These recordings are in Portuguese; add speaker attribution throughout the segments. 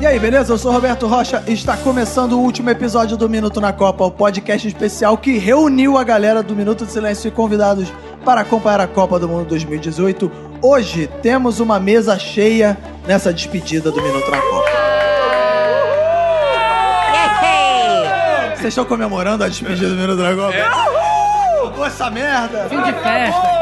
Speaker 1: E aí, beleza? Eu sou o Roberto Rocha e está começando o último episódio do Minuto na Copa, o podcast especial que reuniu a galera do Minuto de Silêncio e convidados para acompanhar a Copa do Mundo 2018. Hoje temos uma mesa cheia nessa despedida do Minuto na Copa. Vocês estão comemorando a despedida do Minuto na Copa? Acabou essa merda!
Speaker 2: Fim de festa.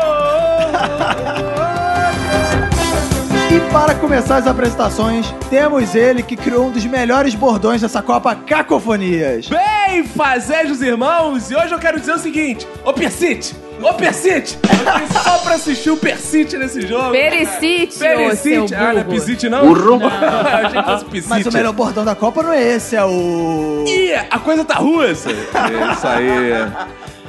Speaker 1: E para começar as apresentações, temos ele que criou um dos melhores bordões dessa Copa, Cacofonias.
Speaker 3: Bem, fazejos irmãos, e hoje eu quero dizer o seguinte: Ô Persite! Ô Persite! Eu vim só pra assistir o Persite nesse jogo.
Speaker 2: Pericite, ô
Speaker 3: Persite!
Speaker 2: seu
Speaker 3: Ah, não é
Speaker 2: burro.
Speaker 3: Persite não? Burro! Eu achei que fosse Persite.
Speaker 1: Mas o melhor bordão da Copa não é esse, é o.
Speaker 3: Ih, a coisa tá russa! Isso aí.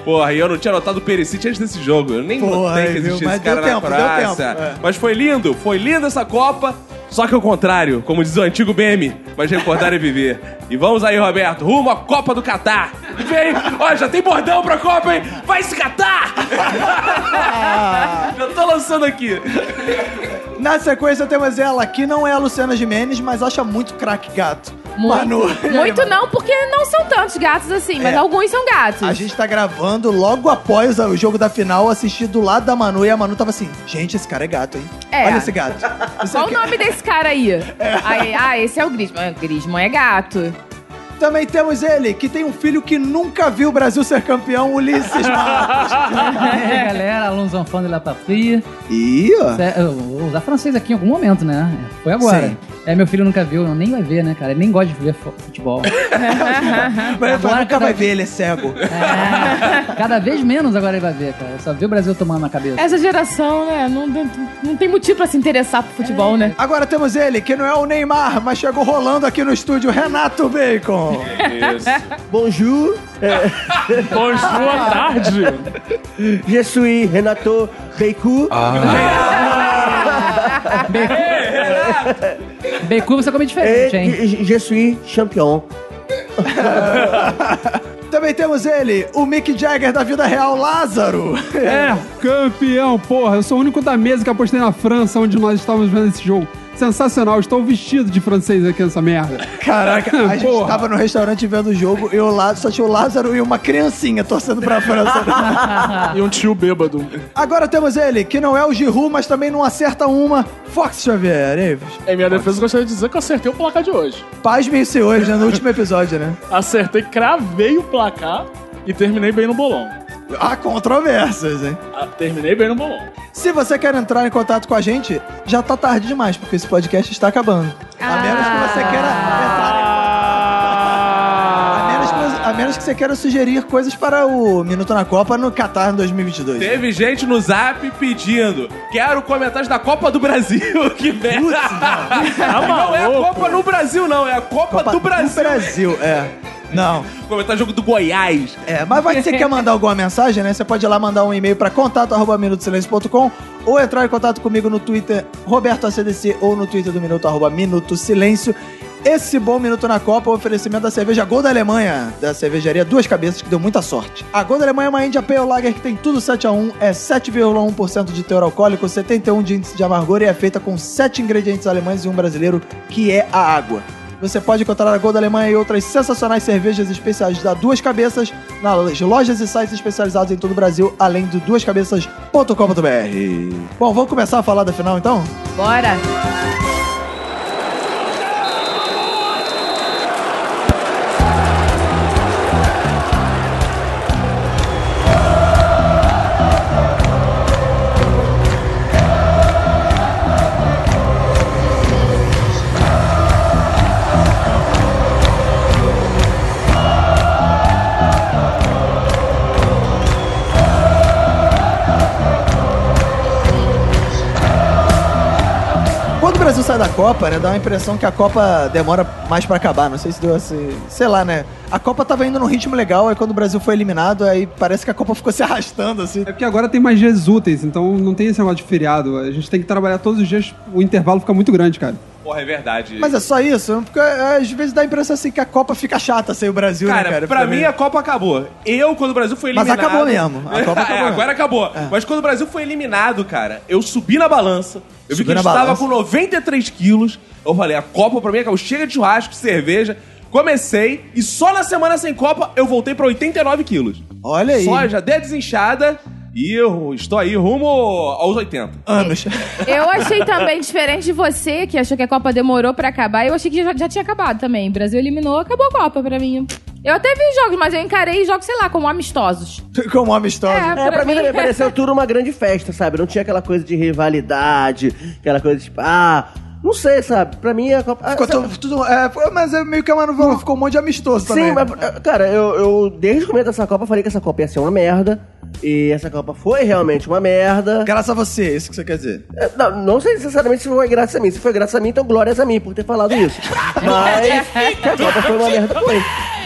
Speaker 3: Porra, e eu não tinha notado o Pericite antes desse jogo. Eu nem
Speaker 1: Porra,
Speaker 3: notei que
Speaker 1: viu?
Speaker 3: existia
Speaker 1: Mas
Speaker 3: esse cara
Speaker 1: deu
Speaker 3: na
Speaker 1: tempo, deu
Speaker 3: praça.
Speaker 1: tempo, é.
Speaker 3: Mas foi lindo, foi linda essa Copa. Só que ao contrário, como diz o antigo meme, mas recordar é viver. E vamos aí, Roberto, rumo à Copa do Catar. Vem, ó, já tem bordão pra Copa, hein? Vai se catar! já tô lançando aqui.
Speaker 1: Na sequência temos ela, que não é a Luciana Jimenez, mas acha muito craque gato. Manu. E aí,
Speaker 2: Muito
Speaker 1: Manu?
Speaker 2: não, porque não são tantos gatos assim, mas
Speaker 1: É.
Speaker 2: alguns são gatos.
Speaker 1: A gente tá gravando logo após o jogo da final, assisti do lado da Manu e a Manu tava assim: gente, esse cara é gato, hein?
Speaker 2: É.
Speaker 1: Olha esse gato. Não sei
Speaker 2: Qual
Speaker 1: o
Speaker 2: o
Speaker 1: quê.
Speaker 2: nome desse cara aí? Aí, Ah, esse é o Grisman. O Grisman é gato.
Speaker 1: Também temos ele, que tem um filho que nunca viu o Brasil ser campeão, Ulisses Matos.
Speaker 4: É, galera, Alonso Anfano e La Patria.
Speaker 1: Ih, ó.
Speaker 4: Cé- Eu vou usar francês aqui em algum momento, né? Foi agora.
Speaker 1: Sim.
Speaker 4: É, meu filho nunca viu, nem vai ver, né, cara? Ele nem gosta de ver fo- futebol.
Speaker 1: Mas ele
Speaker 4: Agora
Speaker 1: nunca
Speaker 4: cada-
Speaker 1: vai
Speaker 2: tá
Speaker 1: ver, ele é cego.
Speaker 4: É, cada vez menos agora ele vai ver, cara. Só vê o Brasil tomando na cabeça.
Speaker 2: Essa geração, né, não, não tem motivo pra se interessar por futebol, né?
Speaker 1: Agora temos ele, que não é o Neymar, mas chegou rolando aqui no estúdio, Renato Bacon.
Speaker 3: Isso.
Speaker 5: Bonjour, É.
Speaker 6: Bonjour, boa tarde.
Speaker 5: je suis Renato Beicu.
Speaker 1: Ah,
Speaker 4: Becu você come
Speaker 5: et
Speaker 4: diferente, hein?
Speaker 5: É, je- je suis champion.
Speaker 1: Também temos ele, o Mick Jagger da vida real, Lázaro.
Speaker 6: É, campeão, porra. Eu sou o único da mesa que apostei na França, onde nós estávamos vendo esse jogo. Sensacional, estou vestido de francês aqui nessa merda. É
Speaker 1: Caraca, a gente
Speaker 6: Porra.
Speaker 1: tava no restaurante vendo o jogo e o Lázaro, só tinha o Lázaro e uma criancinha torcendo pra França.
Speaker 6: E um tio bêbado.
Speaker 1: Agora temos ele, que não é o Giroud, mas também não acerta uma, Fox Xavier. Ei,
Speaker 7: Em minha defesa, eu gostaria de dizer que eu acertei o placar de hoje.
Speaker 1: Pasmem se hoje, né, no último episódio, né?
Speaker 7: Acertei, cravei o placar e terminei bem no bolão.
Speaker 1: Há controvérsias, hein?
Speaker 7: Ah, Terminei bem no bolão.
Speaker 1: Se você quer entrar em contato com a gente, já tá tarde demais, porque esse podcast está acabando. A menos que você queira entrar
Speaker 3: Ah.
Speaker 1: em A menos, que, você- a menos que você queira sugerir coisas para o Minuto na Copa no Qatar em 2022.
Speaker 3: Teve gente no zap pedindo: quero comentários da Copa do Brasil. que merda! não. é a Copa no Brasil, não, é a Copa,
Speaker 1: tá Copa
Speaker 3: do Brasil.
Speaker 1: Brasil, é. Não,
Speaker 3: Comentar jogo do Goiás.
Speaker 1: é. Mas vai que você quer mandar alguma mensagem, né? Você pode ir lá mandar um e-mail para contato.minutosilencio.com ou entrar em contato comigo no Twitter RobertoACDC ou no Twitter do Minuto, arroba Minuto Silêncio. Esse bom Minuto na Copa é um oferecimento da cerveja Gol da Alemanha, da cervejaria Duas Cabeças, que deu muita sorte. A Gol da Alemanha é uma Índia Pale Lager que tem tudo 7 a 1 é 7,1% de teor alcoólico, 71 de índice de amargor e é feita com 7 ingredientes alemães e um brasileiro, que é a água. Você pode encontrar a Gol da Alemanha e outras sensacionais cervejas especiais da Duas Cabeças nas lojas e sites especializados em todo o Brasil, além do duascabeças.com.br. Bom, vamos começar a falar da final então?
Speaker 2: Bora.
Speaker 1: Quando o Brasil sai da Copa, né, dá a impressão que a Copa demora mais pra acabar. Não sei se deu assim. Sei lá, né? A Copa tava indo num ritmo legal, aí quando o Brasil foi eliminado, aí parece que a Copa ficou se arrastando, assim.
Speaker 6: É porque agora tem mais dias úteis, então não tem esse negócio de feriado. A gente tem que trabalhar todos os dias, o intervalo fica muito grande, cara.
Speaker 3: Porra, é verdade.
Speaker 1: Mas é só isso? Porque é, às vezes dá a impressão assim que a Copa fica chata sem o Brasil,
Speaker 3: Cara,
Speaker 1: né, cara?
Speaker 3: pra mim é a Copa acabou. Eu, quando o Brasil foi
Speaker 1: Mas
Speaker 3: eliminado.
Speaker 1: acabou mesmo. A Copa
Speaker 3: É,
Speaker 1: acabou
Speaker 3: agora acabou. Mas quando o Brasil foi eliminado, cara, eu subi na balança. Eu vi
Speaker 1: Subiu
Speaker 3: que ele
Speaker 1: na
Speaker 3: estava
Speaker 1: balança.
Speaker 3: com 93 quilos. Eu falei, a Copa pra mim acabou. Chega de churrasco, cerveja. Comecei e só na semana sem Copa eu voltei pra 89 quilos.
Speaker 1: Olha aí.
Speaker 3: Só já dei a desinchada e eu estou aí rumo aos 80.
Speaker 1: Anos.
Speaker 2: Eu achei também, diferente de você, que achou que a Copa demorou pra acabar, eu achei que já, já tinha acabado também. O Brasil eliminou, acabou a Copa pra mim. Eu até vi jogos, mas eu encarei jogos, sei lá, como amistosos.
Speaker 1: Como amistosa.
Speaker 2: É,
Speaker 5: É, pra mim também pareceu tudo uma grande festa, sabe? Não tinha aquela coisa de rivalidade, aquela coisa tipo, ah, não sei, sabe? Pra mim a Copa. ah,
Speaker 1: Ficou
Speaker 5: sabe-
Speaker 1: tudo- tudo- é, foi- mas é meio que a Manu falou, ficou um monte de amistoso também. né?
Speaker 5: Sim, mas, ah, cara, eu, eu desde o começo dessa Copa eu falei que essa Copa ia ser uma merda. E essa Copa foi realmente uma merda.
Speaker 1: Graças a você, isso que você quer dizer.
Speaker 5: É, Não, não sei necessariamente se foi graças a mim. Se foi graças a mim, então glórias a mim por ter falado isso. Mas que a Copa foi uma merda foi.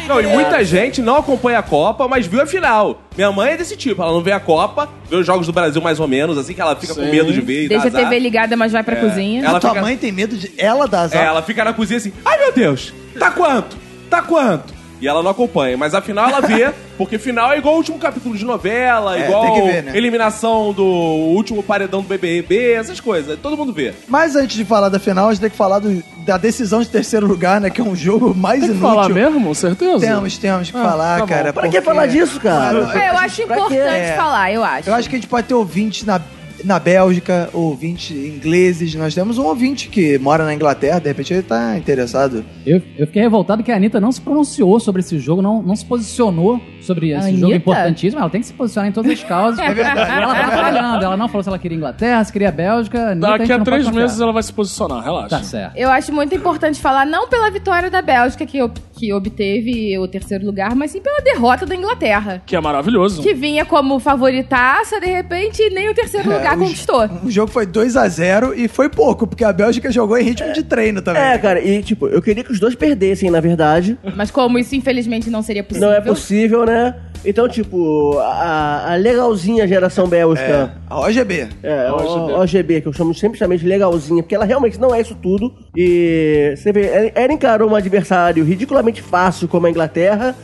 Speaker 3: Não,
Speaker 1: É.
Speaker 3: e muita gente não acompanha a Copa, mas viu a final. Minha mãe é desse tipo, ela não vê a Copa, vê os jogos do Brasil mais ou menos, assim que ela fica com medo de ver. e dá
Speaker 2: Deixa a
Speaker 3: azar.
Speaker 2: TV ligada, mas vai pra cozinha.
Speaker 3: Ela
Speaker 1: a tua
Speaker 3: fica-
Speaker 1: mãe tem medo de ela dar
Speaker 3: É,
Speaker 1: azar.
Speaker 3: ela fica na cozinha assim, ai meu Deus, tá quanto? Tá quanto? E ela não acompanha, mas afinal ela vê, porque final é igual o último capítulo de novela,
Speaker 1: É,
Speaker 3: igual
Speaker 1: tem que ver, né?
Speaker 3: eliminação do último paredão do BBB, essas coisas, todo mundo vê.
Speaker 1: Mas antes de falar da final, a gente tem que falar do- da decisão de terceiro lugar, né? Que é um jogo mais
Speaker 7: Tem que
Speaker 1: inútil. um
Speaker 7: falar mesmo, certeza?
Speaker 1: Temos, temos que falar,
Speaker 7: tá bom.
Speaker 1: cara.
Speaker 5: Pra que falar disso, cara?
Speaker 2: É, eu acho
Speaker 5: Pra quê?
Speaker 2: importante
Speaker 1: É.
Speaker 2: falar, eu acho.
Speaker 1: Eu acho que a gente pode ter ouvintes na, na Bélgica, ouvintes ingleses. Nós temos um ouvinte que mora na Inglaterra, de repente ele tá interessado.
Speaker 4: Eu, eu fiquei revoltado que a Anitta não se pronunciou sobre esse jogo, não, não se posicionou sobre esse
Speaker 2: Anitta?
Speaker 4: jogo importantíssimo. Ela tem que se posicionar em todas as causas.
Speaker 2: É verdade.
Speaker 4: Ela tá atrapalhando. Ela não falou se ela queria Inglaterra, se queria Bélgica. A Anitta,
Speaker 7: Daqui
Speaker 4: gente
Speaker 7: a
Speaker 4: não pode
Speaker 7: três
Speaker 4: confiar.
Speaker 7: meses ela vai se posicionar, relaxa.
Speaker 4: Tá certo.
Speaker 2: Eu acho muito importante falar, não pela vitória da Bélgica, que, ob- que obteve o terceiro lugar, mas sim pela derrota da Inglaterra.
Speaker 7: Que é maravilhoso.
Speaker 2: Que vinha como favoritaça, de repente, nem o terceiro lugar
Speaker 1: o-
Speaker 2: conquistou.
Speaker 1: O jogo foi 2 a 0 e foi pouco, porque a Bélgica jogou em ritmo de treino também.
Speaker 5: É, cara, e tipo, eu queria que os dois perdessem, na verdade.
Speaker 2: Mas como isso, infelizmente, não seria possível.
Speaker 5: Não é possível, né? Então, tipo, a, a legalzinha geração bélgica.
Speaker 1: A OGB.
Speaker 5: É, o- o- OGB, que eu chamo sempre chamei de legalzinha, porque ela realmente não é isso tudo. E você vê, ela, ela encarou um adversário ridiculamente fácil como a Inglaterra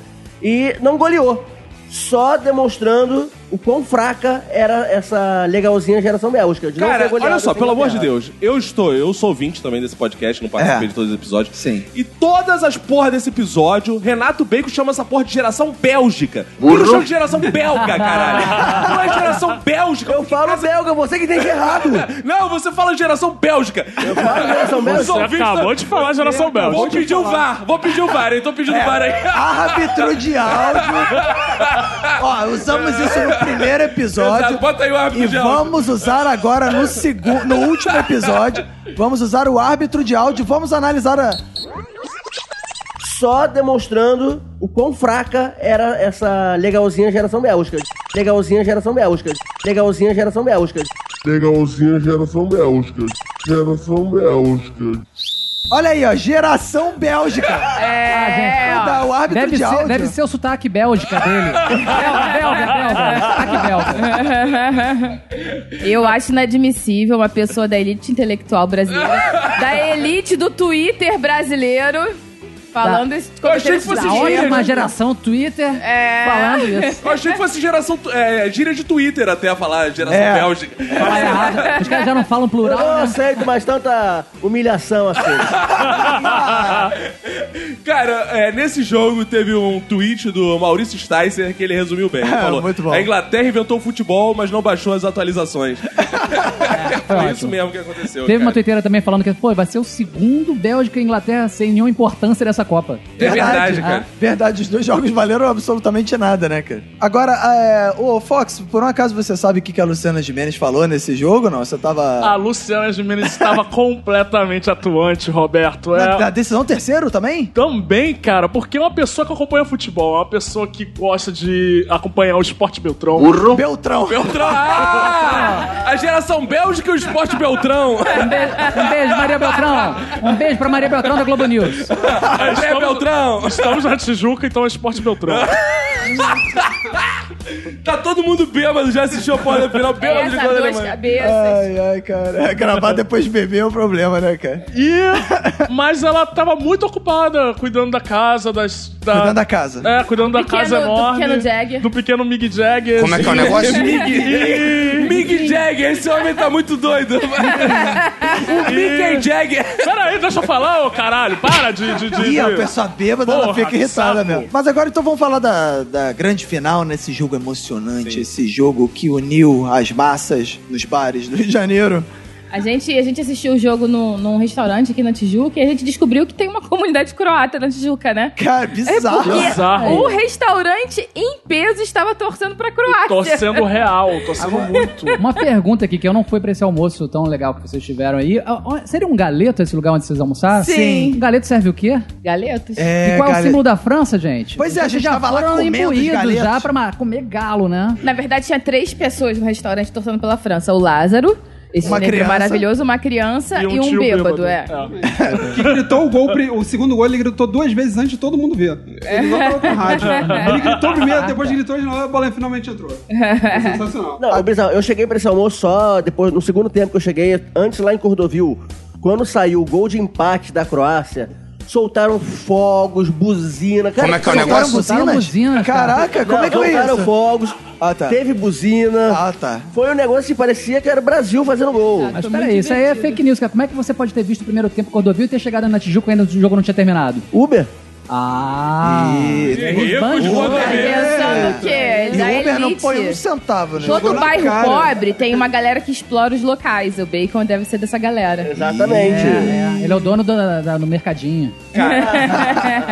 Speaker 5: e não goleou. Só demonstrando o quão fraca era essa legalzinha geração bélgica. De não
Speaker 3: Cara,
Speaker 5: ter goleado
Speaker 3: olha só,
Speaker 5: essa
Speaker 3: pelo amor de
Speaker 5: Inglaterra.
Speaker 3: Deus, eu estou, eu sou ouvinte também desse podcast, não participei
Speaker 1: É.
Speaker 3: de todos os episódios.
Speaker 1: Sim.
Speaker 3: E todas as porra desse episódio, Renato Bacon chama essa porra de geração bélgica. Burro. Eu chamo de geração belga, caralho. não é geração bélgica.
Speaker 5: Eu falo belga, você que tem que errado.
Speaker 3: Não, você fala geração bélgica. Eu
Speaker 5: falo geração bélgica.
Speaker 7: Você acabou de falar geração
Speaker 3: Vou
Speaker 7: Bélgica.
Speaker 3: pedir o VAR, vou pedir o VAR, eu tô pedindo VAR aí.
Speaker 1: Ah, Árbitro de áudio. Ó, usamos isso no primeiro episódio.
Speaker 3: Exato, bota aí o árbitro
Speaker 1: E
Speaker 3: de áudio.
Speaker 1: vamos usar agora no segundo, no último episódio. Vamos usar o árbitro de áudio. Vamos analisar a.
Speaker 5: Só demonstrando o quão fraca era essa legalzinha geração bélgica. Legalzinha geração bélgica. Legalzinha geração bélgica.
Speaker 8: Legalzinha geração Bélgica. Geração Bélgica.
Speaker 1: Olha aí, ó, geração Bélgica.
Speaker 4: Ah, gente,
Speaker 1: Vou dar o árbitro
Speaker 4: Deve
Speaker 1: de
Speaker 4: ser,
Speaker 1: áudio.
Speaker 4: deve ser o sotaque belga dele. belga, belga, belga. Sotaque belga.
Speaker 2: Eu acho inadmissível uma pessoa da elite intelectual brasileira, da elite do Twitter brasileiro, falando esse
Speaker 3: Eu achei que fosse
Speaker 2: comentário.
Speaker 4: Da ótima
Speaker 3: gente.
Speaker 4: geração Twitter falando isso.
Speaker 3: Eu achei que fosse geração. É, gíria de Twitter até falar geração
Speaker 1: É.
Speaker 3: bélgica.
Speaker 4: Fala errado. Os caras já não falam
Speaker 5: Eu não
Speaker 4: plural, né?
Speaker 5: aceito mais tanta humilhação assim.
Speaker 3: Cara, é, nesse jogo teve um tweet do Maurício Sticer que ele resumiu bem. Ele falou,
Speaker 1: muito bom.
Speaker 3: A Inglaterra inventou o futebol, mas não baixou as atualizações. É, Foi isso mesmo que aconteceu.
Speaker 4: Teve uma
Speaker 3: cara.
Speaker 4: twitteira também falando que, pô, vai ser o segundo Bélgica e Inglaterra sem nenhuma importância dessa Copa.
Speaker 3: É verdade,
Speaker 4: né?
Speaker 3: cara.
Speaker 1: Verdade, os dois jogos valeram absolutamente nada, né, cara? Agora, é, ô Fox, por um acaso você sabe o que que a Luciana Gimenez falou nesse jogo, não? Você
Speaker 7: A
Speaker 1: tava.
Speaker 7: Luciana Gimenez estava completamente atuante, Roberto.
Speaker 1: Na, na
Speaker 7: É,
Speaker 1: decisão terceiro também?
Speaker 7: também, cara, porque é uma pessoa que acompanha futebol, é uma pessoa que gosta de acompanhar o esporte Beltrão.
Speaker 1: Beltrão.
Speaker 3: Beltrão! Ah! A geração bélgica e o esporte Beltrão!
Speaker 4: Um beijo, um beijo, Maria Beltrão. Um beijo pra Maria Beltrão da Globo News.
Speaker 3: A
Speaker 7: É
Speaker 3: André Beltrão!
Speaker 7: Estamos na Tijuca, então é Esporte Beltrão.
Speaker 3: Tá todo mundo bêbado, já assistiu a porra da final, bêbado de
Speaker 2: Essa
Speaker 3: Glória
Speaker 2: duas
Speaker 3: Alemã.
Speaker 2: cabeças.
Speaker 1: Ai, ai, cara. Gravar depois de beber é o problema, né, cara?
Speaker 7: E... Mas ela tava muito ocupada cuidando da casa, das... Da...
Speaker 1: Cuidando da casa.
Speaker 7: É, cuidando da
Speaker 2: Pequeno-
Speaker 7: casa
Speaker 2: do
Speaker 7: enorme.
Speaker 2: pequeno Jagger.
Speaker 7: Do pequeno Mig Jagger.
Speaker 9: Como é que é o negócio?
Speaker 7: E...
Speaker 3: Mick Jagger, esse homem tá muito doido. o Mick Jagger.
Speaker 7: Pera aí, deixa eu falar, ô caralho. Para de... de, de-
Speaker 1: Ih, a
Speaker 7: de-
Speaker 1: pessoa bêbada, ela
Speaker 7: É, Porra,
Speaker 1: fica
Speaker 7: que
Speaker 1: irritada
Speaker 7: saco.
Speaker 1: mesmo. Mas agora então vamos falar da, da grande final nesse jogo emocionante, esse jogo que uniu as massas nos bares do Rio de Janeiro.
Speaker 2: A gente, a gente assistiu o jogo num, num restaurante aqui na Tijuca e a gente descobriu que tem uma comunidade croata na Tijuca, né?
Speaker 1: Cara, bizarro.
Speaker 7: Bizarro.
Speaker 2: O restaurante em peso estava torcendo pra Croácia.
Speaker 7: Tô sendo real, tô sendo muito.
Speaker 4: Uma pergunta aqui, que eu não fui pra esse almoço tão legal que vocês tiveram aí. Ah, ah, Seria um galeto esse lugar onde vocês almoçaram?
Speaker 2: Sim.
Speaker 4: Um galeto serve o quê?
Speaker 2: Galetos.
Speaker 1: É,
Speaker 4: e qual é
Speaker 1: cara,
Speaker 4: o símbolo da França, gente?
Speaker 1: Pois é, a
Speaker 4: Vocês
Speaker 1: gente
Speaker 4: já
Speaker 1: tava lá
Speaker 4: foram
Speaker 1: comendo os
Speaker 4: imbuídos
Speaker 1: galetos.
Speaker 4: já pra ma- comer galo, né?
Speaker 2: Na verdade, tinha três pessoas no restaurante torcendo pela França. O Lázaro, esse
Speaker 1: Uma
Speaker 2: negro
Speaker 1: criança.
Speaker 2: maravilhoso, uma criança e um,
Speaker 7: tio
Speaker 2: bêbado, é.
Speaker 6: Que gritou o gol, pri- o segundo gol ele gritou duas vezes antes de todo mundo ver. Ele não tava com rádio. Ele gritou primeiro, depois gritou de novo, a bola finalmente entrou. É sensacional.
Speaker 5: Não, eu, pensava, eu cheguei pra esse almoço só depois, no segundo tempo que eu cheguei, antes lá em Cordovil, quando saiu o gol de empate da Croácia, soltaram fogos, buzina. Cara,
Speaker 9: Como é que é o
Speaker 5: soltaram-
Speaker 9: negócio?
Speaker 4: Botaram buzina, cara.
Speaker 1: Caraca, como é que
Speaker 5: Não, um
Speaker 1: foi
Speaker 5: soltaram
Speaker 1: isso?
Speaker 5: fogos,
Speaker 1: Ah, tá.
Speaker 5: teve buzina.
Speaker 1: Ah, tá.
Speaker 5: Foi um negócio que parecia que era o Brasil fazendo gol.
Speaker 4: Mas peraí, isso aí é fake news, cara. Como é que você pode ter visto o primeiro tempo Cordovil e ter chegado na Tijuca ainda o jogo não tinha terminado?
Speaker 5: Uber?
Speaker 4: Ah!
Speaker 3: Ih,
Speaker 4: Os É, bandos-
Speaker 3: erros,
Speaker 2: Tá pensando o
Speaker 1: E
Speaker 2: quê?
Speaker 1: o
Speaker 2: Da
Speaker 1: Uber não põe um
Speaker 2: elite.
Speaker 1: centavo, né?
Speaker 2: Todo
Speaker 1: Jogou na
Speaker 2: bairro
Speaker 1: cara.
Speaker 2: pobre tem uma galera que explora os locais. O Bacon deve ser dessa galera.
Speaker 5: Exatamente.
Speaker 4: É, ele é o dono do, da- do mercadinho.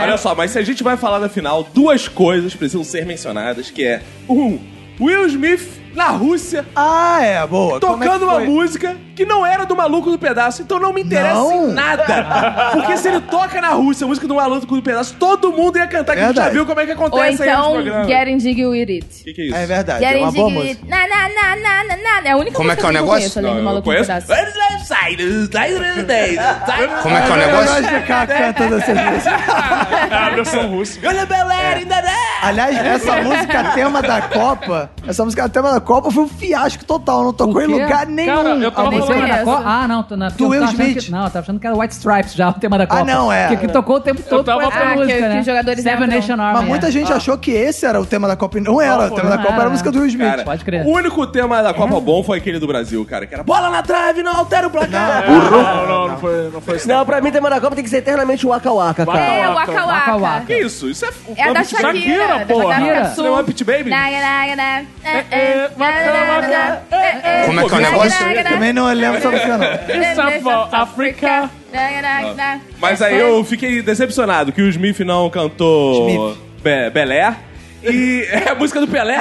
Speaker 3: Olha só, mas se a gente vai falar da final, duas coisas precisam ser mencionadas, que é... Um, Will Smith na Rússia,
Speaker 1: Ah, é, boa. Como é que
Speaker 3: tocando uma
Speaker 1: foi?
Speaker 3: música que não era do Maluco do Pedaço, então não me interessa
Speaker 1: Não.
Speaker 3: em nada. Porque se ele toca na Rússia a música do Maluco do Pedaço, todo mundo ia cantar, que a gente já
Speaker 1: Verdade.
Speaker 3: viu como é que
Speaker 2: Ou
Speaker 3: acontece aí nos
Speaker 2: então,
Speaker 3: programas.
Speaker 2: Getting Diggy With It.
Speaker 3: O que, que é isso?
Speaker 1: É verdade, é
Speaker 2: Getting
Speaker 1: uma boa
Speaker 2: Diggy With
Speaker 1: música.
Speaker 2: It. Na, na, na, na, na, na. É a única
Speaker 9: Como é
Speaker 2: música
Speaker 9: que é o
Speaker 2: eu
Speaker 9: negócio?
Speaker 2: conheço, além do
Speaker 3: Não, eu
Speaker 2: Maluco no
Speaker 3: conheço.
Speaker 2: Pedaço.
Speaker 9: Como é que é o
Speaker 1: Eu
Speaker 9: negócio?
Speaker 1: gosto de ficar cantando essas músicas.
Speaker 7: É a versão russa.
Speaker 1: É.
Speaker 3: né?
Speaker 1: Aliás, essa música tema da Copa, essa música tema da Copa foi um fiasco total, não tocou
Speaker 4: O
Speaker 1: em
Speaker 4: quê?
Speaker 1: lugar nenhum.
Speaker 7: Cara, eu tava
Speaker 4: Ah,
Speaker 2: nem
Speaker 4: você
Speaker 7: falando.
Speaker 4: lembra da
Speaker 2: conheço.
Speaker 4: Copa? Ah, não. tô Na,
Speaker 1: Do
Speaker 4: eu
Speaker 1: Will
Speaker 4: tava achando
Speaker 1: Smith.
Speaker 4: Que, não, eu tava achando que era White Stripes já, o tema da Copa.
Speaker 1: não, é.
Speaker 4: Que, que tocou o tempo todo.
Speaker 7: tava
Speaker 4: com essa
Speaker 2: falando- Ah,
Speaker 4: música,
Speaker 2: que-
Speaker 4: né?
Speaker 2: que os jogadores
Speaker 4: Seven
Speaker 2: entram.
Speaker 4: Nation Army.
Speaker 1: Mas muita
Speaker 4: é.
Speaker 1: gente achou que esse era o tema da Copa. e Não era o tema da
Speaker 4: não
Speaker 1: Copa,
Speaker 4: era,
Speaker 1: era a música do Will Smith.
Speaker 3: Cara,
Speaker 4: Pode crer.
Speaker 3: O único tema da
Speaker 1: É.
Speaker 3: Copa bom foi aquele do Brasil, cara, que era bola na trave, não altera o placar.
Speaker 7: Não, não, não foi, não
Speaker 1: É.
Speaker 7: foi isso.
Speaker 5: Não, pra mim, tema da Copa tem que ser eternamente o Waka Waka, cara.
Speaker 2: É, o
Speaker 7: Waka
Speaker 2: Waka
Speaker 4: Waka.
Speaker 2: Waka.
Speaker 3: Que isso? Isso é um
Speaker 2: É a da
Speaker 3: âmbito-
Speaker 2: Shakira.
Speaker 7: Shakira,
Speaker 2: da
Speaker 7: porra.
Speaker 2: Madonna
Speaker 4: Shakira.
Speaker 3: Isso não é um Upit Baby?
Speaker 9: É, Como é que é o negócio?
Speaker 1: Também não lembro essa música, não.
Speaker 2: é
Speaker 7: It's up for Africa.
Speaker 3: Mas aí eu fiquei decepcionado que o Smith não cantou Be Belé. E é a música do Pelé.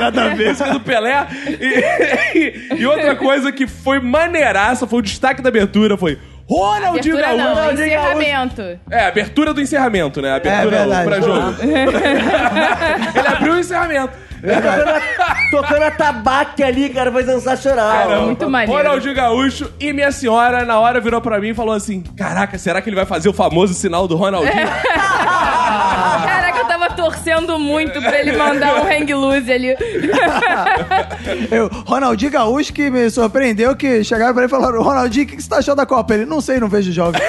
Speaker 3: Nada a ver. Música do Pelé. E, e- e outra coisa que foi maneiraça, foi o destaque da abertura, foi Ronaldinho
Speaker 2: Abertura não,
Speaker 3: Gaúcho.
Speaker 2: encerramento.
Speaker 3: É, abertura do encerramento, né? Abertura
Speaker 1: verdade.
Speaker 3: pra jogo. Ele abriu o encerramento.
Speaker 5: Tocando, a, tocando a tabaque ali, cara, foi sensacional.
Speaker 3: Caramba.
Speaker 2: muito maneiro.
Speaker 3: Ronaldinho Gaúcho e minha senhora, na hora, virou pra mim e falou assim: Caraca, será que ele vai fazer o famoso sinal do Ronaldinho?
Speaker 2: Caraca, eu tava torcendo muito pra ele mandar um hang loose ali.
Speaker 1: Eu, Ronaldinho Gaúcho que me surpreendeu que chegaram pra ele e falaram: Ronaldinho, o que, que você tá achando da Copa? Ele, não sei, não vejo jogos.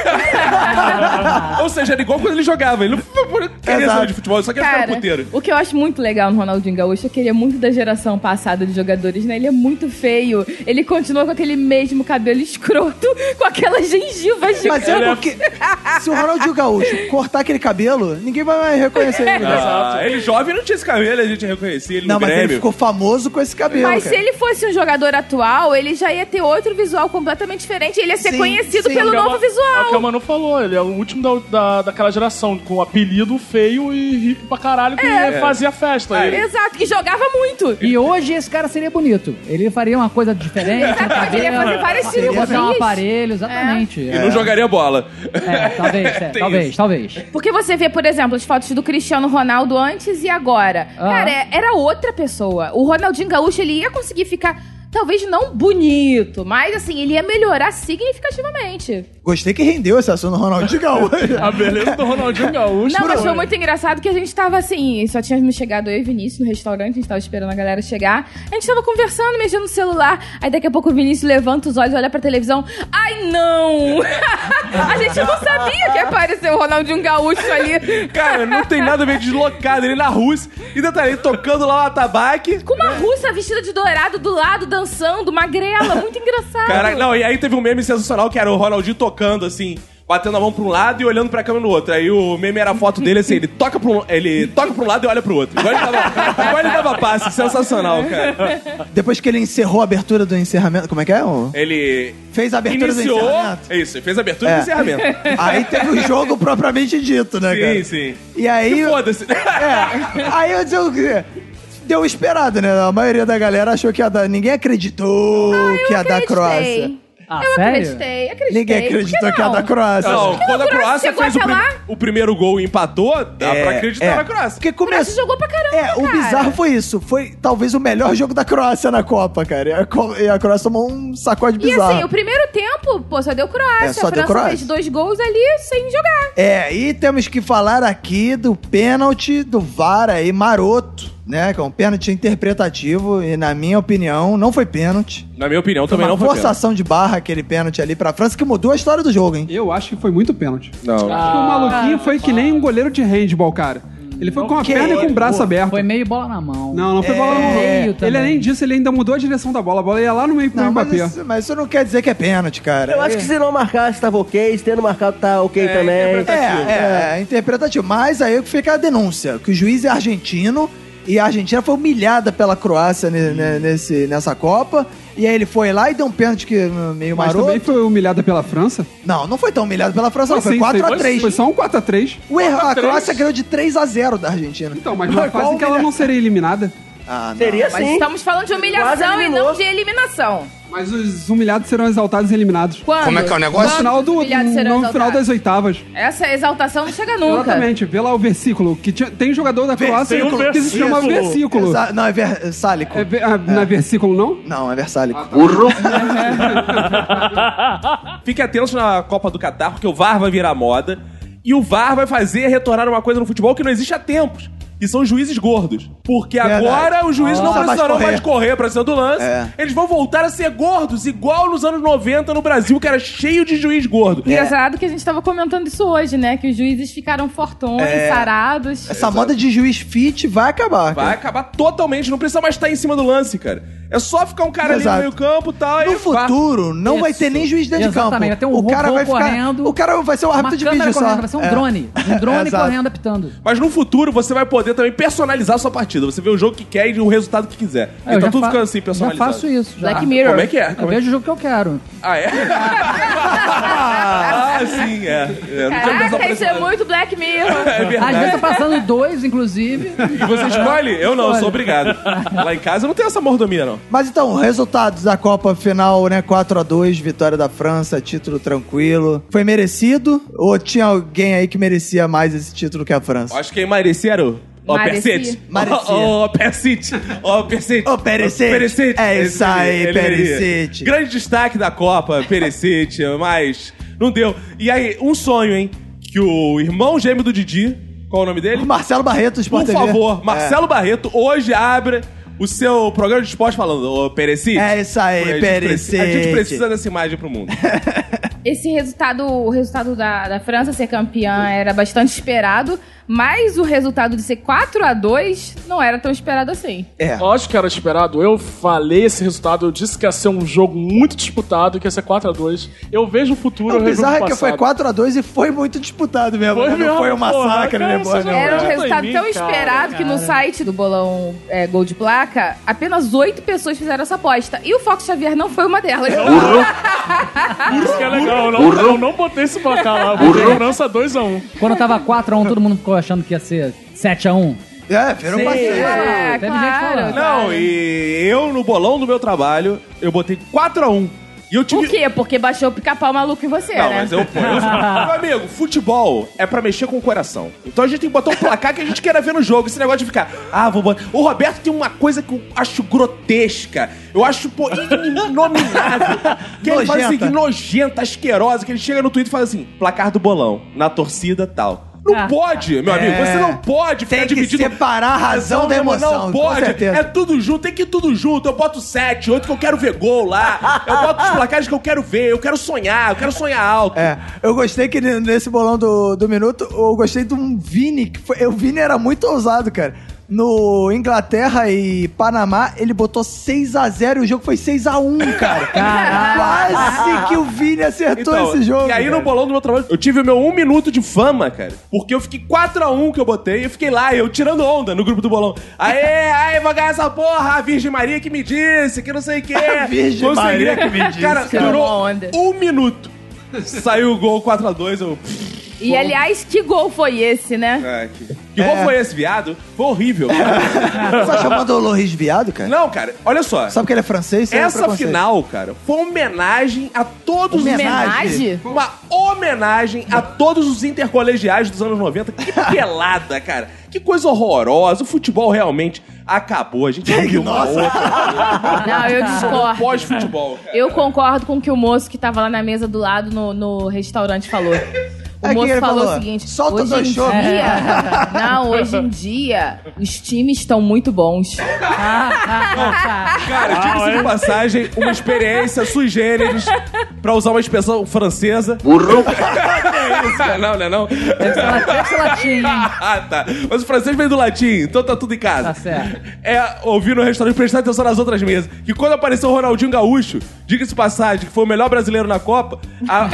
Speaker 3: Ou seja, era igual quando ele jogava. Ele não queria
Speaker 1: Exato.
Speaker 3: saber de futebol, ele só queria ficar no
Speaker 2: Cara,
Speaker 3: puteiro.
Speaker 2: o que eu acho muito legal no Ronaldinho Gaúcho é que ele é muito da geração passada de jogadores, né? Ele é muito feio. Ele continua com aquele mesmo cabelo escroto, com aquelas gengivas
Speaker 1: Mas
Speaker 2: gigantes.
Speaker 1: é porque. Se o Ronaldinho Gaúcho cortar aquele cabelo, ninguém vai mais reconhecer ele.
Speaker 3: Ah, ele jovem não tinha esse cabelo, a gente reconhecia ele
Speaker 1: Não,
Speaker 3: no
Speaker 1: mas ele
Speaker 3: Grêmio.
Speaker 1: ficou famoso com esse cabelo.
Speaker 2: Mas
Speaker 1: cara.
Speaker 2: se ele fosse um jogador atual, ele já ia ter outro visual completamente diferente. Ele ia ser
Speaker 1: Sim,
Speaker 2: conhecido
Speaker 1: sim.
Speaker 2: pelo
Speaker 7: É o
Speaker 2: novo
Speaker 7: Ma- É o que
Speaker 2: visual.
Speaker 7: o Manu falou, ele é o último da, da- daquela geração, com apelido feio e rico pra caralho, que
Speaker 2: É.
Speaker 7: fazia festa. ele.
Speaker 2: Exato, que jogava muito.
Speaker 4: E hoje esse cara seria bonito. Ele faria uma coisa diferente. no
Speaker 2: Exatamente, ele ia
Speaker 4: cabelo,
Speaker 2: fazer várias
Speaker 4: Seria botar um
Speaker 2: cirurgias.
Speaker 4: aparelho, exatamente.
Speaker 3: E não jogaria bola.
Speaker 4: É, talvez, é,
Speaker 3: É. Tem
Speaker 4: talvez,
Speaker 3: isso.
Speaker 4: talvez.
Speaker 2: Porque você vê, por exemplo, as fotos do Cristiano Ronaldo antes e agora.
Speaker 4: Ah.
Speaker 2: Cara, é- era outra pessoa. O Ronaldinho Gaúcho, ele ia conseguir ficar talvez não bonito, mas assim, ele ia melhorar significativamente.
Speaker 1: Gostei que rendeu esse assunto, Ronaldinho Gaúcho.
Speaker 7: A
Speaker 2: É.
Speaker 7: beleza do Ronaldinho Gaúcho.
Speaker 2: Não, mas foi
Speaker 7: Olha.
Speaker 2: muito engraçado que a gente tava assim, só tínhamos chegado eu e Vinícius no restaurante, a gente tava esperando a galera chegar. A gente tava conversando, mexendo no celular. Aí daqui a pouco o Vinícius levanta os olhos, olha pra televisão. Ai, não! a gente não sabia que apareceu o Ronaldinho Gaúcho ali
Speaker 3: Cara, não tem nada meio deslocado. Ele na Rússia. E detalhe, ele tocando lá o atabaque.
Speaker 2: com
Speaker 1: Né?
Speaker 2: uma russa vestida de dourado do lado, dançando, magrela, muito engraçado.
Speaker 3: Caraca, não, e aí teve um meme sensacional que era o Ronaldinho tocando, assim, batendo a mão pra um lado e olhando pra câmera no outro. Aí o meme era a foto dele, assim, ele toca pra um, ele toca pra um lado e olha pro outro. Igual ele dava, igual ele dava passe, sensacional, cara.
Speaker 1: Depois que ele encerrou a abertura do encerramento, como é que é? o-
Speaker 3: Ele
Speaker 1: Fez a abertura do
Speaker 3: iniciou.
Speaker 1: encerramento.
Speaker 3: É isso, ele fez a abertura e
Speaker 1: É.
Speaker 3: e encerramento.
Speaker 1: Aí teve o jogo propriamente dito, né, cara?
Speaker 3: Sim, sim.
Speaker 1: E aí.
Speaker 3: Foda-se.
Speaker 1: É, aí eu dizer o quê? Deu esperado, né? A maioria da galera achou que ia dar. Ninguém acreditou que ia dar
Speaker 2: Ah, acreditei.
Speaker 1: Croácia.
Speaker 4: Ah,
Speaker 2: Eu
Speaker 4: sério?
Speaker 2: acreditei, acreditei.
Speaker 1: Ninguém
Speaker 2: Por que
Speaker 1: acreditou que ia
Speaker 2: não?
Speaker 1: dar Croácia.
Speaker 3: Não, assim, quando a
Speaker 2: Croácia
Speaker 3: Croácia
Speaker 2: chegou
Speaker 3: fez o,
Speaker 2: até
Speaker 3: prim-
Speaker 2: lá?
Speaker 3: o primeiro gol e empatou, dá pra acreditar
Speaker 1: é.
Speaker 3: na Croácia.
Speaker 1: Porque
Speaker 2: A Croácia
Speaker 1: começou.
Speaker 2: jogou pra caramba,
Speaker 1: É, o
Speaker 2: cara.
Speaker 1: bizarro foi isso. Foi talvez o melhor jogo da Croácia na Copa, cara. E a Co- E a Croácia tomou um sacode
Speaker 2: E
Speaker 1: bizarro.
Speaker 2: assim, o primeiro tempo, pô, só deu Croácia.
Speaker 1: É, só
Speaker 2: a
Speaker 1: deu
Speaker 2: França
Speaker 1: Croácia.
Speaker 2: fez dois gols ali sem jogar.
Speaker 1: É, e temos que falar aqui do pênalti do VAR aí, maroto, né? Que é um pênalti interpretativo e, na minha opinião, não foi pênalti.
Speaker 3: Na minha opinião,
Speaker 1: Foi
Speaker 3: também
Speaker 1: uma
Speaker 3: não foi.
Speaker 1: forçação de barra aquele pênalti ali pra França que mudou a história do jogo, hein?
Speaker 6: Eu acho que foi muito pênalti.
Speaker 3: pênalti.
Speaker 1: assim.
Speaker 3: Não.
Speaker 6: Acho que o maluquinho foi que nem um goleiro de handball, cara. Ele foi com a perna e com o braço aberto.
Speaker 4: Foi meio bola na mão.
Speaker 6: Não,
Speaker 2: É,
Speaker 6: não foi bola no
Speaker 4: Meio
Speaker 6: meio. Ele,
Speaker 4: também.
Speaker 6: além disso, ele ainda mudou a direção da bola. A bola ia lá no meio pro
Speaker 1: Não, mas
Speaker 6: Mbappé.
Speaker 1: isso, mas isso não quer dizer que é pênalti, cara.
Speaker 5: Eu acho que se não marcasse, tava ok. Se tendo marcado, tá ok também.
Speaker 1: é, é, é, interpretativo. Mas aí que fica a denúncia, que o juiz é argentino e a Argentina foi humilhada pela Croácia ne- ne- nesse, nessa Copa. E aí ele foi lá e deu um pênalti que hum, meio
Speaker 6: Mas
Speaker 1: maroto.
Speaker 6: também foi humilhada pela França.
Speaker 1: Não, não foi tão humilhado pela França, não. Foi
Speaker 6: sim, foi-
Speaker 1: 4x3.
Speaker 6: Foi só um 4x3.
Speaker 1: Ué, a Croácia ganhou de 3x0 da Argentina.
Speaker 6: Então, mas numa
Speaker 1: Qual
Speaker 6: fase em que ela
Speaker 1: humilha-
Speaker 6: não seria eliminada.
Speaker 1: Ah, não.
Speaker 5: Seria
Speaker 2: Mas
Speaker 5: assim.
Speaker 2: estamos falando de
Speaker 5: Quase
Speaker 2: humilhação e
Speaker 5: eliminou.
Speaker 2: não de eliminação.
Speaker 6: Mas os humilhados serão exaltados e eliminados.
Speaker 2: Quando?
Speaker 9: Como é que é o negócio?
Speaker 6: No
Speaker 2: Quando
Speaker 6: final, do,
Speaker 2: os humilhados serão
Speaker 6: no final
Speaker 2: exaltados?
Speaker 6: das oitavas.
Speaker 2: Essa exaltação não chega nunca.
Speaker 6: Exatamente, vê lá o versículo. Que tinha- tem jogador da Croácia
Speaker 7: Tem um
Speaker 6: que se chama
Speaker 7: versículo.
Speaker 6: versículo.
Speaker 1: Exa- Não, é ver... Sálico.
Speaker 6: É, Ah, tá. ve- ah, Não é versículo, não?
Speaker 1: Não, é Versálico.
Speaker 3: Fique atento na Copa do Catar, porque o VAR vai virar moda. E o VAR vai fazer retornar uma coisa no futebol que não existe há tempos. E são juízes gordos. Porque
Speaker 1: Verdade.
Speaker 3: agora os juízes não
Speaker 1: Não precisa mais
Speaker 3: precisarão
Speaker 1: correr.
Speaker 3: mais correr pra cima do lance.
Speaker 1: É.
Speaker 3: Eles vão voltar a ser gordos, igual nos anos 90 no Brasil, que era cheio de juiz gordo.
Speaker 1: É.
Speaker 2: Engraçado que a gente tava comentando isso hoje, né? Que os juízes ficaram fortões, sarados.
Speaker 1: É. Essa moda de juiz fit vai acabar.
Speaker 3: Vai
Speaker 1: cara.
Speaker 3: acabar totalmente, não precisa mais estar em cima do lance, cara. É só ficar um cara
Speaker 1: Exato.
Speaker 3: ali no meio campo e tal. e
Speaker 1: No
Speaker 3: vá.
Speaker 1: futuro, não vai
Speaker 4: Isso.
Speaker 1: ter nem juiz dentro de campo.
Speaker 4: Exatamente, vai ter um
Speaker 1: o cara
Speaker 4: robô
Speaker 1: vai ficar,
Speaker 4: correndo,
Speaker 1: O cara vai ser o
Speaker 4: Uma
Speaker 1: árbitro de
Speaker 4: câmera
Speaker 1: vídeo só.
Speaker 4: correndo, vai ser um
Speaker 1: É.
Speaker 4: drone. Um drone
Speaker 1: Exato.
Speaker 4: correndo apitando.
Speaker 3: Mas no futuro você vai poder também personalizar a sua partida. Você vê o jogo que quer e o resultado que quiser.
Speaker 4: Ah, eu
Speaker 3: então
Speaker 4: já
Speaker 3: tudo
Speaker 4: fa-
Speaker 3: ficando assim,
Speaker 4: Já
Speaker 3: personalizado.
Speaker 4: faço isso. Já.
Speaker 2: Black Mirror.
Speaker 3: Como é que é?
Speaker 4: Eu
Speaker 3: Como é que-
Speaker 4: vejo o jogo que eu quero.
Speaker 3: Ah, é? ah, sim, é. é. não tinha pensado
Speaker 2: Caraca,
Speaker 3: pra
Speaker 2: isso é muito Black Mirror.
Speaker 3: É
Speaker 4: Às
Speaker 3: verdade.
Speaker 4: vezes tô passando dois, inclusive.
Speaker 3: E você escolhe? Eu não, eu sou obrigado. Lá em casa eu não tenho essa mordomia, não.
Speaker 1: Mas então, resultados da Copa final, né? 4x2, vitória da França, título tranquilo. Foi merecido? Ou tinha alguém aí que merecia mais esse título que a França?
Speaker 3: Acho que é Mareceiro. Ó,
Speaker 2: Mareci.
Speaker 3: Persite.
Speaker 1: Mareci.
Speaker 3: Ó, ó, Persite. Ó, Persite.
Speaker 1: Ó, Perisic.
Speaker 3: Perisic.
Speaker 1: É isso aí,
Speaker 3: Ele merecia.
Speaker 1: Perisic.
Speaker 3: Grande destaque da Copa, Perisic, mas não deu. E aí, um sonho, hein? Que o irmão gêmeo do Didi, qual é o nome dele?
Speaker 1: O Marcelo Barreto, Sport
Speaker 3: Por
Speaker 1: TV.
Speaker 3: favor, Marcelo Barreto, hoje abra o seu programa de esporte falando, ô, Perisic.
Speaker 1: É isso aí,
Speaker 3: a gente
Speaker 1: Perisic.
Speaker 3: precisa- A gente precisa dessa imagem pro mundo.
Speaker 2: Esse resultado, o resultado da, da França ser campeã era bastante esperado, mas o resultado de ser 4 a 2 não era tão esperado assim.
Speaker 1: É.
Speaker 7: Lógico que era esperado. Eu falei esse resultado. Eu disse que ia ser um jogo muito disputado, que ia ser 4x2. Eu vejo o futuro.
Speaker 1: O
Speaker 7: eu revejo
Speaker 1: bizarro é que
Speaker 7: passado.
Speaker 1: foi 4x2 e foi muito disputado mesmo.
Speaker 7: Foi
Speaker 1: né? não
Speaker 7: mesmo,
Speaker 1: foi um
Speaker 7: porra,
Speaker 1: massacre,
Speaker 7: cara,
Speaker 1: né? boy?
Speaker 7: isso não
Speaker 3: é
Speaker 2: Era um
Speaker 7: Não,
Speaker 2: resultado
Speaker 7: em mim,
Speaker 2: tão
Speaker 7: cara,
Speaker 2: esperado que no site do bolão é, Gol de Placa, apenas oito pessoas fizeram essa aposta. E o Fox Xavier não foi uma delas.
Speaker 7: Isso
Speaker 1: um.
Speaker 7: que é legal. Eu não, eu não botei esse placar lá. Eu botei França 2x1.
Speaker 4: Quando tava 4x1, todo mundo ficou achando que ia ser 7x1.
Speaker 1: É, virou um passeio.
Speaker 2: É,
Speaker 4: Teve gente falando.
Speaker 3: Não, e eu no bolão do meu trabalho, eu botei 4x1. E eu tive.
Speaker 2: Por quê? Porque baixou o pica-pau maluco em você,
Speaker 3: Não,
Speaker 2: né?
Speaker 3: mas eu ponho. Eu- Meu amigo, futebol é pra mexer com o coração. Então a gente tem que botar um placar que a gente queira ver no jogo. Esse negócio de ficar. Ah, vou botar. O Roberto tem uma coisa que eu acho grotesca. Eu acho, pô, inominável. que ele faz assim,
Speaker 1: Nojenta.
Speaker 3: que nojenta, asquerosa, que ele chega no Twitter e fala assim: placar do bolão, na torcida tal. Não
Speaker 2: Ah.
Speaker 3: pode, meu amigo.
Speaker 1: É.
Speaker 3: Você não pode ficar
Speaker 1: Tem que
Speaker 3: Tá dividindo.
Speaker 1: separar a razão da emoção,
Speaker 3: Não
Speaker 1: com
Speaker 3: pode.
Speaker 1: certeza.
Speaker 3: É tudo junto, tem que ir tudo junto. Eu boto 7, 8 que eu quero ver gol lá. Eu boto os placares que eu quero ver, eu quero sonhar, eu quero sonhar alto.
Speaker 1: É, eu gostei que ne- nesse bolão do, do minuto, eu gostei de um Vini. Que foi, o Vini era muito ousado, cara. No Inglaterra e Panamá, ele botou 6x0 e o jogo foi 6x1, cara. Quase que o Vini acertou
Speaker 3: Então,
Speaker 1: esse jogo.
Speaker 3: E aí no
Speaker 1: cara.
Speaker 3: bolão do meu trabalho, eu tive o meu um minuto de fama, cara. Porque eu fiquei 4x1 que eu botei, eu fiquei lá, eu tirando onda no grupo do bolão. Aê, aê, vou ganhar essa porra, a Virgem Maria que me disse, que não sei o quê.
Speaker 1: A Virgem
Speaker 3: Consegui.
Speaker 1: Maria que me disse.
Speaker 3: Cara,
Speaker 2: Tirou
Speaker 3: durou
Speaker 2: onda.
Speaker 3: um minuto. Saiu o gol 4x2, eu...
Speaker 2: E aliás, que gol foi esse, né?
Speaker 3: Ai,
Speaker 1: Ah,
Speaker 3: que... que
Speaker 1: É.
Speaker 3: gol foi esse, viado? Foi horrível.
Speaker 1: Você tá chamando o Loris viado, cara?
Speaker 3: não, cara, olha só.
Speaker 1: Sabe que ele é francês? Isso aí é
Speaker 3: Essa
Speaker 1: preconceito.
Speaker 3: final, cara, foi uma homenagem a todos os
Speaker 1: Homenagem?
Speaker 2: Homenagem?
Speaker 3: Uma homenagem a todos os intercolegiais dos anos 90. Que pelada, cara. Que coisa horrorosa. O futebol realmente acabou. A gente não viu uma outra. Ah.
Speaker 2: Não, eu discordo.
Speaker 3: Pós-futebol, cara.
Speaker 2: Eu concordo com o que o moço que tava lá na mesa do lado no, no restaurante falou. O
Speaker 1: É que
Speaker 2: moço
Speaker 1: ele
Speaker 2: falou,
Speaker 1: falou,
Speaker 2: o seguinte:
Speaker 1: "Solta
Speaker 2: hoje
Speaker 1: dois
Speaker 2: em
Speaker 1: chopp."
Speaker 2: dia, não, hoje em dia os times estão muito bons.
Speaker 3: Cara, diga-se de passagem, uma experiência sui generis, pra usar uma expressão francesa. Burro. não, não é não?
Speaker 4: Deve ser la- deve ser latim, hein?
Speaker 3: Ah, tá. Mas o francês veio do latim, então tá tudo em casa.
Speaker 4: Tá certo.
Speaker 3: É ouvir no restaurante prestar atenção nas outras mesas. Que quando apareceu o Ronaldinho Gaúcho, diga-se passagem, que foi o melhor brasileiro na Copa, a,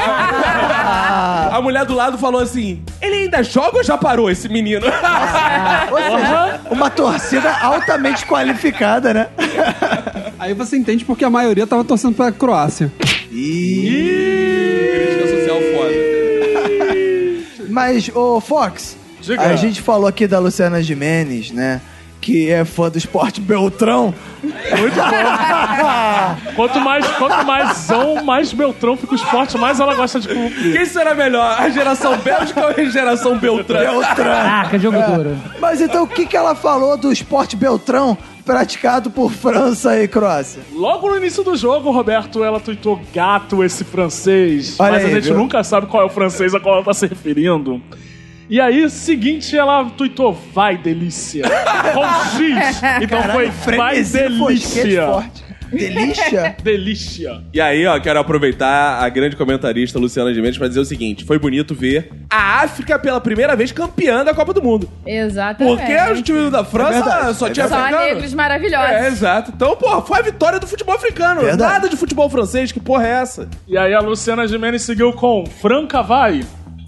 Speaker 3: a- a mulher do lado falou assim: ele ainda joga ou já parou esse menino?
Speaker 4: Tá
Speaker 1: Ou seja, uma torcida altamente qualificada, né?
Speaker 6: Aí você entende porque a maioria tava torcendo pra Croácia.
Speaker 3: Crítica social foda.
Speaker 1: Mas, ô Fox,
Speaker 7: Diga.
Speaker 1: a gente falou aqui da Luciana Jimenez, né? Que é fã do esporte Beltrão.
Speaker 7: Muito bom. quanto mais, quanto mais zão, mais Beltrão fica o esporte, mais ela gosta de cumprir.
Speaker 3: Quem será melhor? A geração Bélgica ou a geração Beltrão?
Speaker 1: Beltrão.
Speaker 4: Caraca, Ah, jogo duro.
Speaker 1: Mas então o que, que ela falou do esporte Beltrão praticado por França e Croácia?
Speaker 7: Logo no início do jogo, Roberto, ela tuitou gato esse francês.
Speaker 1: Olha
Speaker 7: mas
Speaker 1: aí,
Speaker 7: a gente
Speaker 1: viu?
Speaker 7: nunca sabe qual é o francês a qual ela tá se referindo. E aí, seguinte, ela tuitou, vai delícia. Com X. Então foi, vai
Speaker 1: Frenesi, fosquete
Speaker 7: delícia.
Speaker 1: forte. Delícia?
Speaker 7: Delícia.
Speaker 3: E aí, ó, quero aproveitar a grande comentarista Luciana Gimenez pra dizer o seguinte: foi bonito ver a África pela primeira vez campeã da Copa do Mundo.
Speaker 2: Exatamente.
Speaker 3: Porque o time
Speaker 1: É
Speaker 3: da França só tinha
Speaker 2: Só
Speaker 3: africano.
Speaker 2: negros maravilhosos.
Speaker 3: É, exato. Então, porra, foi a vitória do futebol africano.
Speaker 1: Verdade.
Speaker 3: Nada de futebol francês, que porra é essa?
Speaker 7: E aí a Luciana Gimenez seguiu com Franca vai.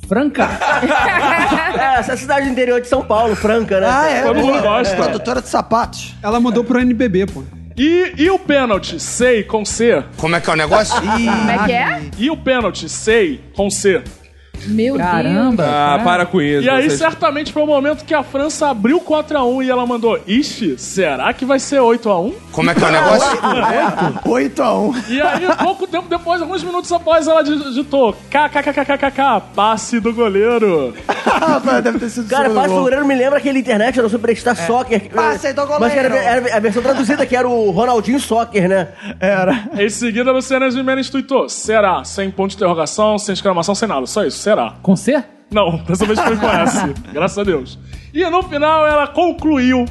Speaker 4: Franca.
Speaker 5: É, essa cidade do interior de São Paulo, Franca, né?
Speaker 1: Ah, é.
Speaker 7: Todo mundo gosta.
Speaker 1: Produtora de sapatos.
Speaker 6: Ela mudou pro NBB, pô.
Speaker 7: E, e o pênalti, sei com C.
Speaker 9: Como é que é o negócio?
Speaker 2: Como é que é?
Speaker 7: E o pênalti, sei com C.
Speaker 2: Meu
Speaker 4: Caramba.
Speaker 3: Ah, para com isso.
Speaker 7: E aí,
Speaker 3: vocês-
Speaker 7: certamente, foi o momento que a França abriu 4x1 e ela mandou: Ixi, será que vai ser 8x1?
Speaker 9: Como é que é o negócio?
Speaker 1: 8 a 1
Speaker 7: E aí, um pouco tempo depois, alguns minutos após, ela digitou: KKKKKK, passe do goleiro.
Speaker 1: Rapaz, Ah, deve ter sido
Speaker 5: Cara,
Speaker 1: segundo
Speaker 5: Passe
Speaker 1: gol.
Speaker 5: Figueiredo me lembra aquele internet do Superstar Soccer.
Speaker 1: Passe do goleiro.
Speaker 5: Mas que era, era a versão traduzida, que era o Ronaldinho Soccer, né?
Speaker 1: Era.
Speaker 7: Em seguida, a Luciana Gimenez tweetou: Será? Sem ponto de interrogação, sem exclamação, sem nada. Só isso, será?
Speaker 4: Com C?
Speaker 7: Não, dessa vez foi com S. Graças a Deus. E no final ela concluiu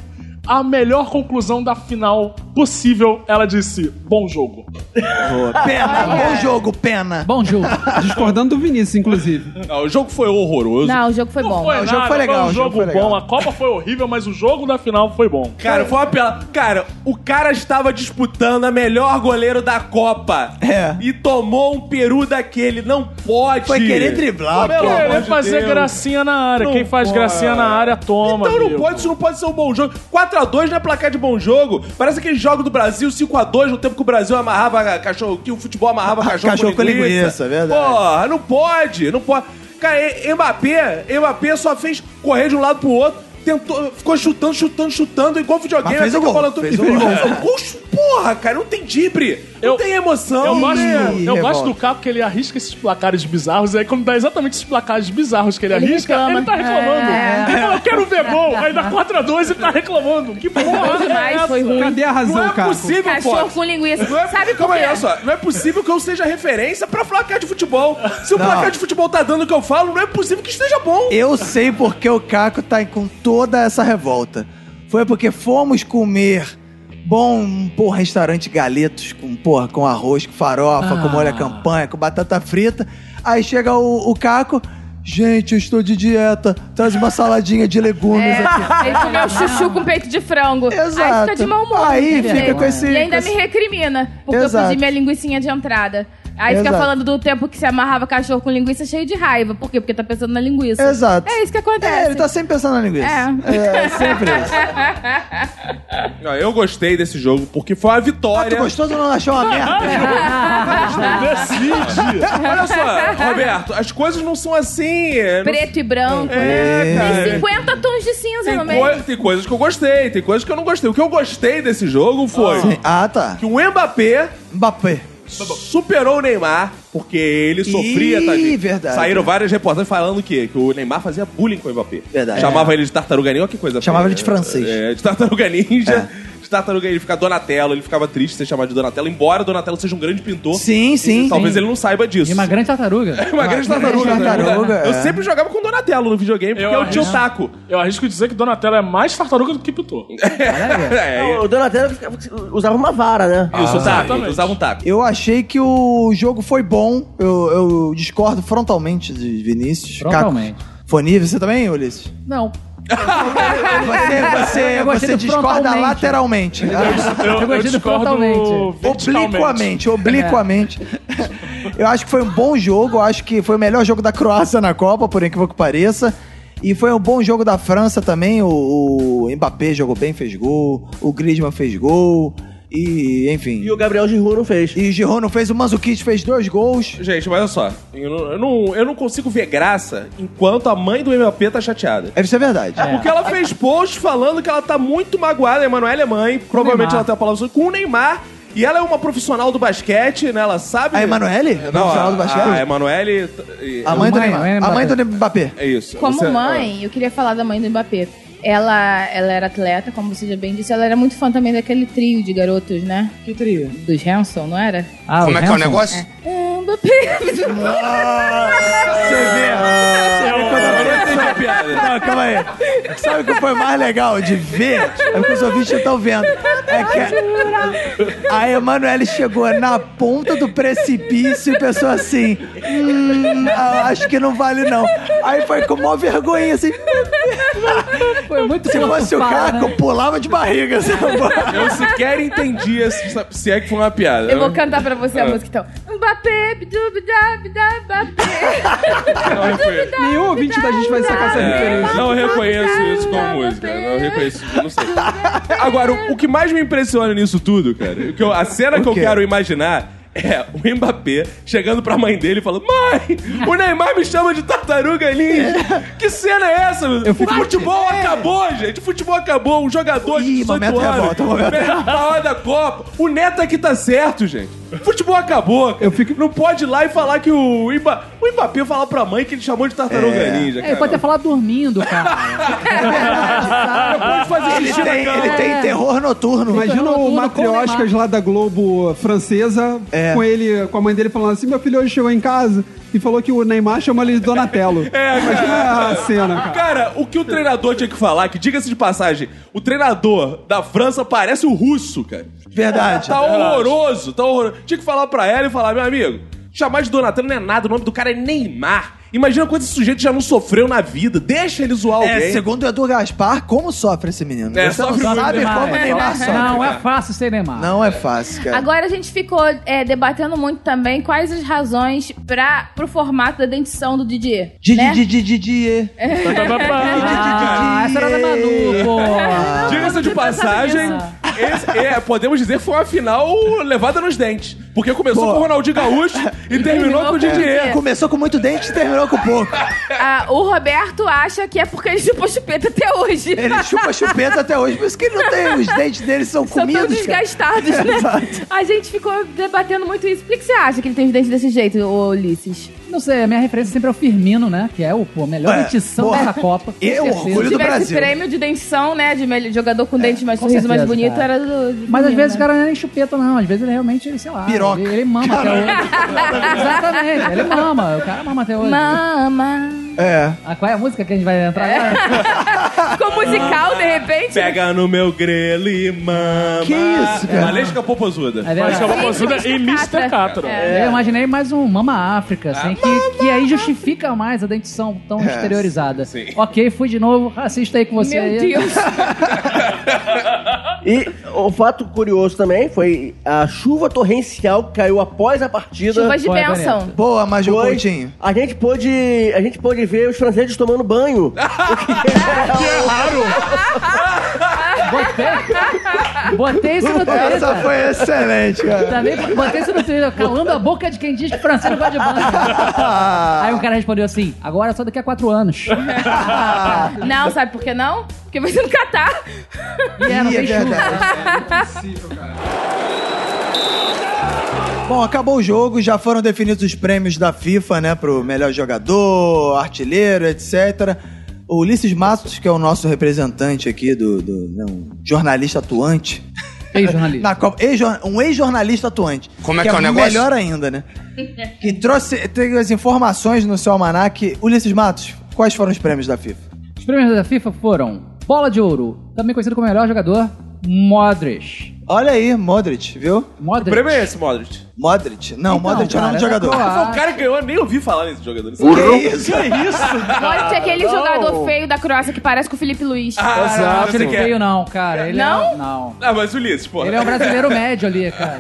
Speaker 7: a melhor conclusão da final possível. Ela disse: bom jogo.
Speaker 1: Pena. Bom jogo, pena.
Speaker 4: Bom jogo.
Speaker 6: Discordando do Vinícius, inclusive.
Speaker 3: Ah, o jogo foi horroroso.
Speaker 2: Não, o jogo foi bom.
Speaker 1: o jogo foi legal,
Speaker 7: um
Speaker 1: o jogo
Speaker 7: jogo
Speaker 1: foi legal.
Speaker 7: bom. A Copa foi horrível, mas o jogo da final foi bom.
Speaker 3: Cara, foi uma pela... Cara, o cara estava disputando a melhor goleiro da Copa.
Speaker 1: É.
Speaker 3: E tomou um peru daquele. Não pode.
Speaker 1: Foi querer driblar,
Speaker 3: Pelo
Speaker 1: pô.
Speaker 3: amor
Speaker 7: Querer
Speaker 3: de
Speaker 7: fazer
Speaker 3: Deus.
Speaker 7: gracinha na área.
Speaker 3: Não
Speaker 7: Quem faz
Speaker 3: pode.
Speaker 7: gracinha na área toma.
Speaker 3: Então não
Speaker 7: amigo.
Speaker 3: pode, isso não pode ser um bom jogo. 4x2 não é placar de bom jogo. Parece aquele jogo do Brasil, 5x2, no tempo que o Brasil amarrava cachorro, que o futebol amarrava cachorro,
Speaker 1: Cachorro com linguiça, é verdade.
Speaker 3: Porra, não pode, não pode. Cara, e- Mbappé, Mbappé só fez correr de um lado pro outro, tentou, ficou chutando, chutando, chutando, igual videogame.
Speaker 1: Mas fez
Speaker 3: até
Speaker 1: o
Speaker 3: que a
Speaker 1: gol,
Speaker 3: bola-
Speaker 1: fez o gol.
Speaker 3: Porra, cara, não tem dibre.
Speaker 7: Eu,
Speaker 3: Tem emoção. né?
Speaker 7: eu gosto,
Speaker 1: Ih,
Speaker 7: eu gosto
Speaker 1: revolta.
Speaker 7: do Caco que ele arrisca esses placares bizarros, e aí quando dá exatamente esses placares bizarros que ele,
Speaker 2: Ele
Speaker 7: arrisca,
Speaker 2: reclama.
Speaker 7: ele tá reclamando.
Speaker 2: É.
Speaker 7: Ele fala, eu quero ver gol, aí dá 4x2 e tá reclamando. Que porra
Speaker 2: Foi
Speaker 7: é
Speaker 2: demais,
Speaker 7: essa?
Speaker 2: foi ruim.
Speaker 6: Cadê a razão,
Speaker 3: Não é
Speaker 6: cara?
Speaker 3: possível,
Speaker 2: Cachorro
Speaker 3: Fox.
Speaker 2: com linguiça.
Speaker 3: Não é,
Speaker 2: Sabe por
Speaker 3: calma
Speaker 2: quê?
Speaker 3: aí, olha só. Não é possível que eu seja referência pra placar de futebol. Se o
Speaker 1: Não.
Speaker 3: placar de futebol tá dando o que eu falo, não é possível que esteja bom.
Speaker 1: Eu sei porque o Caco tá com toda essa revolta. Foi porque fomos comer bom, porra, restaurante galetos com, porra, com arroz, com farofa, com molho à
Speaker 2: Ah.
Speaker 1: campanha, com batata frita. Aí chega o, o Caco, gente, eu estou de dieta, traz uma saladinha de legumes aqui.
Speaker 2: É, ele comeu chuchu com peito de frango. Aí
Speaker 1: Exato.
Speaker 2: fica de mau humor.
Speaker 1: Aí
Speaker 2: entendeu?
Speaker 1: fica com esse-
Speaker 2: E ainda
Speaker 1: com esse-
Speaker 2: me recrimina, porque eu
Speaker 1: Exato.
Speaker 2: pedi minha linguiçinha de entrada. Aí fica
Speaker 1: Exato.
Speaker 2: falando do tempo que se amarrava cachorro com linguiça cheio de raiva. Por quê? Porque tá pensando na linguiça.
Speaker 1: Exato.
Speaker 2: É isso que acontece.
Speaker 1: É, ele tá sempre pensando na linguiça.
Speaker 2: É.
Speaker 1: é sempre isso.
Speaker 3: Não, eu gostei desse jogo porque foi uma
Speaker 1: Ah, tu
Speaker 3: vitória.
Speaker 1: gostoso não achou uma merda?
Speaker 7: Decide.
Speaker 3: Olha só, Roberto, as coisas não são assim. é, não-
Speaker 2: Preto e branco,
Speaker 3: É,
Speaker 2: né?
Speaker 3: cara.
Speaker 2: Tem 50 tons de cinza
Speaker 3: Tem,
Speaker 2: no meio.
Speaker 3: coi- tem coisas que eu gostei, tem coisas que eu não gostei. O que eu gostei desse jogo foi
Speaker 1: Sim. Ah, tá.
Speaker 3: que o Mbappé
Speaker 1: Mbappé.
Speaker 3: superou o Neymar, porque ele sofria,
Speaker 1: Ih,
Speaker 3: tadinho.
Speaker 1: verdade.
Speaker 3: Saíram várias reportagens falando que, que o Neymar fazia bullying com o Mbappé.
Speaker 1: Verdade.
Speaker 3: Chamava ele de tartaruga ninja, olha que coisa
Speaker 1: Chamava
Speaker 3: feia.
Speaker 1: ele de francês. É.
Speaker 3: É, de tartaruga ninja. De tartaruga, ele ficava Donatello, ele ficava triste de ser chamado de Donatello, embora Donatello seja um grande pintor.
Speaker 1: Sim, sim.
Speaker 3: Talvez
Speaker 4: Sim.
Speaker 3: ele não saiba disso.
Speaker 4: E uma grande tartaruga.
Speaker 3: É Uma grande tartaruga.
Speaker 1: grande tartaruga,
Speaker 3: né? Eu
Speaker 1: é.
Speaker 3: sempre jogava com Donatello no videogame, porque
Speaker 7: Eu
Speaker 3: eu tinha o
Speaker 7: arrisco.
Speaker 3: taco.
Speaker 7: Eu arrisco dizer que Donatello é mais tartaruga do que Pitou.
Speaker 3: É,
Speaker 5: O Donatello usava uma vara, né?
Speaker 3: e o sotaque,
Speaker 7: exatamente.
Speaker 3: eu usava um taco.
Speaker 1: Eu achei que o jogo foi bom. Eu, eu discordo frontalmente de Vinícius.
Speaker 4: Frontalmente.
Speaker 1: Caco. Fonível, você também, Ulisses?
Speaker 4: Não.
Speaker 1: Você, você,
Speaker 4: Eu gostei
Speaker 1: você
Speaker 4: do
Speaker 1: discorda
Speaker 4: frontalmente.
Speaker 1: lateralmente. né?
Speaker 7: Eu,
Speaker 4: Eu
Speaker 7: eu
Speaker 4: gostei do
Speaker 7: discordo
Speaker 4: frontalmente.
Speaker 7: verticalmente.
Speaker 1: Obliquamente, obliquamente. Eu acho que foi um bom jogo. Eu acho que foi o melhor jogo da Croácia na Copa, por incrível que pareça. E foi um bom jogo da França também. O, o Mbappé jogou bem, fez gol. O Griezmann fez gol. E, enfim.
Speaker 5: E o Gabriel Giroud não fez.
Speaker 1: E o Giroud não fez. O Manzukic fez dois gols.
Speaker 3: Gente, mas olha só, eu não, eu, não, eu não consigo ver graça enquanto a mãe do MLP tá chateada.
Speaker 1: Isso é verdade.
Speaker 3: Porque ela fez post falando que ela tá muito magoada, a Emanuela é mãe, provavelmente
Speaker 4: Neymar.
Speaker 3: ela tem a palavra sobre- com o Neymar, e ela é uma profissional do basquete, né? Ela sabe.
Speaker 1: A Emanuele? é
Speaker 3: Não,
Speaker 1: Profissional do basquete?
Speaker 3: A, a Emanuele. t- e-
Speaker 1: A mãe do
Speaker 4: Mãe,
Speaker 1: Neymar.
Speaker 4: mãe do
Speaker 1: A mãe do Mbappé.
Speaker 3: É isso.
Speaker 2: Como
Speaker 3: Você-
Speaker 2: mãe, eu queria falar da mãe do Mbappé. Ela, ela era atleta, como você já bem disse, ela era muito fã também daquele trio de garotos, né?
Speaker 4: Que trio.
Speaker 2: Dos Hanson, não era?
Speaker 4: Ah,
Speaker 9: Como é que é o
Speaker 4: Hanson?
Speaker 9: negócio?
Speaker 2: É, Mbappé.
Speaker 1: Ah, é assim. Não, calma aí. Sabe o que foi mais legal de ver? É porque os ouvintes já estão vendo. É que a Emanuele chegou na ponta do precipício e pensou assim: hum, ah, acho que não vale não. Aí foi com maior vergonha assim.
Speaker 4: Foi muito
Speaker 1: é. Se fosse o
Speaker 4: filosofal,
Speaker 1: Caco,
Speaker 4: né?
Speaker 1: pulava de barriga. assim. sabe?
Speaker 3: Eu sequer entendi esse- se é que foi uma piada.
Speaker 2: Eu vou cantar pra você
Speaker 3: Ah.
Speaker 2: a música então. Mbappé, bidubidá, bidá, Mbappé.
Speaker 3: Não reconheço.
Speaker 6: Nenhum ouvinte da gente vai sacar essa
Speaker 3: É,
Speaker 6: referência.
Speaker 3: não reconheço isso como música. Não reconheço isso, não sei. Agora, o- o que mais me impressiona nisso tudo, cara, o que eu- a cena que eu
Speaker 1: quê?
Speaker 3: quero imaginar é o Mbappé chegando pra mãe dele e falando: Mãe, o Neymar me chama de tartaruga ninja. Que cena é essa? meu? o futebol acabou, gente. O futebol acabou. Um jogador de
Speaker 1: Ih,
Speaker 3: 18
Speaker 1: momento
Speaker 3: anos.
Speaker 1: revolta, momento
Speaker 3: Melhor hora da Copa. O Neto é que tá certo, gente. O futebol acabou. cara.
Speaker 6: Eu fico-
Speaker 3: Não pode ir lá e falar que o, Imba... o Mbappé falar pra mãe que ele chamou de tartaruga ninja.
Speaker 4: É, ele
Speaker 3: cara.
Speaker 4: pode ter falado dormindo,
Speaker 1: É
Speaker 4: cara.
Speaker 3: Depois faz o
Speaker 1: Ele
Speaker 3: xixi na
Speaker 1: tem,
Speaker 3: cama.
Speaker 1: ele tem terror noturno.
Speaker 6: Imagina
Speaker 4: Todo
Speaker 6: o
Speaker 4: mundo
Speaker 6: Matrioscas lá da Globo francesa,
Speaker 1: É.
Speaker 6: com ele, com a mãe dele falando assim: meu filho hoje chegou em casa e falou que o Neymar chama ele de Donatello.
Speaker 4: É,
Speaker 3: cara.
Speaker 6: Imagina a cena, cara.
Speaker 3: Cara, o que o treinador tinha que falar, que diga-se de passagem, o treinador da França parece o russo, cara.
Speaker 1: É Verdade.
Speaker 3: Tá horroroso, tá horroroso. Tinha que falar pra ela e falar, meu amigo, chamar de Donatello não é nada, o nome do cara é Neymar. Imagina quanto esse sujeito já não sofreu na vida, deixa ele zoar
Speaker 1: É,
Speaker 3: alguém.
Speaker 1: segundo o Edu Gaspar, como sofre esse menino?
Speaker 3: É,
Speaker 1: Você não
Speaker 3: sofre muito
Speaker 1: sabe
Speaker 4: Demais.
Speaker 1: como o Neymar sofre.
Speaker 4: Não, é fácil ser Neymar.
Speaker 1: Não é fácil, cara.
Speaker 2: Agora a gente ficou é, debatendo muito também quais as razões pra, pro formato da dentição do Didier.
Speaker 1: Di-
Speaker 2: né?
Speaker 1: di- di- di- di-
Speaker 4: Ah, essa era da Manu, pô.
Speaker 3: Diga-se de
Speaker 2: Todo mundo tá
Speaker 3: passagem,
Speaker 2: sabendo.
Speaker 3: esse- é, podemos dizer que foi uma final levada nos dentes. Porque começou
Speaker 1: Pô.
Speaker 3: com o Ronaldinho Gaúcho e terminou com o
Speaker 2: É.
Speaker 3: Didier.
Speaker 1: Começou com muito dente e terminou com pouco.
Speaker 2: Ah, o Roberto acha que é porque ele chupou chupeta até hoje.
Speaker 1: Ele chupa chupeta até hoje, por isso que ele não tem. Os dentes dele são
Speaker 2: São tão
Speaker 1: comidos. cara.
Speaker 2: desgastados, né? A gente ficou debatendo muito isso. Por que que você acha que ele tem os dentes desse jeito, ô Ulisses?
Speaker 4: Não sei, a minha referência sempre é o Firmino, né? Que é o pô, a melhor
Speaker 1: É,
Speaker 4: dentição
Speaker 1: porra.
Speaker 4: dessa Copa. com
Speaker 1: Eu
Speaker 4: certeza.
Speaker 1: orgulho
Speaker 2: Se
Speaker 1: do
Speaker 2: tivesse
Speaker 1: Brasil.
Speaker 2: prêmio de dentição, né? De melhor- jogador com dente mais
Speaker 4: É, com
Speaker 2: sorriso mais
Speaker 4: certeza,
Speaker 2: bonito,
Speaker 4: cara.
Speaker 2: era do. do
Speaker 4: Mas às
Speaker 2: menino,
Speaker 4: vezes o
Speaker 2: né?
Speaker 4: cara não é nem chupeta, não. Às vezes ele realmente, sei lá.
Speaker 1: Piroca.
Speaker 4: Ele, ele mama até hoje. Exatamente, ele mama. O cara mama até hoje.
Speaker 2: Mama.
Speaker 1: É.
Speaker 4: Ah, qual é a música que a gente vai entrar agora?
Speaker 2: Ficou musical, de repente.
Speaker 3: Pega no meu grelo e mama.
Speaker 1: Que isso, cara?
Speaker 3: Valesca Popozuda.
Speaker 4: É
Speaker 7: Mas
Speaker 4: verdade.
Speaker 7: é uma posuda em
Speaker 2: né?
Speaker 7: Mr.
Speaker 2: É.
Speaker 7: Catra.
Speaker 4: Eu imaginei mais um Mama África,
Speaker 1: É.
Speaker 4: assim, que, que aí justifica mais a dentição tão exteriorizada.
Speaker 3: sim.
Speaker 4: Ok, fui de novo, racista aí com você é
Speaker 2: Meu
Speaker 4: aí.
Speaker 2: Deus.
Speaker 5: E o fato curioso também foi a chuva torrencial que caiu após a partida.
Speaker 2: Chuvas de
Speaker 4: Qual é,
Speaker 2: bênção.
Speaker 1: Boa, Major
Speaker 5: Foi-
Speaker 1: Coutinho.
Speaker 5: A gente pôde. A gente pôde ver os franceses tomando banho. é
Speaker 4: Botei, botei isso no
Speaker 1: Essa
Speaker 4: Twitter.
Speaker 1: foi excelente, cara.
Speaker 4: Também Tá botei isso no Twitter, calando a boca de quem diz que francês não gosta de banho. Aí o cara respondeu assim, agora é só daqui a quatro anos.
Speaker 2: Não, sabe por que não? Porque vai ser no Catar.
Speaker 4: E era, não
Speaker 1: Ih, é
Speaker 4: tem chuva.
Speaker 1: verdade.
Speaker 6: Possível, cara.
Speaker 1: Bom, acabou o jogo, já foram definidos os prêmios da FIFA, né? Pro melhor jogador, artilheiro, etc. O Ulisses Matos, que é o nosso representante aqui do, do né, um jornalista atuante,
Speaker 4: Ei, jornalista.
Speaker 1: Na Copa. Ex-jor- um ex-jornalista atuante.
Speaker 9: Como é que é o negócio?
Speaker 1: Melhor ainda, né? que trouxe teve as informações no seu almanac. Ulisses Matos, quais foram os prêmios da FIFA?
Speaker 4: Os prêmios da FIFA foram Bola de Ouro, também conhecido como melhor jogador, Modric.
Speaker 1: Olha aí, Modric, viu?
Speaker 3: O
Speaker 4: Modric.
Speaker 3: prêmio é esse, Modric.
Speaker 1: Modric. Não,
Speaker 4: Então,
Speaker 1: Modric é o nome do
Speaker 4: cara,
Speaker 1: jogador.
Speaker 4: é claro.
Speaker 3: O cara que ganhou, eu nem ouvi falar nesse jogador. é
Speaker 1: Que isso?
Speaker 2: Olha, tinha aquele jogador feio da Croácia que parece com o Felipe Luiz.
Speaker 3: Ah,
Speaker 4: Não,
Speaker 3: você
Speaker 4: ele
Speaker 3: quer.
Speaker 4: veio não, cara. Ele
Speaker 2: Não?
Speaker 4: É, não.
Speaker 3: Ah, mas Ulisses, pô.
Speaker 4: Ele é um brasileiro médio ali, cara.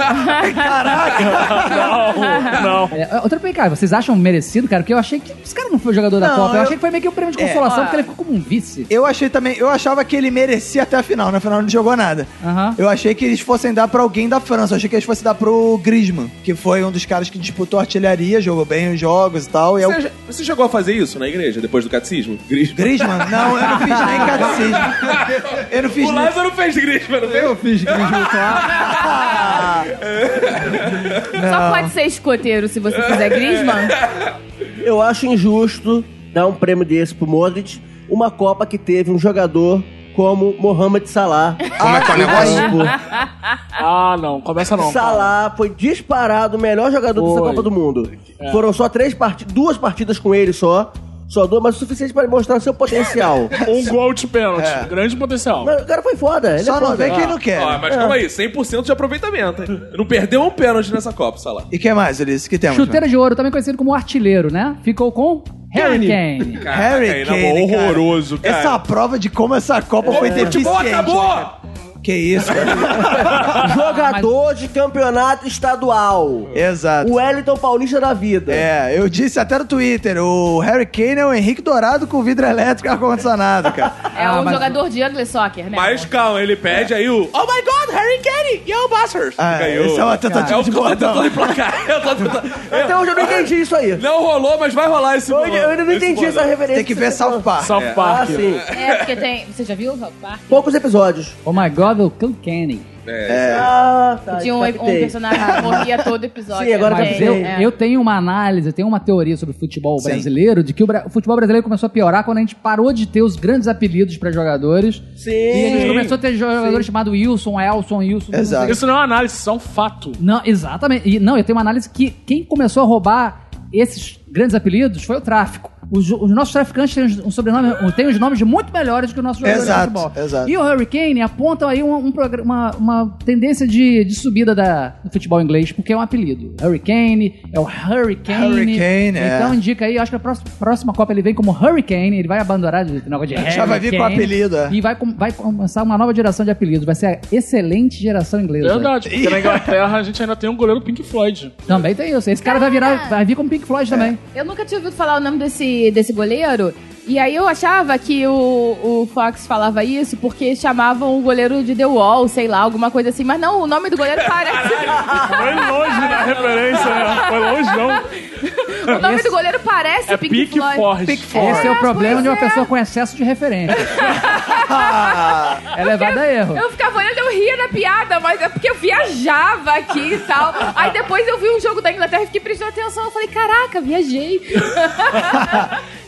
Speaker 7: Não, não.
Speaker 4: É, outra coisa, cara, vocês acham merecido, cara? Porque eu achei que esse cara não foi o jogador da
Speaker 1: Não,
Speaker 4: Copa. Eu,
Speaker 1: eu-
Speaker 4: achei que foi meio que um prêmio de consolação, porque ele ficou como um vice.
Speaker 1: Eu achei também, eu achava que ele merecia até a final, na final não jogou nada.
Speaker 4: Aham.
Speaker 1: Eu achei que eles fossem dar pra alguém da França, eu achei que eles fossem dar pro Griezmann, que foi um dos caras que disputou artilharia, jogou bem os jogos e tal. E é o
Speaker 3: Você, você chegou a fazer isso na igreja, depois do catecismo? Gris.
Speaker 1: Griezmann? Não, eu não fiz nem catecismo. Eu não fiz
Speaker 3: O
Speaker 1: nem...
Speaker 3: Lázaro fez Grisman, não fez?
Speaker 6: Eu fiz Griezmann, claro.
Speaker 2: Só pode ser escoteiro se você fizer Griezmann.
Speaker 5: Eu acho injusto dar um prêmio desse pro Modric, uma Copa que teve um jogador como Mohamed Salah.
Speaker 9: Como é que é o negócio?
Speaker 5: Tipo,
Speaker 7: Ah, não. Começa não. cara.
Speaker 5: Salah foi disparado o melhor jogador dessa
Speaker 4: Foi.
Speaker 5: Copa do Mundo. Foram só três partidas, duas partidas com ele só. Só duas, mas o suficiente pra ele mostrar seu potencial.
Speaker 7: Um gol de pênalti.
Speaker 1: É.
Speaker 7: Grande potencial.
Speaker 5: Mas o cara foi foda. Ele é
Speaker 1: Só não
Speaker 5: foda.
Speaker 1: vê quem não quer.
Speaker 3: Ó, mas calma aí, 100% de aproveitamento, hein? Não perdeu um pênalti nessa Copa, sei lá.
Speaker 1: E que mais, Ulisses? Que temos?
Speaker 4: Chuteiro de ouro, também conhecido como artilheiro, né? Ficou com Harry Kane.
Speaker 1: Harry
Speaker 3: Caraca,
Speaker 1: Kane,
Speaker 3: aí, na boa,
Speaker 1: cara.
Speaker 3: horroroso, cara.
Speaker 1: Essa é a prova de como essa Copa foi
Speaker 3: O
Speaker 1: deficiente. né?
Speaker 3: futebol acabou!
Speaker 1: Que isso, cara.
Speaker 5: Jogador de campeonato estadual.
Speaker 1: Exato.
Speaker 5: O Wellington Paulista da vida.
Speaker 1: É, eu disse até no Twitter, o Harry Kane é o Henrique Dourado com vidro elétrico e ar-condicionado, cara.
Speaker 2: É
Speaker 4: Ah,
Speaker 2: um
Speaker 4: mas-
Speaker 2: jogador de ugly soccer, né?
Speaker 3: Mas calma, ele pede aí o... Oh my God, Harry Kane! Yo, Busters!
Speaker 1: Ah, isso é uma tentativa
Speaker 3: é o
Speaker 1: de
Speaker 3: que eu tô
Speaker 1: bordão.
Speaker 3: tentando emplacar. Eu tô tentando- eu-
Speaker 5: Até hoje eu não entendi isso aí.
Speaker 3: Não rolou, mas vai rolar esse
Speaker 5: Eu ainda, eu ainda não
Speaker 3: esse
Speaker 5: entendi essa
Speaker 3: bordão.
Speaker 5: referência.
Speaker 1: Tem que ver
Speaker 5: você tá
Speaker 1: South Park.
Speaker 7: South
Speaker 5: falando. Ah,
Speaker 7: Park.
Speaker 5: sim.
Speaker 2: É, porque tem. Você já viu o South Park?
Speaker 5: Poucos episódios.
Speaker 4: Oh my God, o Cam Kane.
Speaker 1: É.
Speaker 5: Ah, tá.
Speaker 2: Tinha um, um
Speaker 5: captei.
Speaker 2: personagem que morria todo episódio.
Speaker 5: Sim, agora
Speaker 2: Tem,
Speaker 4: Mas eu,
Speaker 2: é.
Speaker 4: eu tenho uma análise, eu tenho uma teoria sobre o futebol
Speaker 1: Sim.
Speaker 4: brasileiro, de que o, bra- o futebol brasileiro começou a piorar quando a gente parou de ter os grandes apelidos pra jogadores.
Speaker 5: Sim.
Speaker 4: E a gente começou a ter jogadores chamados Wilson, Elson, Wilson. não
Speaker 1: Exato.
Speaker 4: sei.
Speaker 7: Isso não é uma análise, isso é um fato.
Speaker 4: Não, exatamente. E, não, eu tenho uma análise que quem começou a roubar esses grandes apelidos foi o tráfico. Os, os nossos traficantes têm uns- um sobrenome, um- têm os nomes muito melhores que o nosso jogador
Speaker 1: Exato,
Speaker 4: de futebol.
Speaker 1: exato.
Speaker 4: E o Hurricane aponta aí um- um progra- uma, uma tendência de, de subida da- do futebol inglês, porque é um apelido. Hurricane, é o Hurricane.
Speaker 1: Hurricane, é.
Speaker 4: Então indica aí, eu acho que a próxima, próxima Copa ele vem como Hurricane, ele vai abandonar de de negócio de
Speaker 1: Já vai vir com
Speaker 4: Hurricane.
Speaker 1: apelido, é.
Speaker 4: E vai, com- vai começar uma nova geração de apelidos. Vai ser a excelente geração inglesa.
Speaker 7: Verdade, porque na Inglaterra a gente ainda tem um goleiro Pink Floyd.
Speaker 4: Também tem isso. Esse cara vai virar, vai vir como Pink Floyd também.
Speaker 2: Eu nunca tinha ouvido falar o nome desse, desse goleiro. E aí eu achava que o, o Fox falava isso porque chamavam o goleiro de The Wall, sei lá, alguma coisa assim. Mas não, o nome do goleiro parece.
Speaker 7: Foi longe na referência, né? Foi longe, não.
Speaker 2: o nome do goleiro parece
Speaker 7: É
Speaker 2: Pink,
Speaker 7: Pink
Speaker 2: Floyd.
Speaker 7: Forge.
Speaker 4: Esse é o problema
Speaker 2: pois
Speaker 4: de uma
Speaker 2: é.
Speaker 4: pessoa com excesso de referência. é levada a erro.
Speaker 2: Eu ficava olhando, eu ria na piada, mas é porque eu viajava aqui e tal. Aí depois eu vi um jogo da Inglaterra e fiquei prestando atenção. Eu falei, caraca, viajei.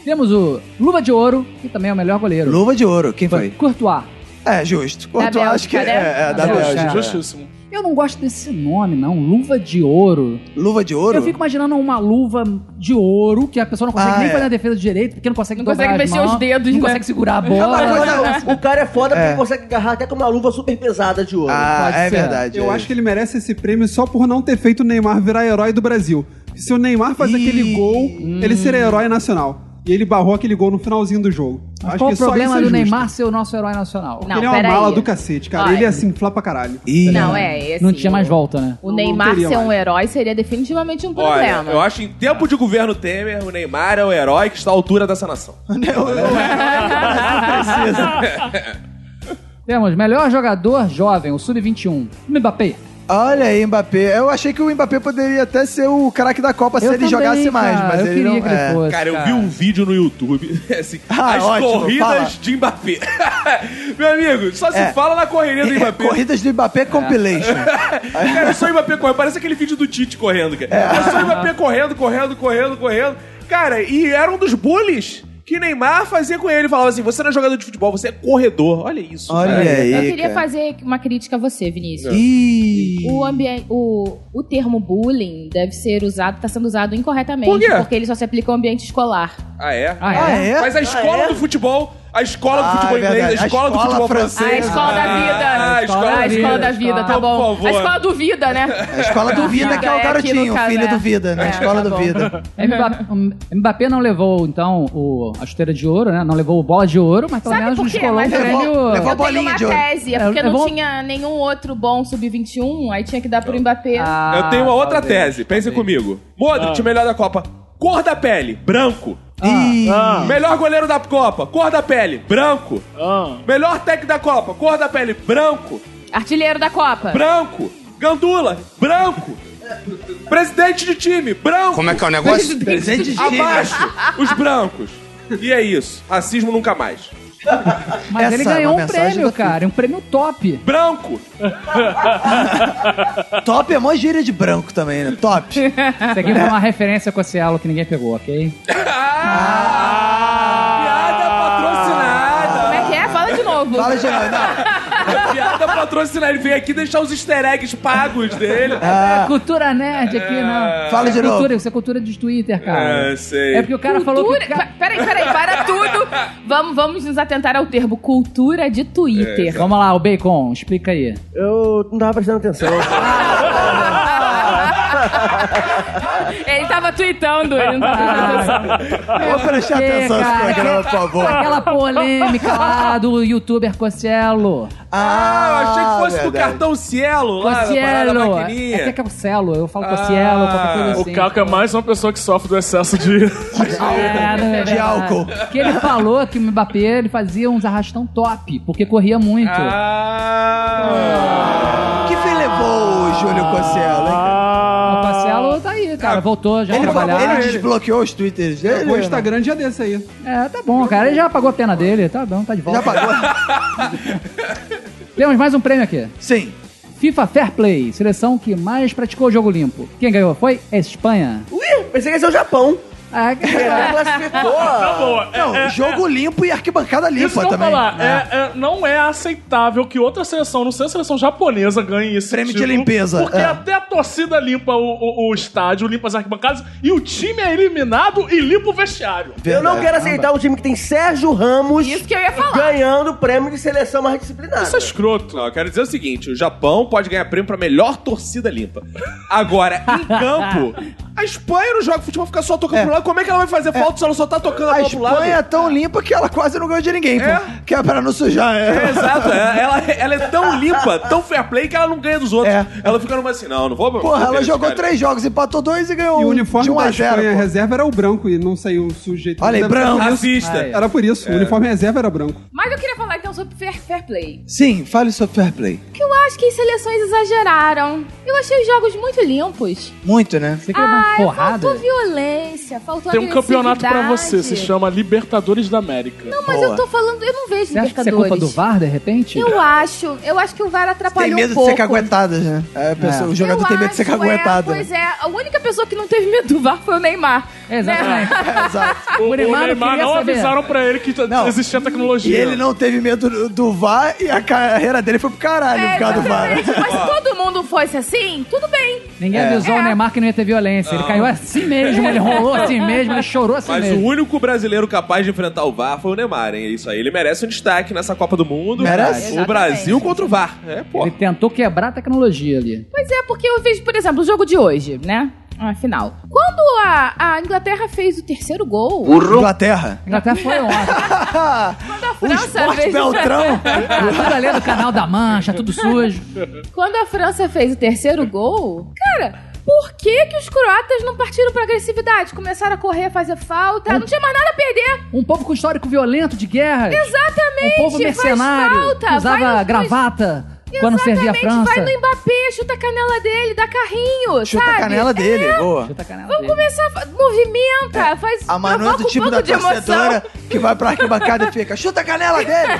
Speaker 4: Temos o Luva de Ouro, que também é o melhor goleiro.
Speaker 1: Luva de ouro, quem foi?
Speaker 4: Courtois.
Speaker 1: É, justo. Quanto
Speaker 2: Bélgica,
Speaker 1: acho que é,
Speaker 2: né?
Speaker 1: é, é, da
Speaker 4: Da Bélgica.
Speaker 1: Bélgica.
Speaker 7: Justíssimo.
Speaker 4: Eu não gosto desse nome, não. Luva de Ouro.
Speaker 1: Luva de ouro?
Speaker 4: Eu fico imaginando uma luva de ouro que a pessoa não consegue
Speaker 1: Ah,
Speaker 4: nem
Speaker 1: é.
Speaker 4: fazer a defesa direito, porque não consegue
Speaker 2: Não
Speaker 4: dobrar
Speaker 2: consegue
Speaker 4: as
Speaker 2: mexer
Speaker 4: mãos,
Speaker 2: os dedos,
Speaker 4: não
Speaker 2: né?
Speaker 4: consegue segurar a
Speaker 5: É uma
Speaker 4: bola.
Speaker 5: coisa- o cara é foda
Speaker 1: É.
Speaker 5: porque consegue agarrar até com uma luva super pesada de ouro.
Speaker 1: Ah,
Speaker 4: Pode
Speaker 1: é
Speaker 4: ser.
Speaker 1: verdade.
Speaker 6: Eu
Speaker 1: é.
Speaker 6: acho que ele merece esse prêmio só por não ter feito o Neymar virar herói do Brasil. Se o Neymar faz
Speaker 1: Ih. hum.
Speaker 6: aquele gol, ele seria herói nacional. E ele barrou aquele gol no finalzinho do jogo.
Speaker 4: Mas
Speaker 6: Acho
Speaker 4: qual
Speaker 6: que
Speaker 4: o
Speaker 6: só
Speaker 4: problema
Speaker 6: isso é
Speaker 4: do
Speaker 6: justo.
Speaker 4: Neymar ser o nosso herói nacional?
Speaker 2: Não,
Speaker 6: ele é uma
Speaker 2: peraí.
Speaker 6: bala do cacete, cara.
Speaker 2: Olha.
Speaker 6: Ele ia se inflar pra caralho.
Speaker 1: Ih,
Speaker 2: Não, é esse.
Speaker 4: Não tinha mais volta, né?
Speaker 2: O Neymar
Speaker 6: teria
Speaker 2: ser um
Speaker 6: mais.
Speaker 2: herói seria definitivamente um
Speaker 3: Olha,
Speaker 2: problema.
Speaker 3: eu acho que em tempo de governo Temer, o Neymar é o herói que está à altura dessa nação.
Speaker 4: Temos melhor jogador jovem, o Sub-21. Mbappé.
Speaker 1: Olha aí, Mbappé. Eu achei que o Mbappé poderia até ser o craque da Copa se
Speaker 4: Eu
Speaker 1: ele
Speaker 4: também,
Speaker 1: jogasse mais,
Speaker 4: cara.
Speaker 1: mas
Speaker 4: eu
Speaker 1: ele
Speaker 4: queria
Speaker 1: não
Speaker 4: que ele
Speaker 1: é.
Speaker 4: fosse.
Speaker 3: Cara, eu vi um vídeo no YouTube, assim,
Speaker 1: Ah,
Speaker 3: as
Speaker 1: ótimo,
Speaker 3: corridas
Speaker 1: fala.
Speaker 3: de Mbappé. Meu amigo, só se
Speaker 1: É.
Speaker 3: fala na correria do Mbappé. É.
Speaker 1: Corridas do Mbappé Compilation.
Speaker 3: Cara, eu sou o Mbappé correndo. Parece aquele vídeo do Tite correndo, cara.
Speaker 1: É.
Speaker 3: Eu sou o Mbappé correndo, correndo, correndo, correndo. Cara, e era um dos bullies que Neymar fazia com ele. Falava assim, você não é jogador de futebol, você é corredor. Olha isso.
Speaker 1: Olha
Speaker 3: cara.
Speaker 1: aí.
Speaker 2: Eu queria
Speaker 1: cara.
Speaker 2: fazer uma crítica a você, Vinícius.
Speaker 1: Ih.
Speaker 2: O, ambiente, o, o termo bullying deve ser usado, tá sendo usado incorretamente.
Speaker 3: Por quê?
Speaker 2: Porque ele só se aplica ao ambiente escolar.
Speaker 3: Ah, é?
Speaker 4: Ah, é?
Speaker 1: Ah, é?
Speaker 3: Mas a escola do futebol, a escola do
Speaker 1: Ah,
Speaker 3: futebol
Speaker 1: é
Speaker 3: inglês, a
Speaker 1: verdade.
Speaker 3: escola, do futebol francês.
Speaker 2: A escola da vida.
Speaker 3: Ah, a escola Então,
Speaker 4: da
Speaker 2: a escola
Speaker 4: vida,
Speaker 2: da vida,
Speaker 4: escola.
Speaker 2: tá bom.
Speaker 3: Por favor.
Speaker 2: A escola do vida, né?
Speaker 1: A escola do Vida, que é o
Speaker 2: É, aqui no
Speaker 1: garotinho, o
Speaker 2: caso,
Speaker 1: filho
Speaker 2: é.
Speaker 1: do Vida, né?
Speaker 2: É,
Speaker 1: a escola
Speaker 2: tá
Speaker 1: do
Speaker 2: bom.
Speaker 1: Vida.
Speaker 4: Mbappé, É Mbappé não levou, então, o, a chuteira de ouro, né? Não levou o bola de ouro, mas pelo
Speaker 2: Sabe
Speaker 4: menos
Speaker 2: por
Speaker 4: nos
Speaker 2: quê?
Speaker 4: colou
Speaker 2: Mas
Speaker 4: pra
Speaker 2: levou-
Speaker 4: ele o-
Speaker 1: levou- Uma
Speaker 2: Eu tenho
Speaker 1: bolinha
Speaker 2: uma
Speaker 1: de ouro.
Speaker 2: tese, é
Speaker 4: É,
Speaker 2: porque
Speaker 4: é
Speaker 2: não
Speaker 4: bom-
Speaker 2: tinha nenhum outro bom sub-21, aí tinha que dar pro Mbappé.
Speaker 4: Ah,
Speaker 3: Eu tenho uma outra
Speaker 4: talvez,
Speaker 3: tese, pensem
Speaker 4: talvez.
Speaker 3: comigo.
Speaker 2: Ah.
Speaker 3: Modric, melhor da Copa. Cor da pele, branco.
Speaker 1: Ih.
Speaker 7: Ah,
Speaker 3: Melhor goleiro da Copa, cor da pele, branco.
Speaker 7: ah.
Speaker 3: Melhor técnico da Copa, cor da pele, branco.
Speaker 2: Artilheiro da Copa.
Speaker 3: Branco. Gandula, branco. Presidente de time, branco.
Speaker 9: Como é que é o negócio?
Speaker 1: Presente de Chile.
Speaker 3: Abaixo, os brancos. E é isso. Racismo nunca mais.
Speaker 4: Mas
Speaker 1: Essa
Speaker 4: ele
Speaker 1: é uma
Speaker 4: ganhou um
Speaker 1: mensagem
Speaker 4: prêmio,
Speaker 1: da
Speaker 4: cara. Um prêmio top.
Speaker 3: Branco.
Speaker 1: Top é mó gíria de branco também, né? Top.
Speaker 4: Isso aqui foi uma referência com o Cielo que ninguém pegou, ok?
Speaker 3: Piada
Speaker 2: Como é que é? Fala de novo.
Speaker 1: Fala, geral. Não.
Speaker 3: patrocinada. Piada patrocinada. Ele veio aqui deixar os easter eggs pagos dele.
Speaker 4: É cultura nerd aqui, não.
Speaker 1: Ah. Fala
Speaker 4: Isso
Speaker 1: de
Speaker 4: é
Speaker 1: novo.
Speaker 4: cultura, Isso é cultura de Twitter, cara.
Speaker 3: É, sei.
Speaker 4: É porque o cara falou
Speaker 2: Cultura.
Speaker 4: que... o cara-
Speaker 2: Pa- Peraí, peraí, para tudo. Vamos, vamos nos atentar ao termo cultura de Twitter.
Speaker 4: Vamos lá, o Bacon, explica aí.
Speaker 5: Eu não tava prestando atenção.
Speaker 2: Ele tava tweetando, ele não tava
Speaker 1: Vou prestar
Speaker 4: Por quê,
Speaker 1: atenção nesse
Speaker 4: cara?
Speaker 1: programa, por favor.
Speaker 4: Ah, Aquela polêmica lá do youtuber Cocielo.
Speaker 3: Ah, eu achei que fosse do
Speaker 1: verdade.
Speaker 3: cartão Cielo lá, da parada da
Speaker 4: Cocielo.
Speaker 3: maquininha.
Speaker 4: É que é Cocielo, eu falo Cocielo, qualquer coisa assim.
Speaker 7: O Caco é mais uma pessoa que sofre do excesso de.
Speaker 4: É, não é
Speaker 1: Ah, De
Speaker 4: verdade.
Speaker 1: álcool.
Speaker 4: Que ele falou que o Mbappé ele fazia uns arrastão top, porque corria muito.
Speaker 3: Ah.
Speaker 1: O que fim levou o Júlio Cossielo, hein?
Speaker 4: O Cocielo tá aí, cara. Voltou já a
Speaker 1: Ah, Ele,
Speaker 4: trabalhar.
Speaker 1: ele desbloqueou os twitters dele? né?
Speaker 6: O Instagram já desse aí.
Speaker 4: É, tá bom, cara. Ele já pagou a pena dele. Tá bom, tá de volta.
Speaker 1: Já pagou?
Speaker 4: Temos mais um prêmio aqui.
Speaker 1: Sim.
Speaker 4: FIFA Fair Play, seleção que mais praticou o jogo limpo. Quem ganhou foi a Espanha.
Speaker 5: Ui, pensei que ia ser o Japão.
Speaker 4: Ah,
Speaker 1: É.
Speaker 4: cara.
Speaker 5: Ele classificou.
Speaker 3: é,
Speaker 7: Boa.
Speaker 1: Não, jogo limpo e arquibancada limpa
Speaker 7: Isso que eu
Speaker 1: também.
Speaker 7: falar,
Speaker 1: É.
Speaker 7: é, é, não é aceitável que outra seleção, não seja a seleção japonesa, ganhe esse
Speaker 1: Prêmio de
Speaker 7: título,
Speaker 1: limpeza,
Speaker 7: Porque
Speaker 1: é.
Speaker 7: até a torcida limpa o, o- o estádio, limpa as arquibancadas, e o time é eliminado e limpa o vestiário.
Speaker 5: Eu não quero aceitar um time que tem Sérgio Ramos
Speaker 2: Isso que eu ia falar.
Speaker 5: ganhando o prêmio de seleção mais disciplinada.
Speaker 7: Isso é escroto.
Speaker 3: Não, eu quero dizer o seguinte: o Japão pode ganhar prêmio pra melhor torcida limpa. Agora, em campo, a Espanha não joga futebol, fica só tocando
Speaker 1: É,
Speaker 3: pro ela, como é que ela vai fazer falta se ela só tá tocando a
Speaker 1: A
Speaker 3: bola pro lado?
Speaker 1: Espanha é tão limpa que ela quase não ganhou de ninguém, pô. Que é pra não sujar,
Speaker 3: É,
Speaker 1: é.
Speaker 3: exato, é. ela, ela é tão limpa, tão fair play que ela não ganha dos outros.
Speaker 1: É.
Speaker 3: Ela fica numa assim, não, não vou. não vou
Speaker 1: Porra, ela
Speaker 3: perder,
Speaker 1: jogou
Speaker 3: cara.
Speaker 1: três jogos, empatou dois e ganhou
Speaker 6: E o
Speaker 1: um de
Speaker 6: uniforme
Speaker 1: 1
Speaker 6: da
Speaker 1: a 0.
Speaker 6: Espanha
Speaker 1: pô.
Speaker 6: reserva era o branco e não saiu o sujeito.
Speaker 1: Olha aí,
Speaker 6: Era-
Speaker 1: branco.
Speaker 4: Ah, é
Speaker 3: Racista.
Speaker 6: Era por isso. O uniforme reserva era branco.
Speaker 2: Mas eu queria falar então sobre fair, fair play.
Speaker 1: Sim, fale sobre fair play.
Speaker 2: Que eu acho que as seleções exageraram. Eu achei os jogos muito limpos.
Speaker 1: Muito, né?
Speaker 4: Você quer uma porrada?
Speaker 2: Ah, faltou violência, faltou
Speaker 7: Tem um campeonato pra você, se
Speaker 2: agressividade.
Speaker 7: chama Libertadores da América.
Speaker 2: Não, mas eu tô falando, eu não vejo
Speaker 4: Você acha que isso é
Speaker 2: Libertadores.
Speaker 4: culpa do VAR, de repente?
Speaker 2: Eu acho, eu acho que o VAR
Speaker 1: Tem
Speaker 2: atrapalhou
Speaker 1: medo
Speaker 2: um
Speaker 1: de
Speaker 2: pouco.
Speaker 1: ser caguetada, né? É, a pessoa- O jogador
Speaker 2: Eu
Speaker 1: tem medo de ser né?
Speaker 2: acho,
Speaker 1: caguetado.
Speaker 2: É, pois é, a única pessoa que não teve medo do VAR foi o Neymar.
Speaker 4: É, exatamente.
Speaker 2: Né?
Speaker 1: Exato.
Speaker 7: O, o
Speaker 4: Neymar
Speaker 7: Neymar,
Speaker 4: não queria
Speaker 7: não
Speaker 4: saber.
Speaker 7: avisaram pra ele que t-
Speaker 1: Não.
Speaker 7: existia
Speaker 1: E
Speaker 7: tecnologia.
Speaker 1: ele não teve medo do- do VAR e a carreira dele foi pro caralho
Speaker 2: É,
Speaker 1: por causa do VAR. né?
Speaker 2: exatamente. Mas se todo mundo fosse assim, tudo bem.
Speaker 4: Ninguém avisou
Speaker 2: É.
Speaker 4: o Neymar que não ia ter violência. Ele caiu assim mesmo, ele rolou assim mesmo, ele chorou assim
Speaker 3: Ah. Mas o
Speaker 4: mesmo.
Speaker 3: único brasileiro capaz de enfrentar o VAR foi o Neymar, hein? É Isso aí, ele merece um destaque nessa Copa do Mundo.
Speaker 1: Merece.
Speaker 3: O Brasil contra o VAR. É, pô.
Speaker 4: Ele tá- tentou quebrar a tecnologia ali.
Speaker 2: Pois é, porque eu vejo, por exemplo, o jogo de hoje, né? A final. Quando a, a Inglaterra fez o terceiro gol,
Speaker 1: Inglaterra.
Speaker 4: Inglaterra foi ontem.
Speaker 2: quando a
Speaker 1: O
Speaker 2: França
Speaker 1: esporte
Speaker 2: fez.
Speaker 1: Beltrão.
Speaker 4: Tudo ali do canal da Mancha, tudo sujo.
Speaker 2: Quando a França fez o terceiro gol, cara, por que, que os croatas não partiram pra agressividade? Começaram a correr, a fazer falta, não tinha mais nada a perder.
Speaker 4: Um povo com histórico violento de guerra. Um
Speaker 2: Exatamente,
Speaker 4: povo mercenário.
Speaker 2: faz falta.
Speaker 4: que
Speaker 2: vai
Speaker 4: usava
Speaker 2: nos-
Speaker 4: gravata quando
Speaker 2: Exatamente,
Speaker 4: servia a França.
Speaker 2: vai no Mbappé, chuta a canela dele, dá carrinho,
Speaker 1: Chuta
Speaker 2: sabe? É,
Speaker 1: a canela dele, boa.
Speaker 4: Chuta a canela
Speaker 2: Vamos
Speaker 4: dele.
Speaker 2: começar, a fa- movimenta, faz
Speaker 1: A Manu é
Speaker 2: provoca
Speaker 1: do time
Speaker 2: um
Speaker 1: da
Speaker 2: pouco de
Speaker 1: torcedora
Speaker 2: emoção.
Speaker 1: que vai pra arquibancada e fica, chuta a canela dele!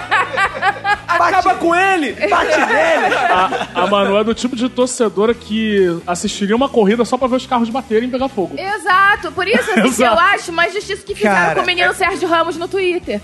Speaker 3: Acaba com ele!
Speaker 1: Bate nele!
Speaker 7: A, a Manu é do tipo de torcedora que assistiria uma corrida só pra ver os carros baterem e pegar fogo.
Speaker 2: Exato, por isso assim, que eu
Speaker 7: Exato.
Speaker 2: acho mais justiça que fizeram
Speaker 1: Cara, é
Speaker 2: com o menino Sérgio Ramos no Twitter.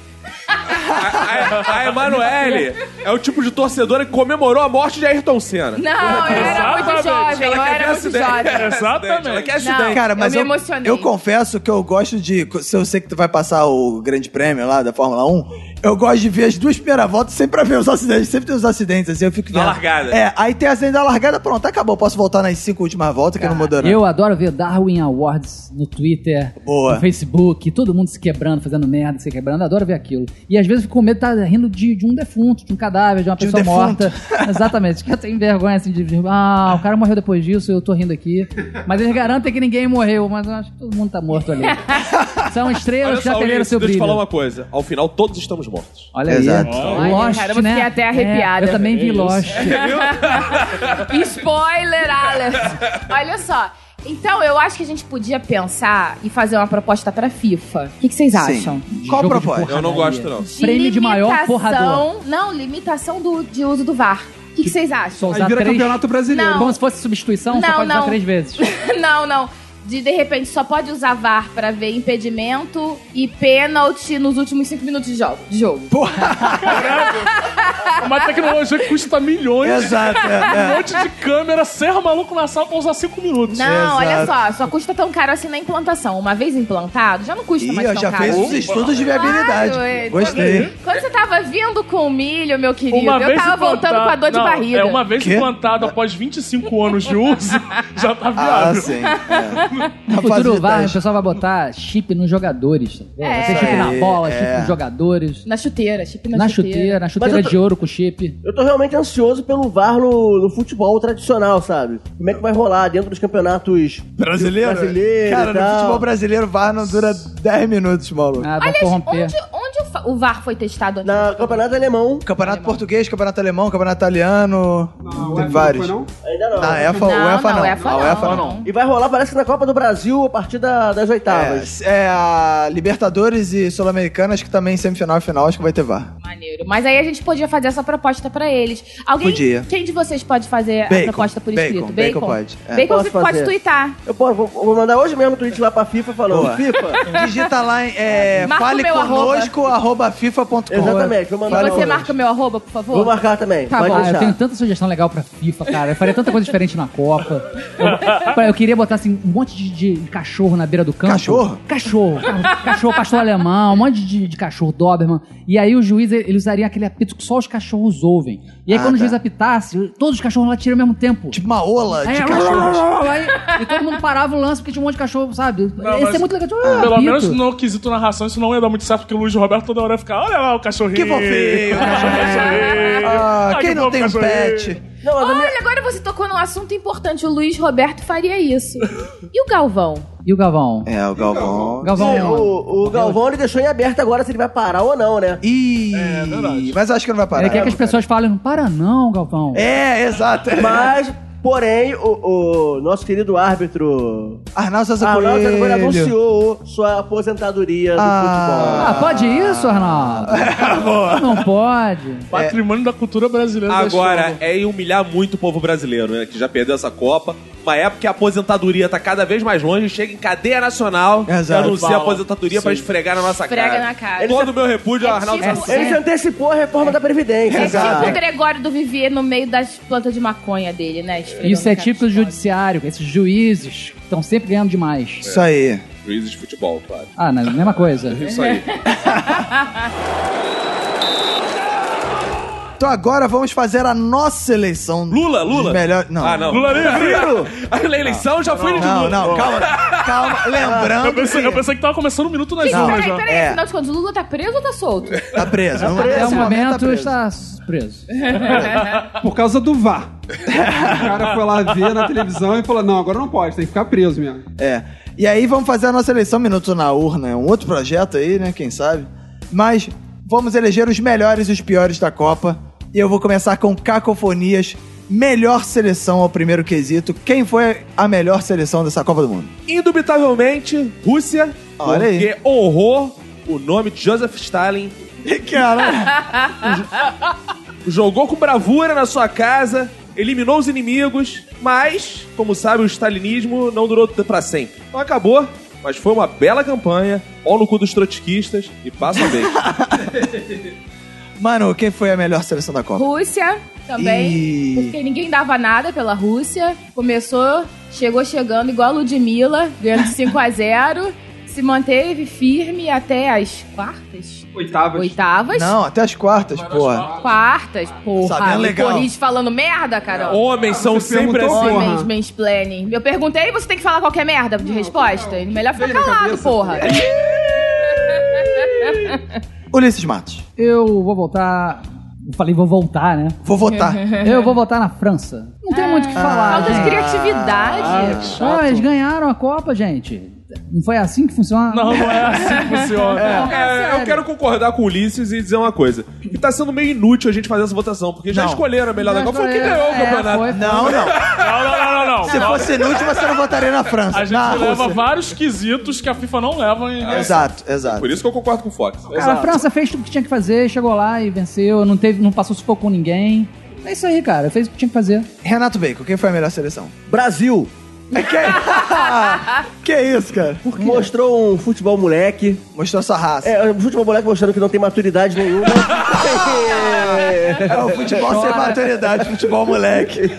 Speaker 3: A, a, a Emanuele é o tipo de torcedora que comemorou a morte de Ayrton Senna.
Speaker 2: Não, eu era muito
Speaker 7: Exatamente.
Speaker 2: jovem, eu era muito
Speaker 4: É,
Speaker 2: jovem.
Speaker 7: Exatamente.
Speaker 3: Ela quer
Speaker 2: Não.
Speaker 3: acidente.
Speaker 1: Cara, mas
Speaker 2: Eu
Speaker 1: eu,
Speaker 2: me emocionei.
Speaker 1: eu confesso que eu gosto de. Se eu sei que tu vai passar o grande prêmio lá da Fórmula 1, eu gosto de ver as duas primeiras voltas sempre pra ver os acidentes. Sempre tem os acidentes, assim, eu fico
Speaker 3: Da
Speaker 1: vendo.
Speaker 3: largada.
Speaker 1: É, aí tem acidente da largada, pronto, acabou. Posso voltar nas cinco últimas voltas que não mudou nada.
Speaker 4: Eu adoro ver Darwin Awards no Twitter,
Speaker 1: Boa.
Speaker 4: no Facebook, todo mundo se quebrando, fazendo merda, se quebrando. Eu Adoro ver aquilo. E às vezes eu fico com medo de estar rindo de, de um defunto, de um cadáver, de uma
Speaker 1: De um
Speaker 4: pessoa
Speaker 1: defunto.
Speaker 4: morta. Exatamente. Que eu tenho vergonha assim de, de- Ah, o cara morreu depois disso, eu tô rindo aqui. Mas eles garantem que ninguém morreu, mas eu acho que todo mundo tá morto ali. São estrelas
Speaker 3: Olha
Speaker 4: que já
Speaker 3: só,
Speaker 4: perderam
Speaker 3: Ulisses, deixa eu
Speaker 4: seu
Speaker 3: te
Speaker 4: brilho.
Speaker 3: falar uma coisa. Ao final, todos estamos mortos.
Speaker 4: Olha
Speaker 1: Exato.
Speaker 4: aí.
Speaker 2: Olha,
Speaker 4: Lost,
Speaker 2: cara, eu
Speaker 4: né?
Speaker 2: fiquei até arrepiada.
Speaker 4: É, eu também vi Lost.
Speaker 2: Spoiler alert! Olha só. Então, eu acho que a gente podia pensar e fazer uma proposta pra FIFA. O que, que vocês acham?
Speaker 1: Qual
Speaker 4: Jogo de
Speaker 1: propósito?
Speaker 4: porra.
Speaker 3: Eu não
Speaker 4: Caralho.
Speaker 3: gosto, não.
Speaker 4: Prêmio de maior
Speaker 2: Limitação-
Speaker 4: porrador.
Speaker 2: Não, limitação do, de uso do VAR. O que, que vocês
Speaker 4: Só
Speaker 2: acham?
Speaker 4: usar
Speaker 6: Aí vira
Speaker 4: três...
Speaker 6: campeonato brasileiro.
Speaker 2: Não.
Speaker 4: Como se fosse substituição, só
Speaker 2: Não,
Speaker 4: pode
Speaker 2: não.
Speaker 4: usar três vezes.
Speaker 2: não, não. De, de repente, só pode usar VAR pra ver impedimento e pênalti nos últimos cinco minutos de jogo. De jogo.
Speaker 7: Uma tecnologia que custa milhões,
Speaker 1: Exato, é,
Speaker 7: um
Speaker 1: é.
Speaker 7: monte de câmera, serra maluco na sala pra usar cinco minutos.
Speaker 2: Não, olha só, só custa tão caro assim na implantação. Uma vez implantado, já não custa
Speaker 1: Ih,
Speaker 2: mais
Speaker 1: eu
Speaker 2: tão
Speaker 1: já
Speaker 2: caro.
Speaker 1: fez os estudos de viabilidade.
Speaker 2: Claro, é.
Speaker 1: Gostei.
Speaker 2: Quando você tava vindo com o milho, meu querido,
Speaker 7: Uma
Speaker 2: eu
Speaker 7: vez
Speaker 2: tava voltando
Speaker 7: implantado-
Speaker 2: com a dor de
Speaker 7: Não,
Speaker 2: barriga.
Speaker 7: É, uma vez
Speaker 1: Quê?
Speaker 7: implantado após 25 anos de uso, já tá
Speaker 1: Ah,
Speaker 7: viável.
Speaker 1: sim. É.
Speaker 4: No
Speaker 1: Tá fazendo
Speaker 4: futuro vai, o
Speaker 1: teste.
Speaker 4: pessoal vai botar chip nos jogadores. tá vendo? Vai ter
Speaker 2: É.
Speaker 4: chip na
Speaker 1: Isso aí,
Speaker 4: bola,
Speaker 1: é.
Speaker 4: chip nos jogadores.
Speaker 2: Na chuteira, chip na,
Speaker 4: Na chuteira, na chuteira
Speaker 5: Mas eu tô-
Speaker 4: de ouro com chip.
Speaker 5: Eu tô realmente ansioso pelo VAR no, no futebol tradicional, sabe? Como é que vai rolar dentro dos campeonatos
Speaker 1: Brasileiro?
Speaker 5: brasileiros
Speaker 1: Cara,
Speaker 5: e
Speaker 1: no
Speaker 5: tal.
Speaker 1: futebol brasileiro, o VAR não dura 10 minutos, maluco.
Speaker 4: Ah, vai
Speaker 2: Aliás,
Speaker 4: corromper.
Speaker 2: onde, é onde o, fa- o VAR foi testado? antes?
Speaker 5: Na campeonato alemão,
Speaker 1: Campeonato português, campeonato alemão, campeonato italiano.
Speaker 6: Não,
Speaker 1: tem
Speaker 6: não
Speaker 1: vários.
Speaker 6: foi, não?
Speaker 5: ainda não.
Speaker 1: Na EFA,
Speaker 2: Não,
Speaker 1: UEFA
Speaker 2: não,
Speaker 1: não.
Speaker 2: UEFA
Speaker 1: A
Speaker 2: não.
Speaker 1: UEFA não.
Speaker 5: E vai rolar, parece que na Copa do Brasil, a partir da- das oitavas.
Speaker 1: É, é a Libertadores e Sul-Americanas, que também semifinal e final, acho que vai ter VAR.
Speaker 2: Maneiro. Mas aí a gente podia fazer essa proposta pra eles. Alguém,
Speaker 1: Podia.
Speaker 2: Quem de vocês pode fazer
Speaker 1: Bacon,
Speaker 2: a proposta por
Speaker 1: bacon,
Speaker 2: escrito?
Speaker 1: bacon pode. É.
Speaker 2: Bacon
Speaker 5: Posso
Speaker 2: você pode
Speaker 5: fazer.
Speaker 2: twittar.
Speaker 5: Eu pô, vou, vou mandar hoje mesmo um tweet lá pra FIFA falando:
Speaker 1: Boa.
Speaker 5: FIFA,
Speaker 1: Digita lá em é,
Speaker 2: Marca o
Speaker 1: fale
Speaker 2: meu
Speaker 1: conosco, arroba fifa.com.
Speaker 5: Exatamente, vou mandar.
Speaker 1: Fale
Speaker 2: Você
Speaker 5: hoje.
Speaker 2: marca o meu arroba, por favor?
Speaker 5: Vou marcar também,
Speaker 2: Tá
Speaker 5: pode
Speaker 2: bom.
Speaker 4: Ah, eu
Speaker 5: deixar.
Speaker 4: tenho tanta sugestão legal pra FIFA, cara. Eu faria tanta coisa diferente na Copa. Eu, pra- eu queria botar assim, um monte de, de cachorro na beira do campo.
Speaker 1: Cachorro?
Speaker 4: Cachorro. ca- Cachorro, pastor alemão, um monte de, de cachorro, Doberman. E aí o juiz, ele, ele usa- daria aquele apito que só os cachorros ouvem. E
Speaker 1: Ah,
Speaker 4: aí, quando o juiz
Speaker 1: tá.
Speaker 4: apitasse, todos os cachorros latiram ao mesmo tempo.
Speaker 1: Tipo uma ola
Speaker 4: Aí,
Speaker 1: de cachorros.
Speaker 4: aí- e todo mundo parava o lance porque tinha um monte de cachorro, sabe?
Speaker 7: mas-
Speaker 4: Esse é muito legal. Ah,
Speaker 7: Pelo
Speaker 4: apito.
Speaker 7: menos no quesito narração, isso não ia dar muito certo, porque o Luiz Roberto toda hora ia ficar: olha lá o cachorrinho.
Speaker 1: Que fofinho,
Speaker 7: o cachorrinho.
Speaker 1: Ah,
Speaker 7: Ai,
Speaker 1: quem
Speaker 7: que
Speaker 1: não
Speaker 7: fofo
Speaker 1: tem um
Speaker 7: cachorrinho."
Speaker 1: pet?
Speaker 5: Não, mas a minha-
Speaker 2: Olha, agora você tocou num assunto importante. O Luiz Roberto faria isso. E o Galvão?
Speaker 4: E o Galvão?
Speaker 1: É, o Galvão.
Speaker 4: Então, Galvão.
Speaker 5: o, o Galvão ele deixou em aberto agora se ele vai parar ou não, né?
Speaker 1: Ih,
Speaker 7: verdade.
Speaker 1: mas acho que não vai parar.
Speaker 4: Ele quer é que as pessoas falem, para não, Galvão.
Speaker 1: É, exato.
Speaker 5: Mas, porém, o, o nosso querido árbitro
Speaker 1: Arnaldo César Coelho.
Speaker 5: Arnaldo César Coelho anunciou sua aposentadoria do
Speaker 1: Ah.
Speaker 4: Ah, pode isso, Arnaldo? não pode.
Speaker 7: É. Patrimônio da cultura brasileira.
Speaker 3: Agora,
Speaker 7: deixando.
Speaker 3: é humilhar muito o povo brasileiro, né? Que já perdeu essa Copa. Uma época que a aposentadoria tá cada vez mais longe, chega em cadeia nacional
Speaker 1: É, Exato.
Speaker 3: e anuncia a
Speaker 7: Fala.
Speaker 3: aposentadoria pra
Speaker 7: Sim.
Speaker 3: esfregar na nossa
Speaker 2: Esfrega
Speaker 3: cara.
Speaker 2: na cara.
Speaker 3: Todo o meu repúdio ao Arnaldo
Speaker 2: tipo-
Speaker 3: Sassi.
Speaker 5: futebol. Ele se antecipou a reforma da Previdência,
Speaker 2: É tipo
Speaker 5: cara.
Speaker 2: o Gregório do Vivier no meio das plantas de maconha dele, né? Esfregando
Speaker 4: Isso é
Speaker 2: a cara
Speaker 4: típico do
Speaker 2: dos pobres.
Speaker 4: judiciário, esses juízes que estão sempre ganhando demais.
Speaker 1: Isso aí.
Speaker 2: É.
Speaker 3: Juízes de futebol, claro.
Speaker 4: Ah, não, mesma coisa.
Speaker 3: Isso aí.
Speaker 1: Então agora vamos fazer a nossa eleição.
Speaker 3: Lula, Lula.
Speaker 1: Dos melhores- Não.
Speaker 3: Ah, não.
Speaker 7: Lula livre!
Speaker 3: A eleição já foi é de
Speaker 1: Não,
Speaker 3: Lula.
Speaker 1: não, calma, calma. Lembrando
Speaker 7: Eu pensei, eu
Speaker 1: que...
Speaker 7: pensei que tava começando um minuto nas
Speaker 2: Gente,
Speaker 7: urnas
Speaker 2: peraí,
Speaker 7: já.
Speaker 2: peraí,
Speaker 1: É.
Speaker 2: afinal de contas, o Lula tá preso ou tá solto?
Speaker 1: Tá preso. Tá preso.
Speaker 4: Até o
Speaker 1: tá
Speaker 4: é um momento
Speaker 1: preso.
Speaker 4: está preso.
Speaker 6: Por causa do VAR. o cara foi lá ver na televisão e falou: não, agora não pode, tem que ficar preso mesmo.
Speaker 1: É. E aí vamos fazer a nossa eleição Minuto na Urna. É um outro projeto aí, né? Quem sabe? Mas vamos eleger os melhores e os piores da Copa. E eu vou começar com Cacofonias. Melhor seleção ao primeiro quesito. Quem foi a melhor seleção dessa Copa do Mundo?
Speaker 3: Indubitavelmente, Rússia,
Speaker 1: Olha aí.
Speaker 3: porque honrou o nome de Joseph Stalin,
Speaker 1: Cara,
Speaker 3: jogou com bravura na sua casa, eliminou os inimigos, mas, como sabe, o stalinismo não durou pra sempre. Não acabou, mas foi uma bela campanha, ó no cu dos trotskistas e passa a vez.
Speaker 1: mano, quem foi a melhor seleção da Copa?
Speaker 2: Rússia também,
Speaker 1: Ih.
Speaker 2: porque ninguém dava nada pela Rússia. Começou, chegou chegando igual a Ludmilla, ganhando de 5 a 0 se manteve firme até as quartas?
Speaker 6: Oitavas.
Speaker 2: Oitavas?
Speaker 1: Não, até as quartas, porra.
Speaker 2: Quartas, porra.
Speaker 1: Sabendo legal.
Speaker 2: Corrige falando merda, Carol.
Speaker 3: Homens são
Speaker 6: Você
Speaker 3: sempre
Speaker 6: perguntou,
Speaker 3: assim.
Speaker 6: porra.
Speaker 2: Homens, mansplaining. Eu perguntei, você tem que falar qualquer merda de resposta? Melhor ficar
Speaker 6: Veio na
Speaker 2: calado,
Speaker 6: cabeça.
Speaker 2: porra.
Speaker 1: Ulisses Matos.
Speaker 4: Eu vou voltar. Eu falei, vou voltar, né?
Speaker 1: Vou votar.
Speaker 7: É.
Speaker 4: Eu vou votar na França. Não tem
Speaker 7: Ah.
Speaker 4: muito o que falar.
Speaker 2: Falta de
Speaker 1: Ah,
Speaker 4: gente.
Speaker 2: criatividade.
Speaker 4: Ah, eles ganharam a Copa, gente. Não foi assim que funciona?
Speaker 7: Não, não é assim que funciona.
Speaker 3: É, eu quero concordar com o Ulisses e dizer uma coisa. Que tá sendo meio inútil a gente fazer essa votação, porque já
Speaker 1: Não.
Speaker 3: escolheram a melhor da Copa. Foi o que ganhou o
Speaker 4: É,
Speaker 3: campeonato.
Speaker 4: foi-
Speaker 1: Não, não.
Speaker 7: Não, não, não, não. não.
Speaker 1: Se fosse inútil, você não votaria na França.
Speaker 7: A gente
Speaker 1: na
Speaker 7: leva
Speaker 1: Rússia.
Speaker 7: vários quesitos que a FIFA não leva em.
Speaker 1: Exato, exato.
Speaker 3: Por isso que eu concordo com o Fox.
Speaker 4: Cara, a França fez tudo que tinha que fazer, chegou lá e venceu, não, teve, não passou sufoco com ninguém. É isso aí, cara. Fez o que tinha que fazer.
Speaker 1: Renato Bacon, quem foi a melhor seleção? É
Speaker 5: Brasil
Speaker 1: Que isso, cara?
Speaker 5: mostrou um futebol moleque.
Speaker 1: Mostrou sua raça.
Speaker 5: É, um futebol moleque mostrando que não tem maturidade nenhuma.
Speaker 1: É o futebol sem maturidade, futebol moleque.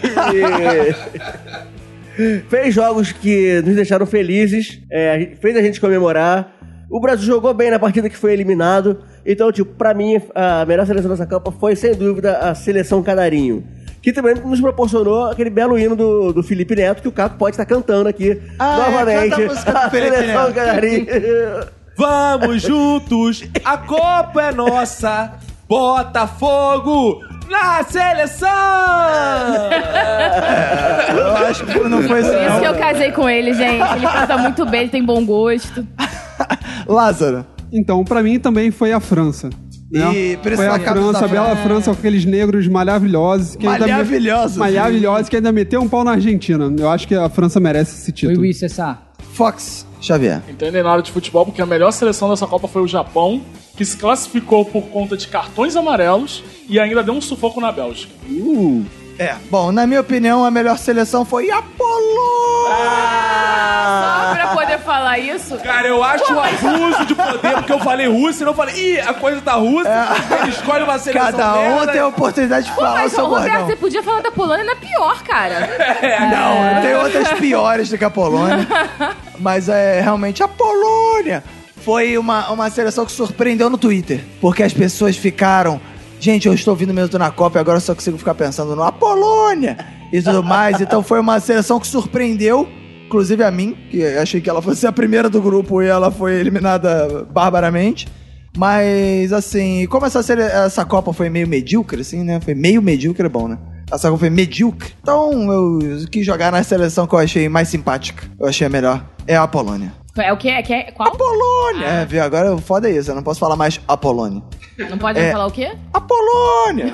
Speaker 5: fez jogos que nos deixaram felizes, é, fez a gente comemorar. O Brasil jogou bem na partida que foi eliminado. Então, tipo, pra mim, a melhor seleção dessa Copa foi, sem dúvida, a seleção Canarinho. Que também nos proporcionou aquele belo hino do, do Felipe Neto, que o Caco pode estar cantando aqui
Speaker 1: Ah, é,
Speaker 5: novamente.
Speaker 1: canta a música do Felipe
Speaker 5: seleção
Speaker 1: Neto.
Speaker 5: Canarinho.
Speaker 3: Vamos juntos, a Copa é nossa. Botafogo na seleção!
Speaker 1: Eu acho que não foi isso,
Speaker 2: Por isso que eu
Speaker 1: não.
Speaker 2: casei com ele, gente. Ele canta muito bem, ele tem bom gosto.
Speaker 1: Lázaro.
Speaker 6: Então, pra mim também foi a França. Né?
Speaker 1: E por isso
Speaker 6: foi
Speaker 1: na
Speaker 6: a
Speaker 1: cabeça
Speaker 6: França,
Speaker 1: da
Speaker 6: a bela França, com aqueles negros maravilhosos. Que ainda me-
Speaker 1: Maravilhosos.
Speaker 6: Maravilhosos, que ainda meteu um pau na Argentina. Eu acho que a França merece esse
Speaker 4: Foi
Speaker 6: título.
Speaker 4: o ICSA.
Speaker 1: Fox Xavier.
Speaker 7: Entendem nada de futebol, porque a melhor seleção dessa Copa foi o Japão, que se classificou por conta de cartões amarelos e ainda deu um sufoco na Bélgica.
Speaker 1: É, bom, na minha opinião, a melhor seleção foi a Polônia!
Speaker 2: Só pra poder falar isso.
Speaker 3: Cara, eu acho um abuso de poder, porque eu falei Rússia e não falei, ih, a coisa tá russa, ele escolhe uma seleção
Speaker 1: É. Cada um
Speaker 3: merda.
Speaker 1: tem a oportunidade de
Speaker 2: Pô,
Speaker 1: falar o
Speaker 2: mas,
Speaker 1: seu
Speaker 2: ô, Roberto,
Speaker 1: bordão.
Speaker 2: você podia falar da Polônia na pior, cara.
Speaker 1: Não, tem outras piores do que a Polônia. Mas é realmente a Polônia foi uma, uma seleção que surpreendeu no Twitter. Porque as pessoas ficaram Gente, eu estou ouvindo Minuto na Copa e agora eu só consigo ficar pensando no Apolônia e tudo mais. Então foi uma seleção que surpreendeu, inclusive a mim, que eu achei que ela fosse a primeira do grupo e ela foi eliminada barbaramente. Mas, assim, como essa, sele- essa Copa foi meio medíocre, assim, né? Foi meio medíocre, é bom, né? Essa Copa foi medíocre. Então eu quis jogar na seleção que eu achei mais simpática. Eu achei a melhor. É a Polônia.
Speaker 2: É o quê? É, que é, qual?
Speaker 1: Polônia! É, viu? Agora o foda é isso. Eu não posso falar mais a Polônia.
Speaker 2: Não pode
Speaker 1: É.
Speaker 2: falar o quê?
Speaker 1: A Polônia!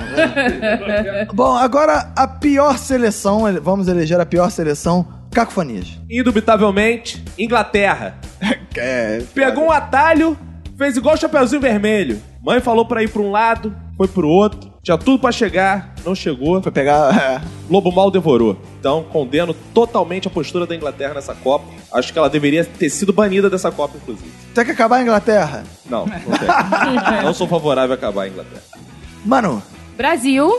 Speaker 1: Bom, agora a pior seleção, ele- vamos eleger a pior seleção, Cacofonias.
Speaker 3: Indubitavelmente, Inglaterra.
Speaker 1: É,
Speaker 3: Pegou um atalho, fez igual o Chapeuzinho Vermelho. Mãe falou pra ir pra um lado, foi pro outro. Tinha tudo pra chegar, não chegou.
Speaker 1: foi pegar. é.
Speaker 3: Lobo mal devorou. Então, condeno totalmente a postura da Inglaterra nessa Copa. Acho que ela deveria ter sido banida dessa Copa, inclusive.
Speaker 1: Tem que acabar a Inglaterra.
Speaker 3: Não, não tem. não sou favorável a acabar a Inglaterra.
Speaker 1: Mano.
Speaker 2: Brasil.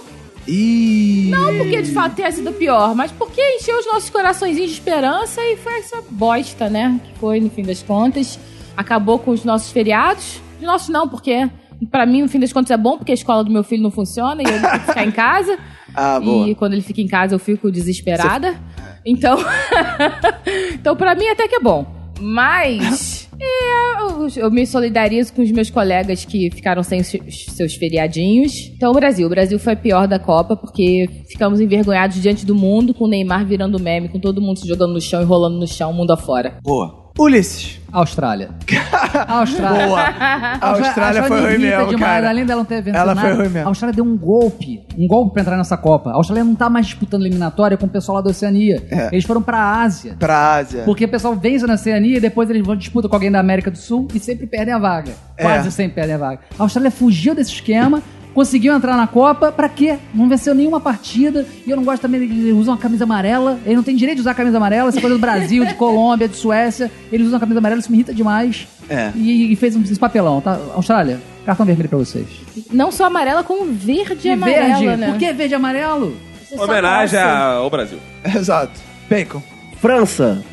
Speaker 1: E.
Speaker 2: Não porque de fato tenha sido pior, mas porque encheu os nossos coraçõezinhos de esperança e foi essa bosta, né? Que foi, no fim das contas. Acabou com os nossos feriados. Os nossos não, porque pra mim, no fim das contas, é bom, porque a escola do meu filho não funciona e ele tem que ficar em casa.
Speaker 1: Ah, boa.
Speaker 2: E quando ele fica em casa, eu fico desesperada. Então. então, pra mim, até que é bom. Mas. é, eu, eu me solidarizo com os meus colegas que ficaram sem os seus- seus feriadinhos. Então, o Brasil. O Brasil foi a pior da Copa, porque ficamos envergonhados diante do mundo, com o Neymar virando meme, com todo mundo se jogando no chão e rolando no chão, mundo afora.
Speaker 1: Boa. Ulisses.
Speaker 4: Austrália. Austrália.
Speaker 1: Boa. A
Speaker 4: Austra-
Speaker 1: Austrália foi ruim
Speaker 4: irrita
Speaker 1: mesmo,
Speaker 4: demais,
Speaker 1: cara.
Speaker 4: Além dela não ter vencido
Speaker 1: Ela
Speaker 4: nada,
Speaker 1: foi ruim mesmo.
Speaker 4: A Austrália deu um golpe. Um golpe pra entrar nessa Copa. A Austrália não tá mais disputando eliminatória com o pessoal lá da Oceania.
Speaker 1: É.
Speaker 4: Eles foram pra Ásia.
Speaker 1: Pra Ásia.
Speaker 4: Porque o pessoal vence na Oceania e depois eles vão disputa com alguém da América do Sul e sempre perdem a vaga. Quase
Speaker 1: É.
Speaker 4: sempre perdem a vaga. A Austrália fugiu desse esquema, conseguiu entrar na Copa, pra quê? Não venceu nenhuma partida. E eu não gosto também que eles usam a camisa amarela. Ele não tem direito de usar a camisa amarela, essa coisa do Brasil, de Colômbia, de Suécia. Eles usam a camisa amarela, isso me irrita demais.
Speaker 1: É.
Speaker 4: E, e fez um esse papelão, tá? Austrália, cartão vermelho pra vocês.
Speaker 2: Não só amarela, como verde e
Speaker 4: E
Speaker 2: amarela,
Speaker 4: verde.
Speaker 2: né?
Speaker 4: Por que verde e amarelo?
Speaker 2: Isso é só
Speaker 3: Homenagem
Speaker 2: nossa.
Speaker 3: a- ao Brasil.
Speaker 1: Exato. Bacon.
Speaker 5: França.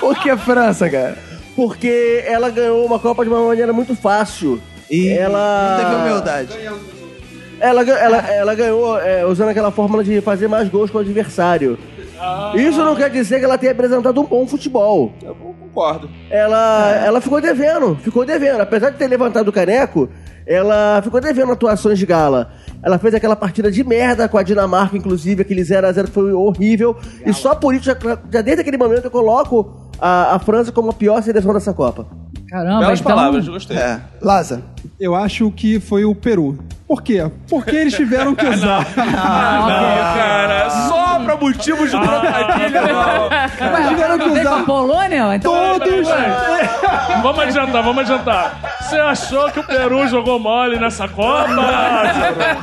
Speaker 1: Por que é França, cara?
Speaker 5: Porque ela ganhou uma Copa de uma maneira muito fácil.
Speaker 1: E
Speaker 5: Ela-
Speaker 1: Não teve tá? humildade.
Speaker 5: Ela, gan- ela, ela ganhou é, usando aquela fórmula de fazer mais gols com o adversário. Isso não quer dizer que ela tenha apresentado um bom futebol.
Speaker 3: Ah. Eu concordo.
Speaker 5: Ela, ela ficou devendo, ficou devendo. Apesar de ter levantado o caneco, ela ficou devendo atuações de gala. Ela fez aquela partida de merda com a Dinamarca, inclusive, aquele 0x0 foi horrível. E só por isso, já, já desde aquele momento, eu coloco a, a França como a pior seleção dessa Copa.
Speaker 4: Caramba,
Speaker 3: Belas
Speaker 4: então-
Speaker 3: palavras, gostei.
Speaker 1: É. Laza.
Speaker 6: Eu acho que foi o Peru. Por quê? Porque eles tiveram que usar.
Speaker 4: Ah, ok.
Speaker 3: cara, só pra motivos de trocadilho, não.
Speaker 6: Eles tiveram que
Speaker 4: Vem com a
Speaker 6: usar
Speaker 4: Polônia? Então
Speaker 6: todos.
Speaker 7: Vamos adiantar, vamos adiantar. Você achou que o Peru jogou mole nessa Copa?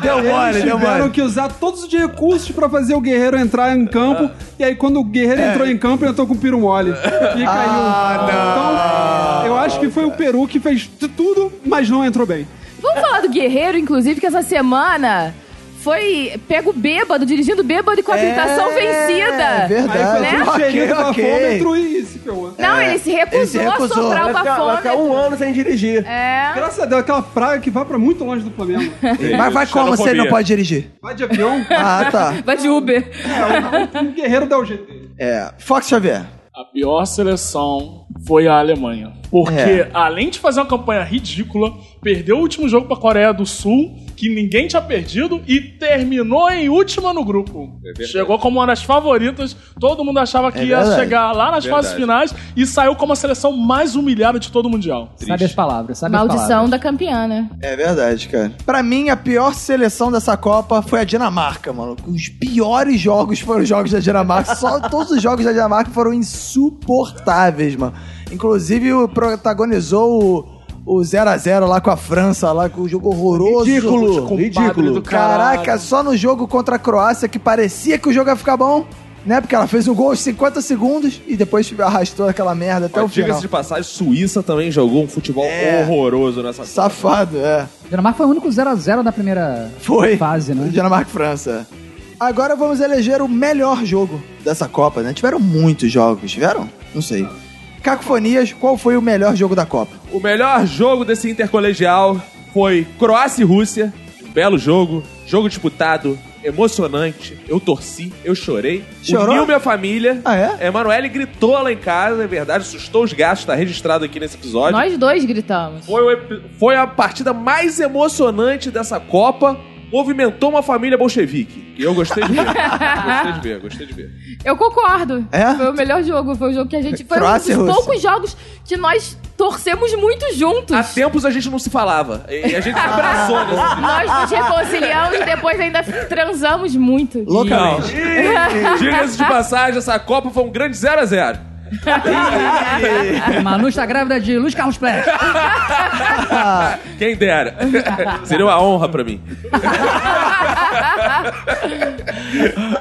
Speaker 1: Deu mole,
Speaker 6: Eles
Speaker 1: deu
Speaker 6: tiveram
Speaker 1: mole.
Speaker 6: que usar todos os recursos pra fazer o guerreiro entrar em campo. E aí, quando o
Speaker 1: É.
Speaker 6: guerreiro entrou em campo, entrou com o piro mole. E caiu.
Speaker 1: Ah,
Speaker 6: Então, eu acho que foi o Peru que fez de tudo, mas não entrou bem.
Speaker 2: Vamos falar do Guerreiro, inclusive, que essa semana foi pego bêbado, dirigindo bêbado e com a habilitação
Speaker 1: É,
Speaker 2: vencida.
Speaker 6: Aí
Speaker 1: Verdade.
Speaker 6: foi
Speaker 2: Né?
Speaker 6: um cheirinho do
Speaker 1: Ok, ok.
Speaker 6: bafômetro e se ferrou.
Speaker 2: Não, ele se recusou,
Speaker 1: Ele se recusou.
Speaker 2: a soprar o
Speaker 5: Vai ficar, vai ficar
Speaker 2: bafômetro.
Speaker 5: um ano sem dirigir.
Speaker 2: É.
Speaker 6: Graças a Deus, aquela praga que vai pra muito longe do Flamengo.
Speaker 1: Mas vai como se ele não pode dirigir?
Speaker 6: Vai de avião,
Speaker 1: Tá Ah, tá.
Speaker 2: Vai de Uber.
Speaker 6: o guerreiro dá o jeito dele.
Speaker 1: É. Fox Xavier.
Speaker 7: A pior seleção foi a Alemanha. Porque,
Speaker 1: É.
Speaker 7: além de fazer uma campanha ridícula, perdeu o último jogo pra Coreia do Sul, que ninguém tinha perdido, e terminou em última no grupo. Chegou como uma das favoritas, todo mundo achava que
Speaker 1: É
Speaker 7: ia
Speaker 1: verdade.
Speaker 7: chegar lá nas
Speaker 3: Verdade.
Speaker 7: fases finais e saiu como a seleção mais humilhada de todo o Mundial.
Speaker 4: Sabe as palavras, sabe as
Speaker 2: Maldição
Speaker 4: palavras.
Speaker 2: da campeã, né?
Speaker 1: É verdade, cara. Pra mim, a pior seleção dessa Copa foi a Dinamarca, mano. Os piores jogos foram os jogos da Dinamarca. Só todos os jogos da Dinamarca foram insuportáveis, mano. Inclusive, o protagonizou o, o 0 a 0 lá com a França, lá com o jogo horroroso.
Speaker 5: Ridículo,
Speaker 1: Jogo de
Speaker 5: ridículo.
Speaker 1: compadre do caralho. Caraca, só no jogo contra a Croácia que parecia que o jogo ia ficar bom. Né? Porque ela fez um gol aos 50 segundos e depois arrastou aquela merda até
Speaker 3: Mas
Speaker 1: o final.
Speaker 3: Diga-se de passagem, Suíça também jogou um futebol
Speaker 1: É.
Speaker 3: horroroso nessa Copa.
Speaker 1: Safado, é.
Speaker 4: Dinamarca foi o único 0x0 da primeira
Speaker 1: Foi.
Speaker 4: fase, né?
Speaker 1: Dinamarca e França. Agora vamos eleger o melhor jogo dessa Copa, né? Tiveram muitos jogos, tiveram? Não sei. Cacofonias, qual foi o melhor jogo da Copa?
Speaker 3: O melhor jogo desse intercolegial foi Croácia e Rússia. Um Belo jogo, jogo disputado, emocionante. Eu torci, eu chorei.
Speaker 1: Chorou?
Speaker 3: Uniu minha família.
Speaker 1: Ah, é?
Speaker 3: Emanuele gritou lá em casa, é verdade, assustou os gatos, tá registrado aqui nesse episódio.
Speaker 2: Nós dois gritamos.
Speaker 3: Foi, o epi- foi a partida mais emocionante dessa Copa. Movimentou uma família bolchevique. E eu gostei de ver. gostei de ver, gostei de ver.
Speaker 2: Eu concordo.
Speaker 1: É?
Speaker 2: Foi o melhor jogo. Foi o jogo que a gente. Foi
Speaker 1: Croácia e
Speaker 2: um dos
Speaker 1: Rússia.
Speaker 2: poucos jogos que nós torcemos muito juntos.
Speaker 3: Há tempos a gente não se falava. E a gente se abraçou nesse
Speaker 2: Nós nos reconciliamos e depois ainda transamos muito.
Speaker 1: Loucamente.
Speaker 3: Ih, Diga-se de passagem, essa Copa foi um grande 0x0.
Speaker 4: Manu está grávida de Luiz Carlos Pérez.
Speaker 3: Quem dera. Seria uma honra pra mim.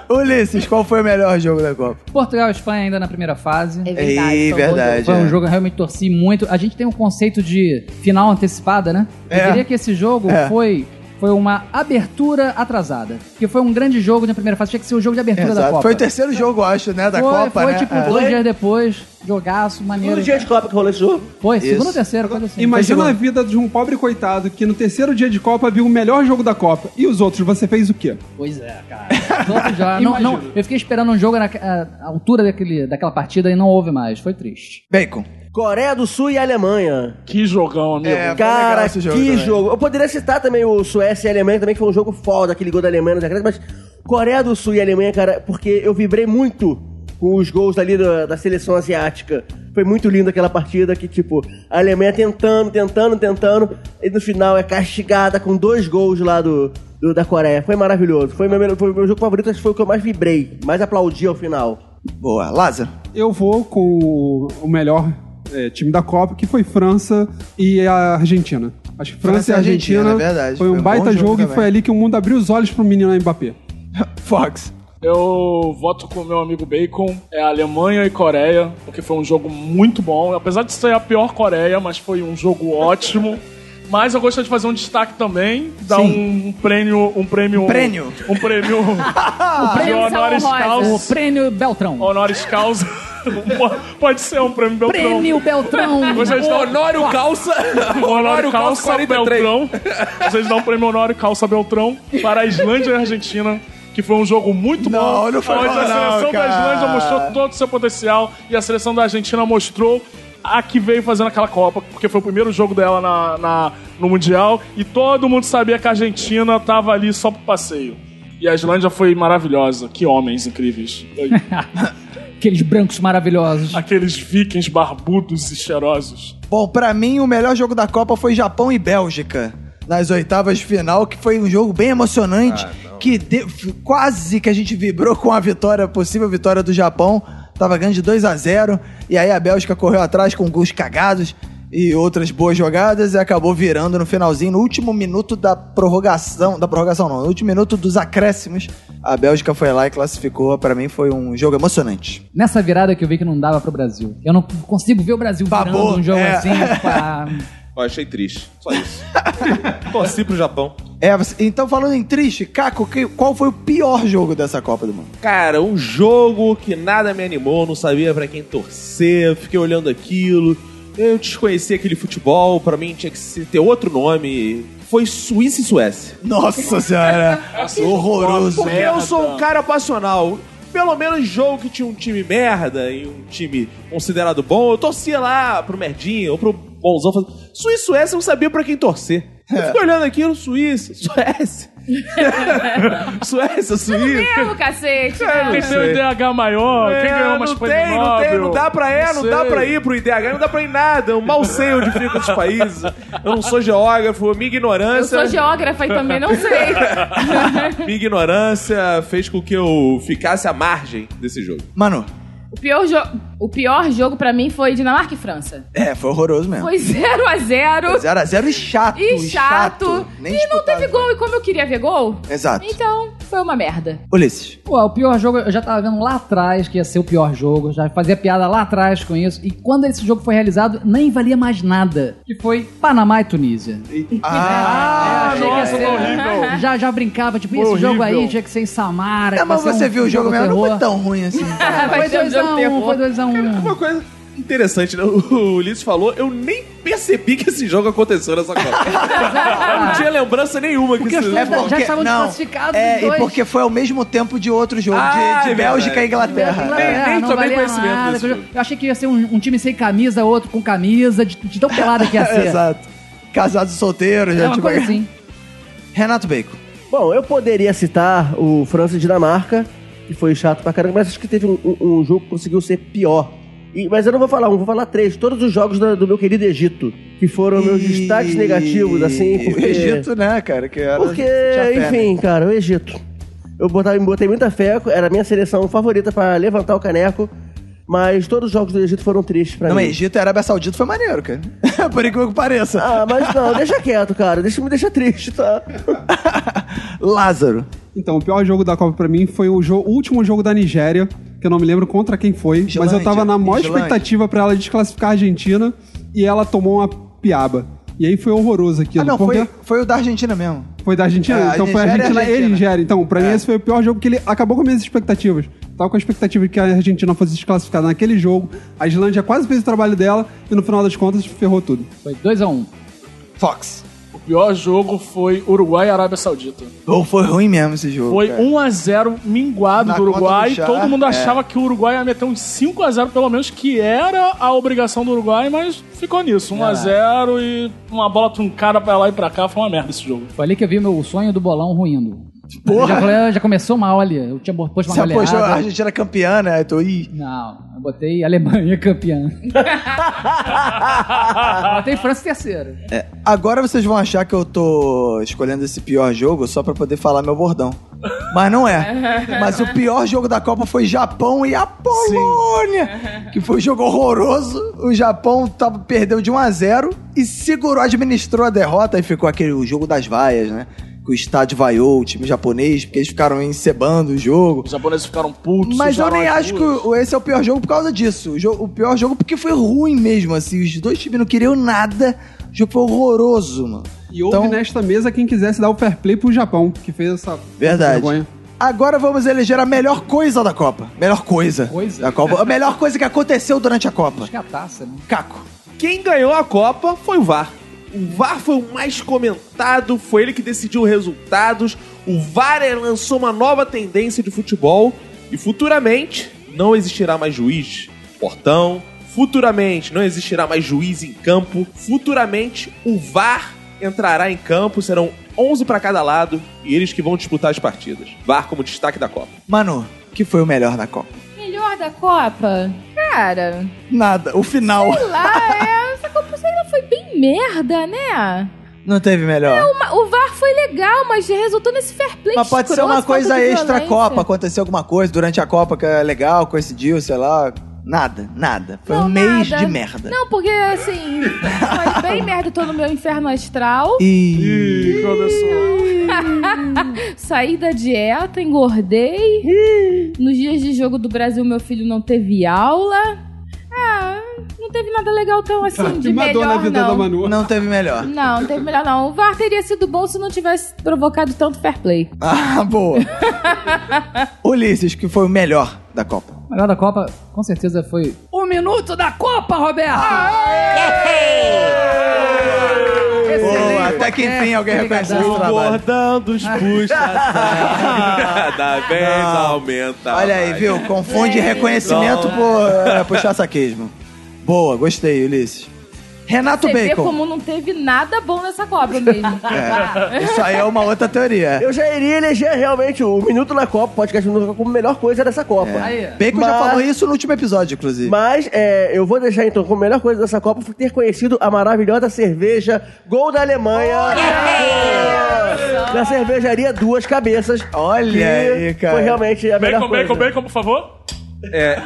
Speaker 1: Ulisses, qual foi o melhor jogo da Copa?
Speaker 4: Portugal e Espanha ainda na primeira fase.
Speaker 2: É verdade.
Speaker 1: Ih,
Speaker 2: foi um bom
Speaker 1: verdade.
Speaker 4: Foi
Speaker 1: é.
Speaker 4: um jogo que eu realmente torci muito. A gente tem um conceito de final antecipada, né?
Speaker 1: É.
Speaker 4: Eu diria que esse jogo
Speaker 1: É.
Speaker 4: foi, foi uma abertura atrasada. Que foi um grande jogo na primeira fase. Tinha que ser o jogo de abertura da
Speaker 1: Exato.
Speaker 4: Copa.
Speaker 1: Foi o terceiro jogo, eu acho, né? Da
Speaker 4: foi,
Speaker 1: Copa,
Speaker 4: foi
Speaker 1: né?
Speaker 4: tipo
Speaker 1: É.
Speaker 4: dois dias depois, jogaço, maneiro.
Speaker 5: Todo dia de Copa que rolou esse jogo.
Speaker 4: Foi, segundo
Speaker 1: Isso.
Speaker 4: ou terceiro, coisa assim.
Speaker 6: Imagina a
Speaker 4: Foi segundo.
Speaker 6: vida de um pobre coitado que no terceiro dia de Copa viu o melhor jogo da Copa. E os outros, você fez o quê?
Speaker 4: Pois é, cara. Todo já. não, não, eu fiquei esperando um jogo na a- a altura daquele, daquela partida e não houve mais. Foi triste.
Speaker 1: Bacon.
Speaker 5: Coreia do Sul e Alemanha.
Speaker 7: Que jogão, amigo.
Speaker 1: É, foi legal
Speaker 5: Cara,
Speaker 1: esse jogo
Speaker 5: que
Speaker 1: também.
Speaker 5: jogo. Eu poderia citar também o Suécia e a Alemanha também, que foi um jogo foda, aquele gol da Alemanha nos acréscimos, mas Coreia do Sul e Alemanha, cara, porque eu vibrei muito com os gols ali da, da seleção asiática. Foi muito lindo aquela partida que, tipo, a Alemanha tentando, tentando, tentando, e no final é castigada com dois gols lá do, do- da Coreia. Foi maravilhoso. Foi meu, melhor- foi meu jogo favorito, acho que foi o que eu mais vibrei, mais aplaudi ao final.
Speaker 1: Boa. Lázaro.
Speaker 6: Eu vou com o- o melhor é, time da Copa, que foi França e a Argentina. Acho que França, e Argentina,
Speaker 1: é verdade.
Speaker 6: foi um baita
Speaker 1: bom
Speaker 6: jogo, e
Speaker 1: também.
Speaker 6: foi ali que o mundo abriu os olhos pro menino Mbappé.
Speaker 1: Fox.
Speaker 7: Eu voto com o meu amigo Bacon. É Alemanha e Coreia, porque foi um jogo muito bom. Apesar de ser a pior Coreia, mas foi um jogo ótimo. Mas eu gostaria de fazer um destaque também, dar um prêmio, um prêmio,
Speaker 1: Prêmio?
Speaker 7: um prêmio, um prêmio
Speaker 2: Menção
Speaker 7: honoris
Speaker 2: honrosa.
Speaker 4: O
Speaker 7: causa,
Speaker 4: prêmio Beltrão.
Speaker 7: honoris causa. Pode ser um prêmio Beltrão.
Speaker 4: prêmio Beltrão.
Speaker 7: Gostaria de dar um
Speaker 3: Honório Calça.
Speaker 7: Honório Calça
Speaker 3: 43.
Speaker 7: Beltrão. Vocês dão o prêmio Honório Calça Beltrão para a Islândia e a Argentina, que foi um jogo muito bom.
Speaker 1: Não, não foi
Speaker 7: onde
Speaker 1: bom
Speaker 7: a seleção
Speaker 1: não,
Speaker 7: da Islândia
Speaker 1: cara.
Speaker 7: mostrou todo o seu potencial e a seleção da Argentina mostrou a que veio fazendo aquela Copa, porque foi o primeiro jogo dela na, na- no Mundial e todo mundo sabia que a Argentina tava ali só pro passeio. E a Islândia foi maravilhosa. Que homens incríveis.
Speaker 4: Aqueles brancos maravilhosos.
Speaker 7: Aqueles vikings barbudos e cheirosos.
Speaker 1: Bom, pra mim, o melhor jogo da Copa foi Japão e Bélgica. Nas oitavas de final, que foi um jogo bem emocionante, que de- f- quase que a gente vibrou com a vitória, possível vitória do Japão. Tava ganhando de 2 a 0 e aí a Bélgica correu atrás com gols cagados e outras boas jogadas e acabou virando no finalzinho, no último minuto da prorrogação, da prorrogação não, no último minuto dos acréscimos. A Bélgica foi lá e classificou, Pra mim foi um jogo emocionante.
Speaker 4: Nessa virada que eu vi que não dava pro Brasil. Eu não consigo ver o Brasil
Speaker 1: Babou,
Speaker 4: virando um jogo
Speaker 1: é.
Speaker 4: assim. pá.
Speaker 3: Ó, achei triste. Só isso. Torci pro Japão.
Speaker 1: É, você- então falando em triste, Caco, que- qual foi o pior jogo dessa Copa do Mundo?
Speaker 3: Cara, um jogo que nada me animou, não sabia pra quem torcer, fiquei olhando aquilo. Eu desconheci aquele futebol, pra mim tinha que ser- ter outro nome. Foi Suíça e Suécia.
Speaker 1: Nossa senhora, horroroso.
Speaker 3: Porque eu sou um cara passional. Pelo menos jogo que tinha um time merda e um time considerado bom, eu torcia lá pro merdinha ou pro bonzão. Faz- Suíça e Suécia eu não sabia pra quem torcer. Eu fico olhando aquilo, Suíça, Suécia. Suécia, Suíça.
Speaker 2: Mesmo, cacete.
Speaker 3: É,
Speaker 2: né?
Speaker 7: Quem tem o IDH maior? quem
Speaker 3: É,
Speaker 7: ganhou mais
Speaker 3: não tem, não tem, não dá pra é, não, dá pra ir pro IDH, não dá pra ir nada. Eu mal sei onde ficam esses países. Eu não sou geógrafo, minha
Speaker 2: Eu
Speaker 3: ignorância.
Speaker 2: sou geógrafa e também não sei.
Speaker 3: Minha ignorância fez com que eu ficasse à margem desse jogo.
Speaker 1: Mano,
Speaker 2: O pior, jo o pior jogo pra mim foi Dinamarca e França.
Speaker 1: é, foi horroroso mesmo.
Speaker 2: Foi 0 a 0
Speaker 1: 0x0 e chato.
Speaker 2: e chato.
Speaker 1: Nem
Speaker 2: e não
Speaker 1: disputado.
Speaker 2: teve gol. E como eu queria ver gol,
Speaker 1: Exato.
Speaker 2: então foi uma merda.
Speaker 1: Ulisses.
Speaker 4: Pô, o pior jogo, eu já tava vendo lá atrás que ia ser o pior jogo, já fazia piada lá atrás com isso. E quando esse jogo foi realizado, nem valia mais nada. Que foi Panamá e Tunísia.
Speaker 1: Ah,
Speaker 4: achei que ia
Speaker 7: nossa,
Speaker 4: ser-
Speaker 7: foi horrível.
Speaker 4: Já, já brincava, tipo, esse
Speaker 7: Horrível.
Speaker 4: jogo aí tinha que ser em Samara.
Speaker 1: é,
Speaker 4: que
Speaker 1: mas
Speaker 4: vai ser
Speaker 1: você
Speaker 4: um
Speaker 1: viu o jogo mesmo, não
Speaker 4: terror.
Speaker 1: foi tão ruim assim.
Speaker 2: Ah,
Speaker 4: um, Foi 2x1, foi 2x1.
Speaker 3: Uma coisa. interessante, né? O Ulisses falou, eu nem percebi que esse jogo aconteceu nessa Copa. eu não tinha lembrança nenhuma que isso...
Speaker 4: as pessoas- Já estavam desclassificados os
Speaker 1: É, e
Speaker 4: dois.
Speaker 1: porque foi ao mesmo tempo de outro jogo, de-
Speaker 3: Ah,
Speaker 1: de,
Speaker 3: é
Speaker 1: Bélgica e Inglaterra.
Speaker 3: Nem- nem
Speaker 4: não
Speaker 3: tomei
Speaker 4: valia
Speaker 3: conhecimento
Speaker 4: nada.
Speaker 3: desse jogo.
Speaker 4: Eu achei que ia ser um, um time sem camisa, outro com camisa, de, de tão pelada que ia ser.
Speaker 1: Exato. Casados e solteiros, né, tipo,
Speaker 4: É
Speaker 1: gente.
Speaker 4: uma coisa assim.
Speaker 1: Renato Bacon.
Speaker 5: Bom, eu poderia citar o França e Dinamarca, que foi chato pra caramba, mas acho que teve um, um- um jogo que conseguiu ser pior. E- mas eu não vou falar um, vou falar três. Todos os jogos da- do meu querido Egito, que foram meus destaques
Speaker 1: E-
Speaker 5: negativos, assim, porque...
Speaker 1: O Egito, né, cara? Que era
Speaker 5: Porque,
Speaker 1: tinha fé, né?
Speaker 5: enfim, cara, o Egito. Eu botava, botei muita fé, era a minha seleção favorita pra levantar o caneco, mas todos os jogos do Egito foram tristes pra
Speaker 1: Não,
Speaker 5: mim.
Speaker 1: mas Egito e Arábia Saudita foi maneiro, cara. Por incrível que pareça.
Speaker 5: Ah, mas não, deixa quieto, cara. Deixa, me deixa triste, tá?
Speaker 1: Ah. Lázaro.
Speaker 6: Então, o pior jogo da Copa pra mim foi o, jo- o último jogo da Nigéria, que eu não me lembro contra quem foi, mas eu tava na maior
Speaker 1: Islândia.
Speaker 6: expectativa pra ela desclassificar a Argentina e ela tomou uma piaba. E aí foi horroroso aquilo.
Speaker 1: Ah, não,
Speaker 6: porque
Speaker 1: foi, foi o da Argentina mesmo.
Speaker 6: foi da Argentina?
Speaker 1: É, a
Speaker 6: então foi a
Speaker 1: Nigéria e a
Speaker 6: Argentina e
Speaker 1: Argentina. É.
Speaker 6: Nigéria. Então, pra mim esse foi o pior jogo que ele acabou com minhas expectativas. Tava com a expectativa de que a Argentina fosse desclassificada naquele jogo. A Islândia quase fez o trabalho dela e no final das contas ferrou tudo.
Speaker 4: Foi 2x1. Um.
Speaker 1: Fox.
Speaker 7: O pior jogo foi Uruguai e Arábia Saudita.
Speaker 1: Ou foi ruim mesmo esse jogo.
Speaker 7: Foi
Speaker 1: cara.
Speaker 7: 1x0 minguado
Speaker 1: É. Na
Speaker 7: do
Speaker 1: conta
Speaker 7: Uruguai.
Speaker 1: do Chá,
Speaker 7: Todo mundo
Speaker 1: é.
Speaker 7: achava que o Uruguai ia meter um uns 5x0, pelo menos, que era a obrigação do Uruguai, mas ficou
Speaker 1: É.
Speaker 7: nisso. 1x0 e uma bola truncada pra lá e pra cá. Foi uma merda esse jogo.
Speaker 4: Foi ali que eu vi meu sonho do bolão ruindo. Porra. Já, falei, ah, já começou mal ali. Eu tinha bo- posto uma
Speaker 1: Você apostou a
Speaker 4: goleada.
Speaker 1: Argentina campeã, né? Eu tô, ih,
Speaker 4: Não, eu botei Alemanha campeã. Eu botei França terceira.
Speaker 1: Agora vocês vão achar que eu tô escolhendo esse pior jogo só pra poder falar meu bordão. Mas não é. Mas o pior jogo da Copa foi Japão e a Polônia, que foi um jogo horroroso. O Japão tava, perdeu de 1 a 0 e segurou, administrou a derrota e ficou aquele o jogo das vaias, né? Que o estádio vaiou o time japonês, porque eles ficaram encebando o jogo.
Speaker 7: Os japoneses ficaram putos.
Speaker 1: Mas eu
Speaker 7: sujaram
Speaker 1: nem
Speaker 7: as
Speaker 1: acho que
Speaker 7: ruas.
Speaker 1: o- esse é o pior jogo por causa disso. O, jo- o pior jogo porque foi ruim mesmo, assim. Os dois times não queriam nada. O jogo foi horroroso, mano.
Speaker 6: E houve
Speaker 1: Então-
Speaker 6: nesta mesa quem quisesse dar o fair play pro Japão, que fez essa
Speaker 1: Verdade.
Speaker 6: vergonha.
Speaker 1: Agora vamos eleger a melhor coisa da Copa. Melhor coisa.
Speaker 4: Coisa?
Speaker 1: Da Copa. A melhor coisa que aconteceu durante a Copa.
Speaker 4: Acho que é a taça, né?
Speaker 1: Caco.
Speaker 3: Quem ganhou a Copa foi o VAR. O VAR foi o mais comentado, foi ele que decidiu resultados. O VAR eh, lançou uma nova tendência de futebol e futuramente não existirá mais juiz portão. Futuramente não existirá mais juiz em campo. Futuramente o VAR entrará em campo, serão 11 para cada lado e eles que vão disputar as partidas. VAR como destaque da Copa.
Speaker 1: Manu, que foi o melhor da Copa?
Speaker 2: Melhor da Copa? Cara,
Speaker 1: Nada. O final.
Speaker 2: sei lá, é, essa Copa sei lá, foi bem merda, né?
Speaker 1: Não teve melhor.
Speaker 2: Uma- o VAR foi legal, mas resultou nesse fair play
Speaker 1: Mas pode ser
Speaker 2: escroto,
Speaker 1: uma
Speaker 2: falta
Speaker 1: coisa
Speaker 2: de
Speaker 1: extra
Speaker 2: violência.
Speaker 1: Copa, aconteceu alguma coisa durante a Copa que é legal, coincidiu, sei lá. Nada, nada. Foi
Speaker 2: Não,
Speaker 1: um mês
Speaker 2: nada.
Speaker 1: de merda.
Speaker 2: Não, porque assim, foi bem merda todo o meu inferno astral.
Speaker 1: E...
Speaker 7: Ih, começou.
Speaker 2: Saí da dieta, engordei. Nos dias de jogo do Brasil, meu filho não teve aula. Ah, não teve nada legal tão assim de
Speaker 6: Uma dor na
Speaker 2: melhor,
Speaker 6: vida da
Speaker 2: não.
Speaker 6: Manu.
Speaker 1: Não teve melhor.
Speaker 2: Não, não teve melhor não. O VAR teria sido bom se não tivesse provocado tanto fair play.
Speaker 1: Ah, boa. Ulisses, que foi o melhor da Copa.
Speaker 4: O melhor da Copa, com certeza, foi Ah! o minuto da Copa, Roberto! Excelente,
Speaker 1: Boa, até que enfim alguém
Speaker 4: qualquer
Speaker 1: reconheceu
Speaker 4: ligadão.
Speaker 1: esse trabalho.
Speaker 3: dos puxa da vez Tá aumenta.
Speaker 1: Olha aí,
Speaker 3: mais.
Speaker 1: viu? Confunde reconhecimento por é, puxar saquismo. Boa, gostei, Ulisses. Renato
Speaker 2: Você vê
Speaker 1: Bacon.
Speaker 2: como não teve nada bom nessa Copa mesmo.
Speaker 1: É, isso aí é uma outra teoria.
Speaker 5: Eu já iria eleger realmente o Minuto na Copa, o podcast Minuto na Copa, como a melhor coisa dessa Copa.
Speaker 4: Aí.
Speaker 1: Bacon já
Speaker 5: Mas-
Speaker 1: falou isso no último episódio, inclusive.
Speaker 5: Mas é, eu vou deixar então como a melhor coisa dessa Copa foi ter conhecido a maravilhosa cerveja Gol da Alemanha. É, Da cervejaria Duas Cabeças.
Speaker 1: Olha
Speaker 5: que
Speaker 1: aí, cara.
Speaker 5: Foi realmente a melhor
Speaker 7: Bacon,
Speaker 5: coisa.
Speaker 7: bacon, bacon, por favor. É,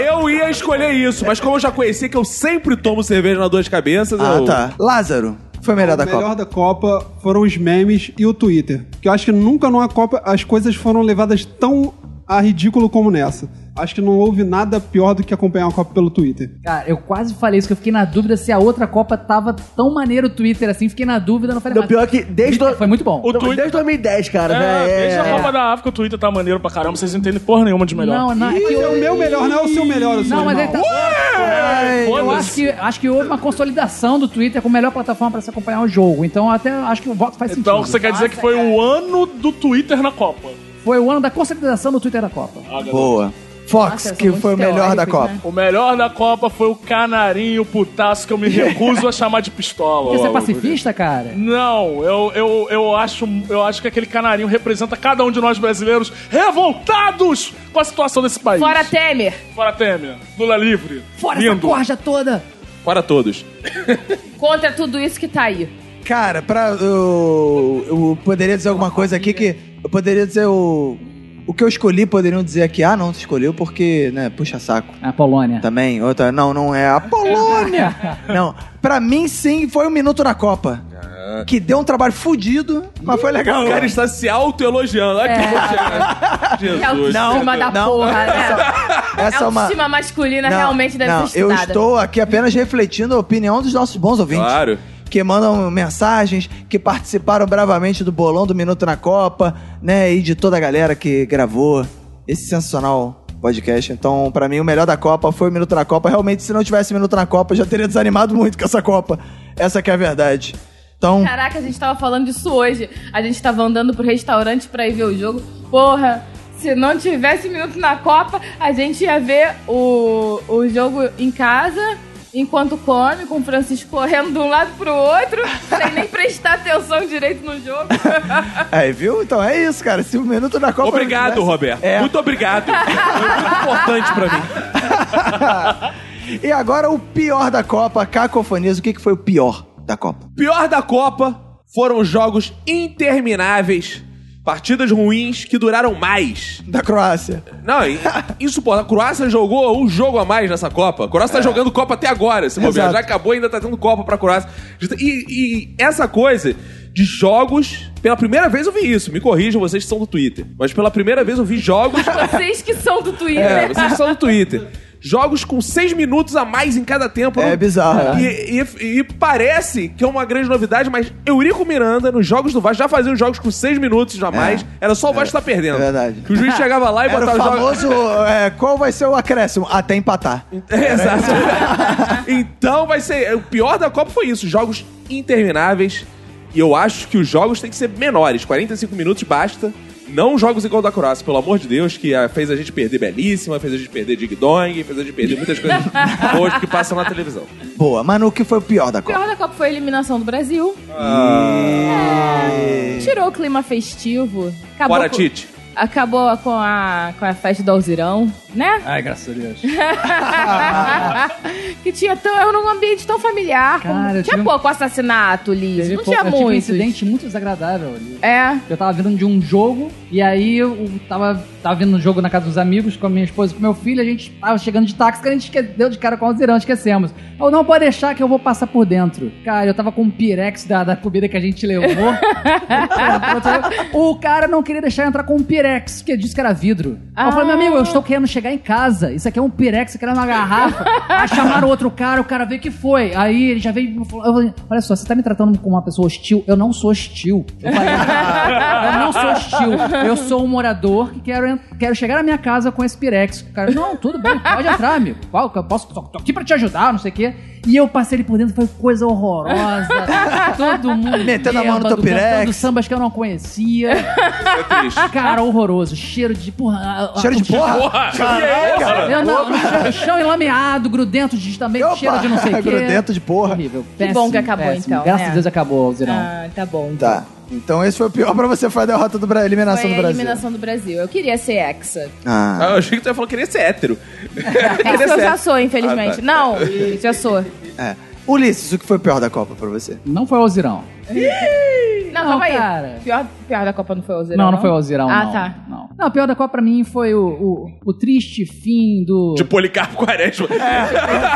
Speaker 3: Eu ia escolher isso, mas como eu já conheci que eu sempre tomo cerveja na duas cabeças,
Speaker 1: Ah,
Speaker 3: eu...
Speaker 1: tá. Lázaro, foi o melhor da
Speaker 6: o melhor
Speaker 1: Copa.
Speaker 6: da Copa foram os memes e o Twitter. Que eu acho que nunca numa Copa as coisas foram levadas tão a ridículo como nessa. Acho que não houve nada pior do que acompanhar a Copa pelo Twitter.
Speaker 4: Cara, eu quase falei isso, que eu fiquei na dúvida se a outra Copa tava tão maneiro o Twitter assim. Fiquei na dúvida, não falei
Speaker 5: Não,
Speaker 4: mais.
Speaker 5: pior que desde, do-
Speaker 4: Foi muito bom.
Speaker 7: O
Speaker 5: não,
Speaker 7: Twitter-
Speaker 5: desde 2010, cara.
Speaker 7: É,
Speaker 5: né? É,
Speaker 7: desde a Copa da África, o Twitter tá maneiro pra caramba. Vocês não entendem porra nenhuma de melhor.
Speaker 4: Não, não, é que
Speaker 6: Mas é
Speaker 4: eu...
Speaker 6: o meu melhor, não é o seu melhor, o seu
Speaker 4: Não, mas ele
Speaker 6: irmão.
Speaker 4: tá... Eu
Speaker 7: Foda-se.
Speaker 4: acho que, acho que houve uma consolidação do Twitter como melhor plataforma pra se acompanhar o jogo. Então, até acho que o voto faz sentido.
Speaker 7: Então você quer dizer que foi o ano do Twitter na Copa.
Speaker 4: Foi o ano da consolidação do Twitter da Copa.
Speaker 1: Boa. Fox,
Speaker 2: Nossa, eu sou
Speaker 1: que
Speaker 2: muito
Speaker 1: foi o melhor da
Speaker 2: teórico,
Speaker 1: Copa.
Speaker 2: né?
Speaker 7: O melhor da Copa foi o canarinho putaço que eu me recuso a chamar de pistola.
Speaker 4: Porque você é pacifista, cara?
Speaker 7: Não, eu, eu, eu, acho, eu acho que aquele canarinho representa cada um de nós brasileiros revoltados com a situação desse país.
Speaker 2: Fora Temer.
Speaker 7: Fora Temer, Lula livre.
Speaker 4: Fora essa
Speaker 7: Lindo.
Speaker 4: corja toda!
Speaker 3: Para todos.
Speaker 2: Contra tudo isso que tá aí.
Speaker 1: Cara, pra. Eu, eu poderia dizer alguma coisa aqui que. Eu poderia dizer o. O que eu escolhi, poderiam dizer aqui, ah, não, tu escolheu porque, né, puxa saco.
Speaker 4: A Polônia.
Speaker 1: Também, outra, não, não é a Polônia. não, pra mim sim, foi um minuto na Copa. Que deu um trabalho fudido, mas foi legal.
Speaker 3: O Ah. cara está se autoelogiando. Olha que poxa.
Speaker 2: Que é
Speaker 3: Jesus.
Speaker 2: autoestima da
Speaker 1: não.
Speaker 2: porra, né?
Speaker 1: Essa é uma.
Speaker 2: autoestima masculina
Speaker 1: Não,
Speaker 2: né, realmente deve
Speaker 1: não,
Speaker 2: ser
Speaker 1: eu
Speaker 2: estudada.
Speaker 1: estou aqui apenas refletindo a opinião dos nossos bons ouvintes.
Speaker 3: Claro.
Speaker 1: Que mandam mensagens, que participaram bravamente do bolão do Minuto na Copa, né? E de toda a galera que gravou esse sensacional podcast. Então, pra mim, o melhor da Copa foi o Minuto na Copa. Realmente, se não tivesse Minuto na Copa, eu já teria desanimado muito com essa Copa. Essa que é a verdade. Então,
Speaker 2: Caraca, a gente tava falando disso hoje. A gente tava andando pro restaurante pra ir ver o jogo. Porra, se não tivesse minuto na Copa, a gente ia ver o, o jogo em casa, enquanto come, com o Francisco correndo de um lado pro outro, sem nem prestar atenção direito no jogo.
Speaker 1: aí, viu? Então é isso, cara. Se o Minuto na Copa. não
Speaker 3: Obrigado,
Speaker 1: tivesse-
Speaker 3: Roberto.
Speaker 1: É.
Speaker 3: Muito obrigado. Foi muito importante pra mim.
Speaker 1: E agora o pior da Copa, Cacofonias. O que, que foi o pior da Copa?
Speaker 3: Pior da Copa foram os jogos intermináveis. Partidas ruins que duraram mais.
Speaker 1: Da Croácia.
Speaker 3: Não, e- isso, pô, a Croácia jogou um jogo a mais nessa Copa. A Croácia tá jogando Copa até agora, se bobear.
Speaker 1: É. Exato.
Speaker 3: Já acabou, ainda tá tendo Copa pra Croácia. E, e essa coisa de jogos... Pela primeira vez eu vi isso. Me corrijam, vocês que são do Twitter. Mas pela primeira vez eu vi jogos...
Speaker 2: Vocês que são do
Speaker 3: É,
Speaker 2: Twitter.
Speaker 3: vocês que são do Twitter. Jogos com seis minutos a mais em cada tempo.
Speaker 1: É
Speaker 3: Não-
Speaker 1: bizarro, né?
Speaker 3: E, e- e parece que é uma grande novidade, mas Eurico Miranda, nos jogos do Vasco, já fazia os jogos com seis minutos a mais. Era só o Vasco estar perdendo.
Speaker 1: é verdade.
Speaker 3: Que o juiz chegava lá e
Speaker 1: Era
Speaker 3: botava
Speaker 1: o
Speaker 3: os jogos.
Speaker 1: famoso é, qual vai ser o acréscimo? Até empatar.
Speaker 3: É, Exato. então vai ser. O pior da Copa foi isso: jogos intermináveis. E eu acho que os jogos têm que ser menores. 45 minutos basta. Não jogos igual o da Croácia, pelo amor de Deus, que ah, fez a gente perder Belíssima, fez a gente perder Dig Dong, fez a gente perder muitas coisas boas que passam na televisão.
Speaker 1: Boa, Manu, o que foi o pior da
Speaker 2: O
Speaker 1: Copa?
Speaker 2: pior da Copa foi a eliminação do Brasil. É, tirou o clima festivo. Acabou
Speaker 3: Bora,
Speaker 2: com-
Speaker 3: Ah. Tite.
Speaker 2: Acabou com a, com a festa do Alzirão, né?
Speaker 4: Ai, graças a Deus.
Speaker 2: que tinha tão, era um ambiente tão familiar. como-
Speaker 4: Cara, eu
Speaker 2: tinha
Speaker 4: tive um-
Speaker 2: pouco assassinato, Liz. Não
Speaker 4: Teve pou-
Speaker 2: tinha
Speaker 4: eu tive um
Speaker 2: muito.
Speaker 4: incidente muito desagradável ali.
Speaker 2: É.
Speaker 4: Eu tava vindo de um jogo, e aí eu tava, tava vindo um jogo na casa dos amigos, com a minha esposa e com meu filho, a gente tava chegando de táxi, que a gente esque- deu de cara com o alzirão, esquecemos. Eu não pode deixar que eu vou passar por dentro. Cara, eu tava com um pirex da, da comida que a gente levou. o cara não queria deixar eu entrar com um pirex, porque disse que era vidro. Aí Eu falei, meu amigo, eu estou querendo chegar em casa, isso aqui é um pirex, isso aqui era uma garrafa. aí chamaram outro cara, o cara veio que foi. Aí ele já veio e falou, eu falei, olha só, você tá me tratando como uma pessoa hostil? Eu não sou hostil. Eu falei, eu não sou hostil. Eu sou um morador que quero, en- quero chegar à minha casa com esse pirex. O cara, não, tudo bem, pode entrar, amigo. Qual- eu Posso, tô, tô aqui pra te ajudar, não sei o quê. E eu passei ele por dentro, foi coisa horrorosa. Todo mundo.
Speaker 1: Metendo a mão no
Speaker 4: bêbado,
Speaker 1: teu pirex.
Speaker 4: cantando sambas que eu não conhecia.
Speaker 3: É triste.
Speaker 4: Cara, horroroso. Cheiro de porra. a- a-
Speaker 1: Cheiro de porra? Caraca!
Speaker 4: Eu não, chão- chão enlameado, grudento de também,
Speaker 1: Opa!
Speaker 4: cheiro de não sei o quê.
Speaker 1: Grudento de porra.
Speaker 4: Horrível.
Speaker 2: Que bom que acabou, então,
Speaker 4: Graças
Speaker 2: né?
Speaker 4: a Deus acabou, Zirão.
Speaker 2: Ah, tá bom.
Speaker 1: Tá. Então esse foi o pior pra você, foi a derrota do Bra... eliminação
Speaker 2: Foi
Speaker 1: do
Speaker 2: a
Speaker 1: Brasil.
Speaker 2: eliminação do Brasil. Eu queria ser exa.
Speaker 1: Ah.
Speaker 3: Ah, eu achei que tu ia falar que queria ser hétero.
Speaker 2: Isso
Speaker 3: Queria
Speaker 2: eu
Speaker 3: ser
Speaker 2: já
Speaker 3: hétero.
Speaker 2: sou, infelizmente.
Speaker 3: Ah, tá.
Speaker 2: Não, isso eu já sou.
Speaker 1: É. Ulisses, o que foi o pior da Copa pra você?
Speaker 4: Não foi o Alzirão.
Speaker 2: Não,
Speaker 4: Não,
Speaker 2: calma aí.
Speaker 4: cara.
Speaker 2: Pior, pior da Copa não foi o Alzirão.
Speaker 4: Não, não foi o Alzirão,
Speaker 2: Ah,
Speaker 4: não.
Speaker 2: tá.
Speaker 4: Não. Não, o pior da Copa pra mim foi o, o, o triste fim do.
Speaker 3: De Policarpo Quaresma.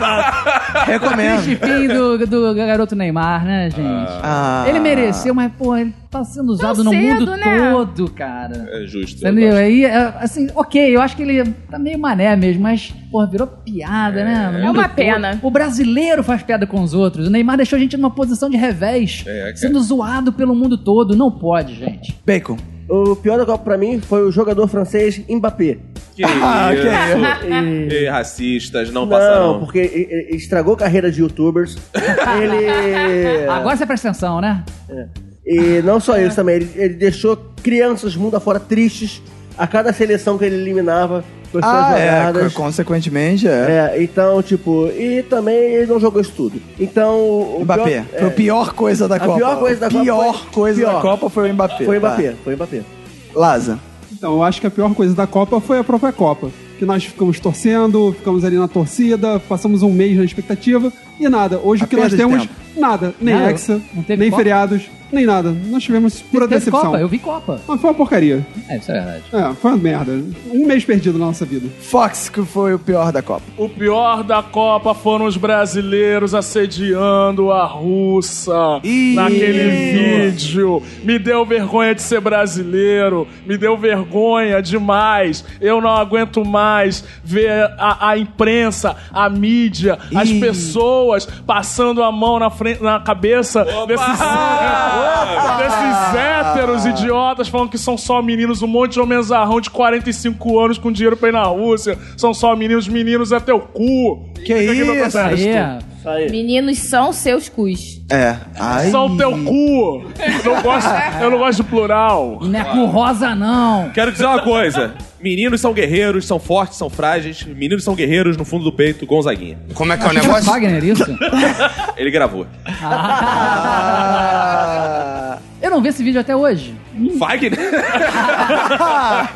Speaker 1: Recomendo.
Speaker 4: Triste fim do, do garoto Neymar, né, gente?
Speaker 1: Ah.
Speaker 4: Ele mereceu, mas, pô, ele tá sendo usado no
Speaker 2: cedo,
Speaker 4: mundo
Speaker 2: né?
Speaker 4: todo, cara.
Speaker 3: É justo. eu
Speaker 4: Entendeu?
Speaker 3: gosto.
Speaker 4: Aí, é, assim, ok, eu acho que ele tá meio mané mesmo, mas, pô, virou piada, né? No
Speaker 2: É
Speaker 4: mundo
Speaker 2: uma
Speaker 4: todo.
Speaker 2: pena.
Speaker 4: O brasileiro faz piada com os outros. O Neymar deixou a gente numa posição de revés,
Speaker 3: cara.
Speaker 4: sendo zoado pelo mundo todo. Não pode, gente.
Speaker 1: Bacon.
Speaker 5: O pior da Copa pra mim foi o jogador francês Mbappé.
Speaker 3: Que isso? Ei, racistas, não, passaram.
Speaker 5: porque e- e- estragou a carreira de youtubers. ele.
Speaker 4: Agora você presta atenção, né?
Speaker 5: E não só isso também, ele, ele deixou crianças mundo afora tristes a cada seleção que ele eliminava com as
Speaker 1: Ah,
Speaker 5: suas
Speaker 1: é.
Speaker 5: jogadas.
Speaker 1: co- Consequentemente, é.
Speaker 5: É, então, tipo, e também ele não jogou isso tudo. Então, o
Speaker 1: Mbappé.
Speaker 5: pior- é.
Speaker 1: Foi a pior coisa da
Speaker 5: A
Speaker 1: Copa.
Speaker 5: pior coisa da Copa
Speaker 1: Pior
Speaker 5: foi-
Speaker 1: coisa da
Speaker 5: pior.
Speaker 1: Copa foi o Mbappé.
Speaker 5: foi Mbappé, foi Mbappé.
Speaker 1: Tá. Laza.
Speaker 6: Então, eu acho que a pior coisa da Copa foi a própria Copa. Que nós ficamos torcendo, ficamos ali na torcida, passamos um mês na expectativa e nada. Hoje
Speaker 1: A
Speaker 6: o que nós
Speaker 1: perda de
Speaker 6: temos,
Speaker 1: tempo.
Speaker 6: nada. Nem
Speaker 4: Nada.
Speaker 6: Hexa,
Speaker 4: Não teve
Speaker 6: nem
Speaker 4: Copa?
Speaker 6: feriados, nem nada. Nós tivemos pura
Speaker 4: Teve
Speaker 6: decepção.
Speaker 4: Copa, eu vi Copa.
Speaker 6: Mas foi uma porcaria.
Speaker 4: É, isso é verdade.
Speaker 6: É, foi uma merda. Um mês perdido na nossa vida.
Speaker 1: Fox, que foi o pior da Copa.
Speaker 7: O pior da Copa foram os brasileiros assediando a russa
Speaker 1: Ih.
Speaker 7: naquele vídeo. Me deu vergonha de ser brasileiro, me deu vergonha demais. Eu não aguento mais ver a, a imprensa, a mídia, as
Speaker 1: Ih.
Speaker 7: pessoas passando a mão na, frente, na cabeça desses, desses héteros idiotas falando que são só meninos, um monte de homenzarrão de 45 anos com dinheiro pra ir na Rússia. São só meninos, meninos é teu cu.
Speaker 1: Que
Speaker 7: Fica aqui no
Speaker 1: isso?
Speaker 7: protesto.
Speaker 4: Aí, é,
Speaker 2: Meninos são seus cus.
Speaker 1: É. Ai.
Speaker 7: São teu cu. Não gosto, eu não gosto de plural.
Speaker 4: não é com rosa, não.
Speaker 3: Quero dizer uma coisa. Meninos são guerreiros, são fortes, são frágeis. Meninos são guerreiros no fundo do peito, Gonzaguinha.
Speaker 9: Como é que é o
Speaker 4: Era
Speaker 9: negócio?
Speaker 4: Wagner, isso?
Speaker 3: Ele gravou.
Speaker 1: Ah.
Speaker 4: Eu não vi esse vídeo até hoje.
Speaker 3: Wagner?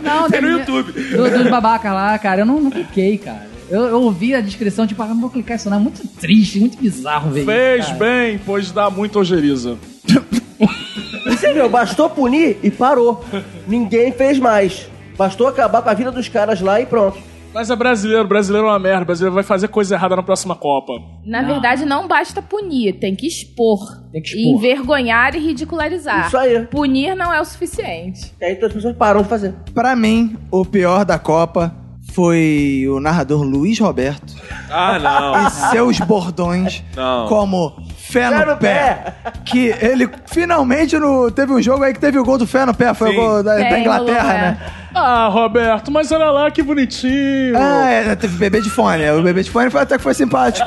Speaker 4: Não,
Speaker 3: Tem no
Speaker 4: do-
Speaker 3: YouTube.
Speaker 4: Do, dos babacas lá, cara. Eu não, não cliquei, cara. Eu, eu ouvi a descrição, tipo, ah, não vou clicar isso não. É muito triste, muito bizarro, velho.
Speaker 7: Fez bem, pois dá muita ojeriza.
Speaker 5: Você viu, bastou punir e parou. Ninguém fez mais. Bastou acabar com a vida dos caras lá e pronto.
Speaker 7: Mas é brasileiro, brasileiro é uma merda. Brasileiro vai fazer coisa errada na próxima Copa.
Speaker 2: Na verdade, não basta punir, tem que expor.
Speaker 4: Tem que expor.
Speaker 2: E envergonhar e ridicularizar.
Speaker 5: Isso aí.
Speaker 2: Punir não é o suficiente.
Speaker 5: E aí então, as pessoas param de fazer.
Speaker 1: Pra mim, o pior da Copa foi o narrador Luiz Roberto
Speaker 3: Ah, não.
Speaker 1: e seus bordões
Speaker 3: Não.
Speaker 1: como Fé no,
Speaker 5: Fé no
Speaker 1: pé. Que ele finalmente no, teve um jogo aí que teve o gol do Fé no pé. Foi
Speaker 3: Sim.
Speaker 1: o gol
Speaker 4: É,
Speaker 1: da, da
Speaker 2: Tem,
Speaker 1: Inglaterra,
Speaker 2: rolou,
Speaker 1: né?
Speaker 7: Ah, Roberto, mas olha lá que bonitinho.
Speaker 1: Ah, é, teve bebê de fone. O bebê de fone foi até que foi simpático.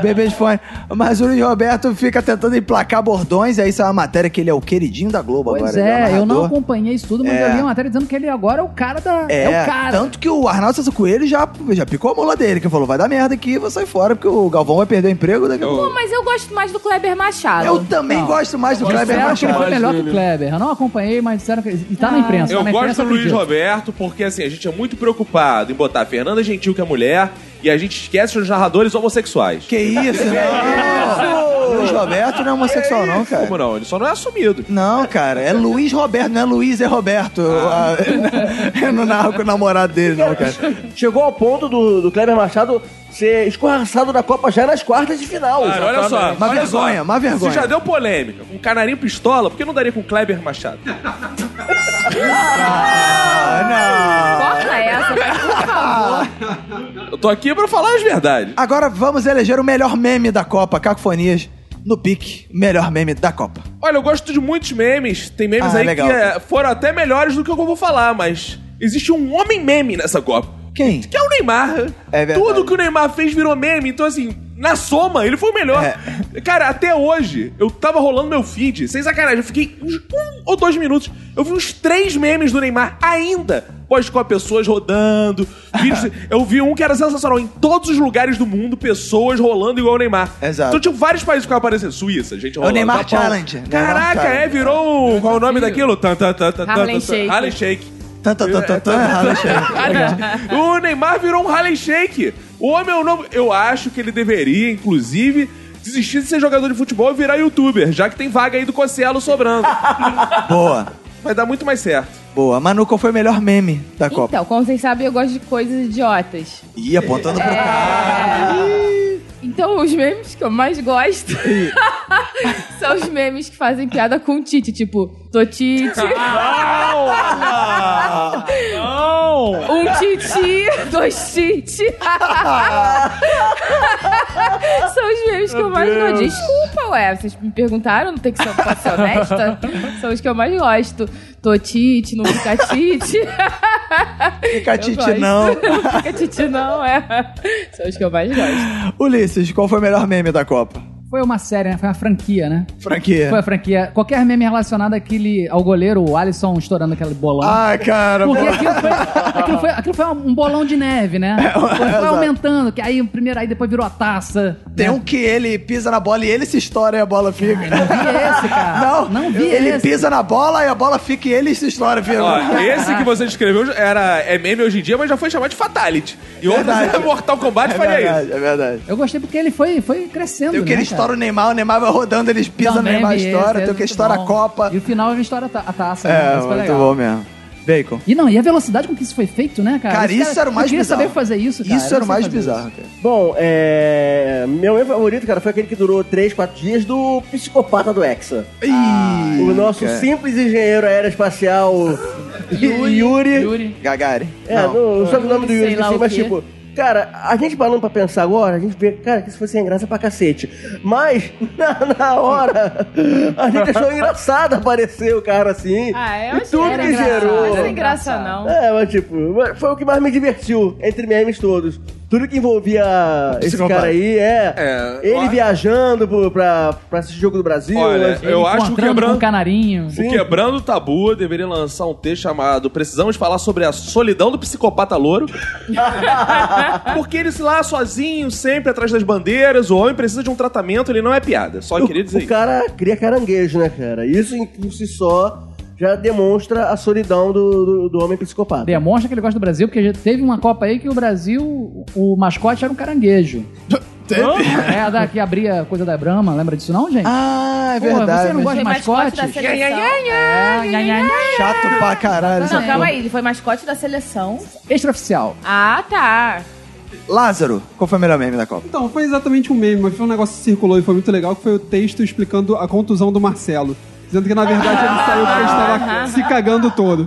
Speaker 1: bebê de fone. Mas o Luiz Roberto fica tentando emplacar bordões, e aí saiu uma matéria que ele é o queridinho da Globo
Speaker 4: Pois
Speaker 1: agora. ele o
Speaker 4: é, eu não
Speaker 1: narrador.
Speaker 4: acompanhei isso tudo, mas
Speaker 1: É.
Speaker 4: eu li a matéria dizendo que ele agora é o cara da. É,
Speaker 1: É,
Speaker 4: o cara.
Speaker 1: tanto que o Arnaldo César Coelho já, já picou a mula dele, que falou, vai dar merda aqui, vou sair fora, porque o Galvão vai perder o emprego daqui a pouco.
Speaker 2: Pô, mas eu gosto mais do Kleber Machado.
Speaker 1: Eu também
Speaker 4: Não.
Speaker 1: gosto mais do Kleber
Speaker 4: Disseram que ele foi
Speaker 1: Machado.
Speaker 4: melhor que o Kleber. Eu não acompanhei, mas disseram que. E tá na imprensa. tá
Speaker 3: Ah, Eu
Speaker 4: na
Speaker 3: gosto
Speaker 4: imprensa,
Speaker 3: do Luiz
Speaker 4: acredito.
Speaker 3: Roberto porque, assim, a gente é muito preocupado em botar a Fernanda Gentil, que é mulher, e a gente esquece os narradores homossexuais.
Speaker 1: Que isso, não. Luiz Roberto não é homossexual, não, cara.
Speaker 3: Como não? Ele só não é assumido.
Speaker 1: Não, cara, é Luiz Roberto, não é Luiz, é Roberto. Eu- Eu não narro com o namorado dele, não, cara.
Speaker 5: Chegou ao ponto do, do Kleber Machado ser escorraçado da Copa já nas quartas de final.
Speaker 3: Cara, olha só.
Speaker 1: Uma
Speaker 3: olha
Speaker 1: vergonha,
Speaker 3: só.
Speaker 1: uma vergonha.
Speaker 3: Se já deu polêmica com Canarinho Pistola, por que não daria com Kleber Machado?
Speaker 1: Ah, não.
Speaker 2: Corta essa, por favor.
Speaker 3: Eu tô aqui pra falar as verdades.
Speaker 1: Agora vamos eleger o melhor meme da Copa, Cacofonias, no pique, melhor meme da Copa.
Speaker 3: Olha, eu gosto de muitos memes. Tem memes
Speaker 1: Ah,
Speaker 3: aí
Speaker 1: legal.
Speaker 3: que é, foram até melhores do que eu vou falar, mas existe um homem meme nessa Copa.
Speaker 1: Quem?
Speaker 3: Que é o Neymar.
Speaker 1: É verdade.
Speaker 3: Tudo que o Neymar fez virou meme, então assim, na soma, ele foi o melhor.
Speaker 1: É.
Speaker 3: Cara, até hoje, eu tava rolando meu feed, sem sacanagem, eu fiquei uns um ou dois minutos, eu vi uns três memes do Neymar ainda. Pós com pessoas rodando. vídeos- eu vi um que era sensacional. Em todos os lugares do mundo, pessoas rolando igual o Neymar.
Speaker 1: Exato. É
Speaker 3: Então tinha vários países que ficavam aparecendo. Suíça, gente rolando.
Speaker 1: Neymar
Speaker 3: Japão.
Speaker 1: Challenge. né? Neymar
Speaker 3: Caraca,
Speaker 1: Challenge. né?
Speaker 3: é, virou. um- Qual é o nome daquilo? Tan, tan, tan, tan, tan,
Speaker 2: Harlem
Speaker 3: tan,
Speaker 2: Shake.
Speaker 3: Harlem Shake.
Speaker 1: Tanta, tanta, tanta, errado, achei. Ah.
Speaker 3: O Neymar virou um Harlem Shake. O homem é o nome. Eu acho que ele deveria, inclusive, desistir de ser jogador de futebol e virar youtuber, já que tem vaga aí do Cocielo sobrando.
Speaker 1: Boa.
Speaker 3: Vai dar muito mais certo.
Speaker 1: Boa. Manu, qual foi o melhor meme da Copa?
Speaker 2: Então, como vocês sabem, eu gosto de coisas idiotas.
Speaker 1: Ih, apontando pro
Speaker 2: Então, os memes que eu mais gosto são os memes que fazem piada com o Tite, tipo, tô Tite,
Speaker 1: Ah,
Speaker 7: Não!
Speaker 2: um Titi, dois Tite. são os memes que eu mais gosto. Desculpa, ué, vocês me perguntaram, não tem que ser, posso ser honesta? São os que eu mais gosto. Tô Tite, não fica Tite.
Speaker 1: Fica
Speaker 2: Eu
Speaker 1: Tite,
Speaker 2: gosto.
Speaker 1: não.
Speaker 2: não fica Tite, não, é. São os que eu mais gosto.
Speaker 1: Ulisses, qual foi o melhor meme da Copa?
Speaker 4: Foi uma série, né? Foi uma franquia, né? Foi
Speaker 1: Franquia.
Speaker 4: a franquia. Qualquer meme relacionado àquele, ao goleiro, o Alisson estourando aquele bolão.
Speaker 1: Ah, cara.
Speaker 4: Porque
Speaker 1: boa.
Speaker 4: aquilo foi, aquilo foi- aquilo foi um bolão de neve, né?
Speaker 1: É,
Speaker 4: Foi, foi aumentando, que aí o primeiro, aí depois virou a taça.
Speaker 1: Tem
Speaker 4: né?
Speaker 1: um que ele pisa na bola e ele se estoura e a bola fica.
Speaker 4: Não vi esse, cara.
Speaker 1: Ah, Não,
Speaker 4: não vi
Speaker 1: ele
Speaker 4: esse.
Speaker 1: pisa na bola e a bola fica e ele se estoura, filho.
Speaker 3: Ó, esse que você descreveu era, é meme hoje em dia, mas já foi chamado de Fatality. E
Speaker 1: Verdade.
Speaker 3: outros é Mortal Kombat
Speaker 1: é
Speaker 3: faria
Speaker 1: verdade,
Speaker 3: isso.
Speaker 1: é verdade.
Speaker 4: Eu gostei porque ele foi, foi crescendo.
Speaker 1: Tem o que
Speaker 4: né,
Speaker 1: ele
Speaker 4: cara?
Speaker 1: estoura o Neymar, o Neymar vai rodando, eles pisam no
Speaker 4: Também
Speaker 1: Neymar
Speaker 4: vi esse,
Speaker 1: estoura, tem
Speaker 4: esse é
Speaker 1: o que
Speaker 4: muito
Speaker 1: estoura
Speaker 4: bom.
Speaker 1: a Copa.
Speaker 4: E o final ele estoura a ta- a taça. né?
Speaker 1: É,
Speaker 4: Isso foi
Speaker 1: muito
Speaker 4: legal.
Speaker 1: bom mesmo. Bacon.
Speaker 4: E não, e a velocidade com que isso foi feito, né, cara?
Speaker 1: Cara,
Speaker 4: Esse
Speaker 1: isso era o mais
Speaker 4: Eu queria
Speaker 1: bizarro.
Speaker 4: saber fazer isso, cara.
Speaker 1: Isso era
Speaker 4: Eu
Speaker 1: o
Speaker 4: não sei
Speaker 1: mais
Speaker 4: fazer
Speaker 1: bizarro,
Speaker 4: isso.
Speaker 1: cara.
Speaker 5: Bom, é. Meu meme favorito, cara, foi aquele que durou 3, 4 dias do psicopata do Hexa.
Speaker 1: Ih,
Speaker 5: o nosso
Speaker 1: cara.
Speaker 5: simples engenheiro aeroespacial Yuri.
Speaker 4: Yuri.
Speaker 1: Gagari.
Speaker 5: É,
Speaker 1: Não.
Speaker 5: não, não sabe o nome do
Speaker 2: Sei
Speaker 5: Yuri,
Speaker 2: lá
Speaker 5: assim,
Speaker 2: o
Speaker 5: mas
Speaker 2: quê.
Speaker 5: tipo. Cara, a gente parando pra pensar agora, a gente vê, cara, que isso foi sem graça pra cacete. Mas, na, na hora, a gente achou engraçado aparecer o cara assim.
Speaker 2: Ah, eu
Speaker 5: e
Speaker 2: achei
Speaker 5: tudo
Speaker 2: era
Speaker 5: que
Speaker 2: engraçado.
Speaker 5: gerou.
Speaker 2: Mas sem graça, não.
Speaker 5: É, mas tipo, foi o que mais me divertiu entre memes todos. Tudo que envolvia esse
Speaker 1: Psicopata.
Speaker 5: cara aí é,
Speaker 3: É,
Speaker 5: ele
Speaker 3: olha-
Speaker 5: viajando pro, pra, pra esse jogo do Brasil.
Speaker 3: Olha,
Speaker 5: né?
Speaker 3: eu acho que
Speaker 4: Encontrando com
Speaker 3: quebrando,
Speaker 4: o canarinho.
Speaker 3: O é Quebrando o Tabu deveria lançar um texto chamado Precisamos falar sobre a solidão do psicopata louro. Porque ele se lá sozinho, sempre atrás das bandeiras, o homem precisa de um tratamento, ele não é piada. Só
Speaker 5: O-
Speaker 3: queria dizer
Speaker 5: O
Speaker 3: isso.
Speaker 5: cara cria caranguejo, né, cara? Isso em por si só já demonstra a solidão do, do, do homem psicopata.
Speaker 1: Tá
Speaker 4: Demonstra que ele gosta do Brasil, porque já teve uma Copa aí que o Brasil, o mascote era um caranguejo. É, a da que abria a coisa da Brahma, lembra disso não, gente?
Speaker 1: Ah, é
Speaker 4: Porra,
Speaker 1: verdade.
Speaker 4: você não
Speaker 1: mas-
Speaker 4: gosta de
Speaker 2: Foi mascote
Speaker 4: mascote?
Speaker 2: da seleção.
Speaker 4: É, nha, nha, nha.
Speaker 1: Chato pra caralho. essa
Speaker 2: É. Não,
Speaker 1: porra.
Speaker 2: calma aí, ele foi mascote da seleção.
Speaker 4: Extraoficial.
Speaker 2: Ah, tá.
Speaker 1: Lázaro, qual foi o melhor meme da Copa?
Speaker 6: Então, foi exatamente um meme, mas foi um negócio que circulou e foi muito legal, que foi o texto explicando a contusão do Marcelo. Dizendo que, na verdade, ele saiu porque estava se cagando todo.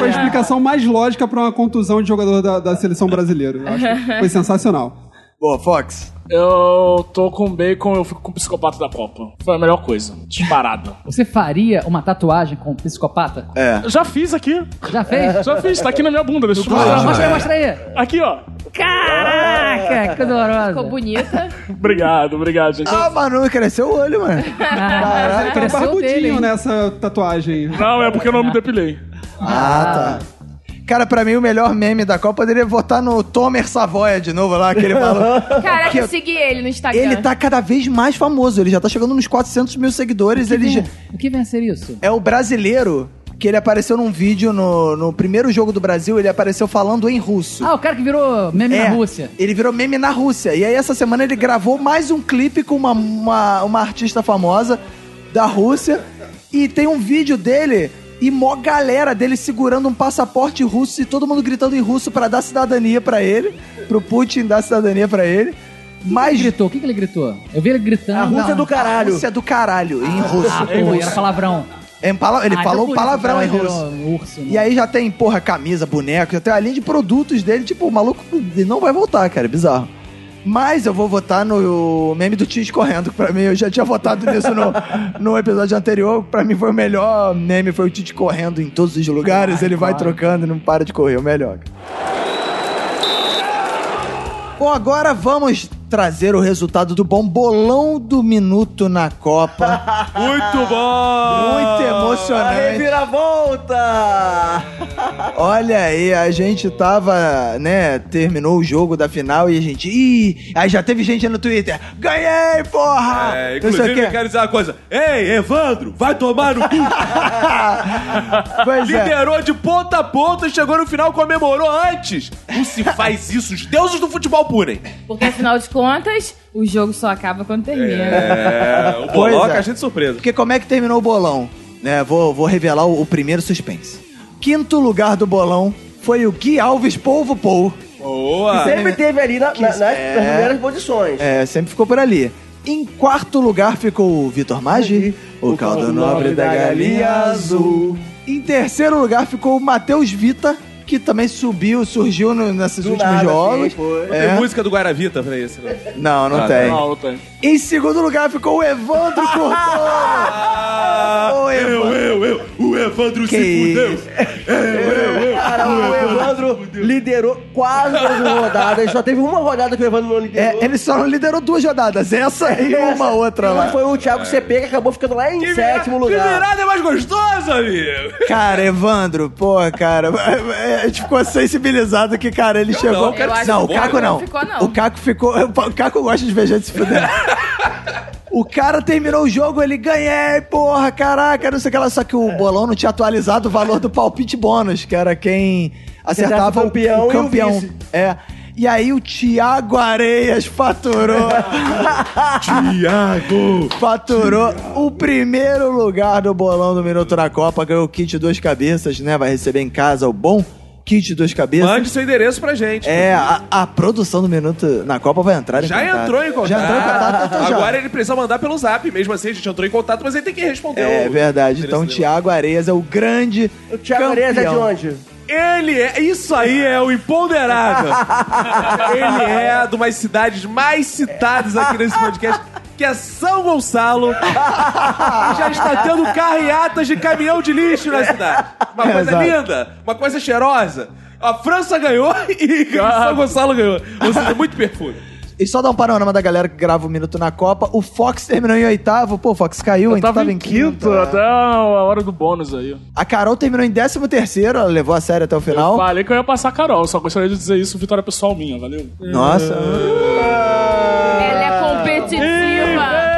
Speaker 6: Foi a explicação mais lógica para uma contusão de jogador da, da seleção brasileira. Eu acho que foi sensacional.
Speaker 1: Boa, Fox.
Speaker 7: Eu tô com bacon, eu fico com o psicopata da Copa. Foi a melhor coisa. Disparada.
Speaker 4: Você faria uma tatuagem com um psicopata?
Speaker 1: É.
Speaker 7: Já fiz aqui.
Speaker 4: Já fez?
Speaker 7: Já fiz, tá aqui na minha bunda, deixa eu te
Speaker 1: Ah,
Speaker 4: Mostra,
Speaker 7: mostrar.
Speaker 4: mostra
Speaker 1: é.
Speaker 4: aí, mostra aí.
Speaker 7: Aqui, ó.
Speaker 4: Caraca, que dolorosa.
Speaker 2: Ficou bonita.
Speaker 7: Obrigado, obrigado, gente.
Speaker 1: Ah, Manu, cresceu o olho, mano.
Speaker 4: Caraca,
Speaker 6: Tá
Speaker 4: cresceu dele.
Speaker 6: barbudinho
Speaker 4: hein?
Speaker 6: nessa tatuagem.
Speaker 7: Não, é porque eu não me depilei.
Speaker 1: Ah, tá. Cara, pra mim o melhor meme da Copa poderia votar no Tomer Savoia de novo lá, aquele maluco.
Speaker 2: Caraca,
Speaker 1: Que-
Speaker 2: eu segui ele no Instagram.
Speaker 1: Ele tá cada vez mais famoso, ele já tá chegando nos 400 mil seguidores. Ele
Speaker 2: é?
Speaker 1: já-
Speaker 4: O que vem a ser isso?
Speaker 1: é o brasileiro que ele apareceu num vídeo no, no primeiro jogo do Brasil, ele apareceu falando em russo.
Speaker 4: Ah, o cara que virou meme
Speaker 1: É,
Speaker 4: na Rússia.
Speaker 1: Ele virou meme na Rússia. E aí, essa semana, ele gravou mais um clipe com uma, uma, uma artista famosa da Rússia. E tem um vídeo dele e mó galera dele segurando um passaporte russo e todo mundo gritando em russo pra dar cidadania pra ele. Pro Putin dar cidadania pra ele.
Speaker 4: Ele
Speaker 1: Mas.
Speaker 4: gritou, o que, que ele gritou? Eu vi ele gritando.
Speaker 5: A Rússia do caralho.
Speaker 1: Rússia é do caralho, em
Speaker 4: Ah,
Speaker 1: russo.
Speaker 4: pô, era palavrão.
Speaker 1: É um pala- Ele
Speaker 4: Ah, então
Speaker 1: falou
Speaker 4: por isso
Speaker 1: palavrão
Speaker 4: o
Speaker 1: em
Speaker 4: cara virou
Speaker 1: russo.
Speaker 4: Urso, né?
Speaker 1: E aí já tem, porra, camisa, boneco, já tem a linha de produtos dele, tipo, o maluco não vai voltar, cara, é bizarro. Mas eu vou votar no meme do Tite correndo, que pra mim eu já tinha votado nisso no, no episódio anterior, pra mim foi o melhor meme, foi o Tite correndo em todos os lugares, ele vai trocando e não para de correr, é o melhor. Bom, agora vamos trazer o resultado do bom bolão do minuto na Copa.
Speaker 3: Muito bom!
Speaker 1: Muito
Speaker 5: A
Speaker 1: emocionante.
Speaker 5: reviravolta!
Speaker 1: Olha aí, a gente tava, né, terminou o jogo da final e a gente, ih, aí já teve gente no Twitter, ganhei, porra!
Speaker 3: É,
Speaker 1: Não sei o
Speaker 3: inclusive,
Speaker 1: quê.
Speaker 3: eu quero dizer uma coisa. Ei, Evandro, vai tomar no cu.
Speaker 1: Pois é.
Speaker 3: Liderou de ponta a ponta, chegou no final, comemorou antes. Não se faz isso, os deuses do futebol punem.
Speaker 2: Porque afinal de contas, o jogo só acaba quando termina.
Speaker 3: É, o
Speaker 1: Pois
Speaker 3: Boloca,
Speaker 1: é.
Speaker 3: a gente surpresa.
Speaker 1: Porque como é que terminou o bolão? Né, vou, vou revelar o, o primeiro suspense. Quinto lugar do bolão foi o Gui Alves Polvo Pou.
Speaker 3: Boa!
Speaker 5: Sempre teve ali na- na- nas, nas
Speaker 1: é.
Speaker 5: primeiras posições.
Speaker 1: É, sempre ficou por ali. Em quarto lugar ficou o Vitor Maggi, o caldo nobre da galinha azul. Em terceiro lugar ficou o Matheus Vita, que também subiu, surgiu no- nesses
Speaker 5: Do
Speaker 1: últimos
Speaker 5: nada,
Speaker 1: jogos.
Speaker 5: assim, foi.
Speaker 1: É.
Speaker 3: Tem música do Guaravita pra isso, né?
Speaker 1: Não, não
Speaker 3: Ah,
Speaker 1: tem.
Speaker 7: Não, não tem.
Speaker 1: Em segundo lugar ficou o Evandro Cortona.
Speaker 3: Ah,
Speaker 1: Ô, Evandro.
Speaker 3: eu, eu, o Evandro
Speaker 1: Que isso?
Speaker 5: Cara, o Evandro liderou quase as rodadas. Só teve uma rodada que o Evandro não liderou.
Speaker 1: É, ele só liderou duas rodadas, essa e uma outra lá.
Speaker 5: Foi o Thiago CP que acabou ficando lá em
Speaker 3: Que vira-
Speaker 5: sétimo
Speaker 3: Que
Speaker 5: lugar.
Speaker 3: virada é mais gostosa, amigo!
Speaker 1: Cara, Evandro, pô, cara, é, a gente ficou sensibilizado que, cara, ele chegou.
Speaker 3: o cara
Speaker 2: Eu acho
Speaker 1: não, o
Speaker 2: que
Speaker 1: Caco
Speaker 2: o
Speaker 1: não.
Speaker 2: Caco não ficou, não.
Speaker 1: O Caco ficou. O Caco gosta de ver gente se fuder. O cara terminou o jogo, ele ganhei, porra, caraca, não sei o que lá. Só que o
Speaker 5: É.
Speaker 1: bolão não tinha atualizado o valor do palpite bônus, que era quem acertava
Speaker 5: Acertava
Speaker 1: o
Speaker 5: o campeão
Speaker 1: o
Speaker 5: e o
Speaker 1: campeão.
Speaker 5: vice.
Speaker 1: é. E aí o Thiago Areias faturou.
Speaker 3: Tiago!
Speaker 1: Faturou o primeiro lugar do bolão do Minuto na Copa, ganhou o kit duas cabeças, né? Vai receber em casa o bom kit duas cabeças.
Speaker 3: Mande seu endereço pra gente.
Speaker 1: É, a, a produção do Minuto na Copa vai entrar em
Speaker 3: Já
Speaker 1: contato.
Speaker 3: entrou em contato. Ah,
Speaker 1: Já entrou em contato, então já.
Speaker 3: Agora ele precisa mandar pelo zap. Mesmo assim, a gente entrou em contato, mas ele tem que responder.
Speaker 1: É
Speaker 3: o-
Speaker 1: verdade. Então o
Speaker 3: endereço dele.
Speaker 1: Thiago Areias é o grande
Speaker 5: O Thiago Areias é de
Speaker 1: campeão.
Speaker 5: onde?
Speaker 3: Ele é. Isso aí é o imponderável. ele é de umas cidades mais citadas aqui nesse podcast. Que é São Gonçalo. E já está tendo carreatas de caminhão de lixo na cidade. Uma
Speaker 1: É,
Speaker 3: coisa
Speaker 1: exato.
Speaker 3: linda, uma coisa cheirosa. A França ganhou e São Gonçalo ganhou. Ou seja, muito perfume.
Speaker 1: E só dar um panorama da galera que grava o Minuto na Copa. O Fox terminou em oitavo. Pô, o Fox caiu,
Speaker 7: Eu
Speaker 1: então
Speaker 7: tava em quinto
Speaker 1: é.
Speaker 7: até a hora do bônus aí.
Speaker 1: A Carol terminou em décimo terceiro. Ela levou a série até o
Speaker 7: Eu
Speaker 1: final.
Speaker 7: falei que eu ia passar a Carol, só gostaria de dizer isso, vitória pessoal minha, valeu?
Speaker 1: Nossa.
Speaker 2: Ela é competitiva.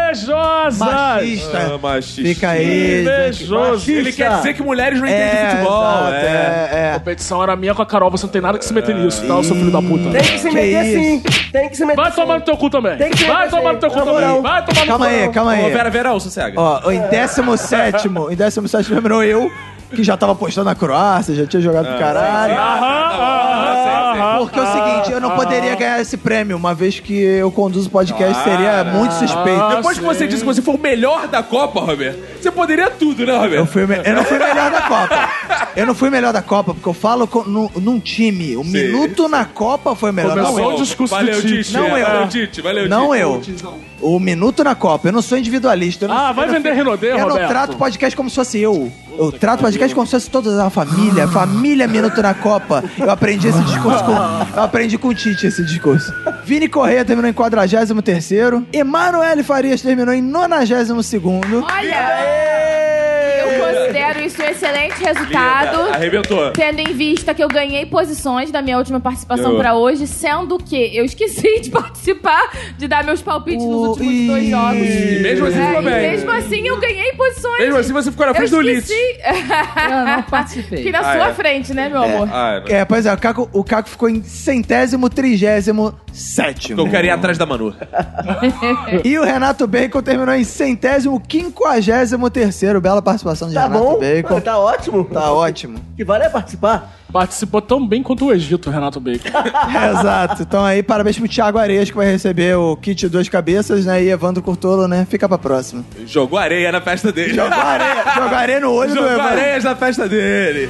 Speaker 7: Invejosas!
Speaker 1: Machista.
Speaker 3: Ah, machista.
Speaker 1: Fica aí.
Speaker 7: Invejosas!
Speaker 3: Ele quer dizer que mulheres não entendem
Speaker 1: É,
Speaker 3: futebol.
Speaker 1: exato,
Speaker 3: é.
Speaker 1: é, é.
Speaker 7: A competição era minha com a Carol, você não tem nada que se meter nisso, tá, seu filho da
Speaker 5: Tem
Speaker 7: puta?
Speaker 5: que se
Speaker 1: Que
Speaker 5: meter sim.
Speaker 1: isso?
Speaker 5: Tem que se meter
Speaker 7: Vai
Speaker 5: sim.
Speaker 7: tomar no teu cu também!
Speaker 5: Tem que ser
Speaker 7: Vai
Speaker 5: você.
Speaker 7: tomar no teu cu
Speaker 5: Na
Speaker 7: também!
Speaker 5: moral.
Speaker 7: Vai tomar no
Speaker 1: Calma
Speaker 7: cu
Speaker 1: aí, calma
Speaker 3: Ô,
Speaker 1: aí.
Speaker 3: Vera Verão, sossega.
Speaker 1: Ó, em 17, em 17 terminou eu, que já tava postando na Croácia, já tinha jogado
Speaker 3: Ah,
Speaker 1: pro caralho.
Speaker 3: Tá
Speaker 7: Aham, aham, aham.
Speaker 1: Porque é o seguinte,
Speaker 3: Ah.
Speaker 1: eu não poderia ganhar esse prêmio, uma vez que eu conduzo podcast, seria muito suspeito.
Speaker 3: Depois que você disse que você foi o melhor da Copa, Roberto, você poderia tudo, né,
Speaker 1: Eu,
Speaker 3: Roberto?
Speaker 1: fui, o me- eu não fui o melhor da Copa. Eu não fui o melhor da Copa, porque eu falo com, num, num time. O minuto na Copa foi o melhor.
Speaker 7: Começou
Speaker 1: Não, eu.
Speaker 7: o discurso do
Speaker 3: valeu,
Speaker 7: Tite.
Speaker 1: Não,
Speaker 3: é,
Speaker 1: eu.
Speaker 3: Valeu, Tite. Valeu,
Speaker 1: Não
Speaker 3: Tite.
Speaker 1: eu. O minuto na Copa. Eu não sou individualista. eu não-
Speaker 7: Ah, vai
Speaker 1: eu não-
Speaker 7: vender Renaudet,
Speaker 1: Eu não
Speaker 7: Roberto?
Speaker 1: trato podcast como se fosse eu. Eu trato podcast como se fosse toda a família. Família Minuto na Copa. Eu aprendi esse discurso com... Eu aprendi com o Tite esse discurso. Vini Correia terminou em 43º. Emanuele Farias terminou em 92º.
Speaker 2: Olha, eu considero isso um excelente resultado.
Speaker 3: Linda. Arrebentou.
Speaker 2: Tendo em vista que eu ganhei posições da minha última participação
Speaker 3: Ganhou.
Speaker 2: pra hoje, sendo que eu esqueci de participar, de dar meus palpites
Speaker 1: O-
Speaker 2: nos últimos
Speaker 1: Ih.
Speaker 2: dois jogos.
Speaker 1: E
Speaker 3: mesmo assim
Speaker 2: é,
Speaker 3: ficou
Speaker 2: e
Speaker 3: bem.
Speaker 2: mesmo assim eu ganhei posições.
Speaker 3: Mesmo assim, você ficou na
Speaker 2: eu
Speaker 3: frente do Litz.
Speaker 2: esqueci.
Speaker 4: Eu não
Speaker 2: Fiquei
Speaker 4: participei.
Speaker 2: na
Speaker 3: Ah,
Speaker 2: sua
Speaker 3: é.
Speaker 2: frente, né, meu amor?
Speaker 3: Ah, não.
Speaker 1: É, pois é, o Caco, o Caco ficou em centésimo, trigésimo, sétimo.
Speaker 3: Eu quero ir atrás da Manu.
Speaker 1: E o Renato Bacon terminou em centésimo, quinquagésimo terceiro. Bela participação de
Speaker 5: Tá
Speaker 1: Renato
Speaker 5: bom?
Speaker 1: Bacon.
Speaker 5: Tá ótimo.
Speaker 1: Tá ótimo.
Speaker 5: Que vale é participar.
Speaker 7: Participou tão bem quanto o Egito, Renato Bacon.
Speaker 1: Exato. Então aí, parabéns pro Thiago Areias, que vai receber o kit duas cabeças, né? E Evandro Curtolo, né? Fica pra próxima.
Speaker 3: Jogou areia na festa dele.
Speaker 1: Jogou areia, jogou areia no olho do
Speaker 3: Jogou
Speaker 1: Evandro.
Speaker 3: areias na festa dele.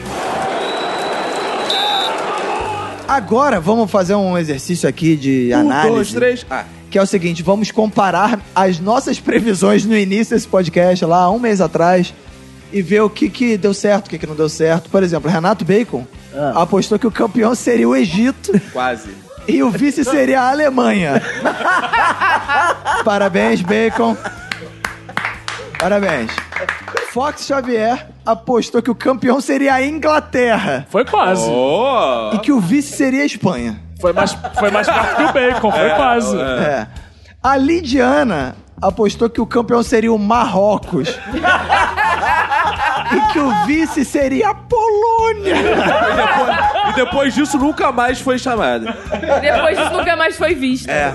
Speaker 1: Agora, vamos fazer um exercício aqui de
Speaker 3: Um,
Speaker 1: análise.
Speaker 3: dois, três. Ah,
Speaker 1: que é o seguinte: vamos comparar as nossas previsões no início desse podcast, lá um mês atrás, e ver o que, que deu certo, o que, que não deu certo. Por exemplo, Renato Bacon apostou que o campeão seria o Egito
Speaker 3: quase.
Speaker 1: e o vice seria a Alemanha. Parabéns, Bacon. Parabéns. Fox Xavier apostou que o campeão seria a Inglaterra
Speaker 7: Foi quase.
Speaker 3: Oh!
Speaker 1: e que o vice seria a Espanha.
Speaker 7: Foi, mais, foi mais perto que o Bacon, foi quase.
Speaker 1: É. A Lidiana apostou que o campeão seria o Marrocos. e que o vice seria a Polônia.
Speaker 3: E depois, e depois disso nunca mais foi chamado.
Speaker 2: Depois disso nunca mais foi visto.
Speaker 1: É.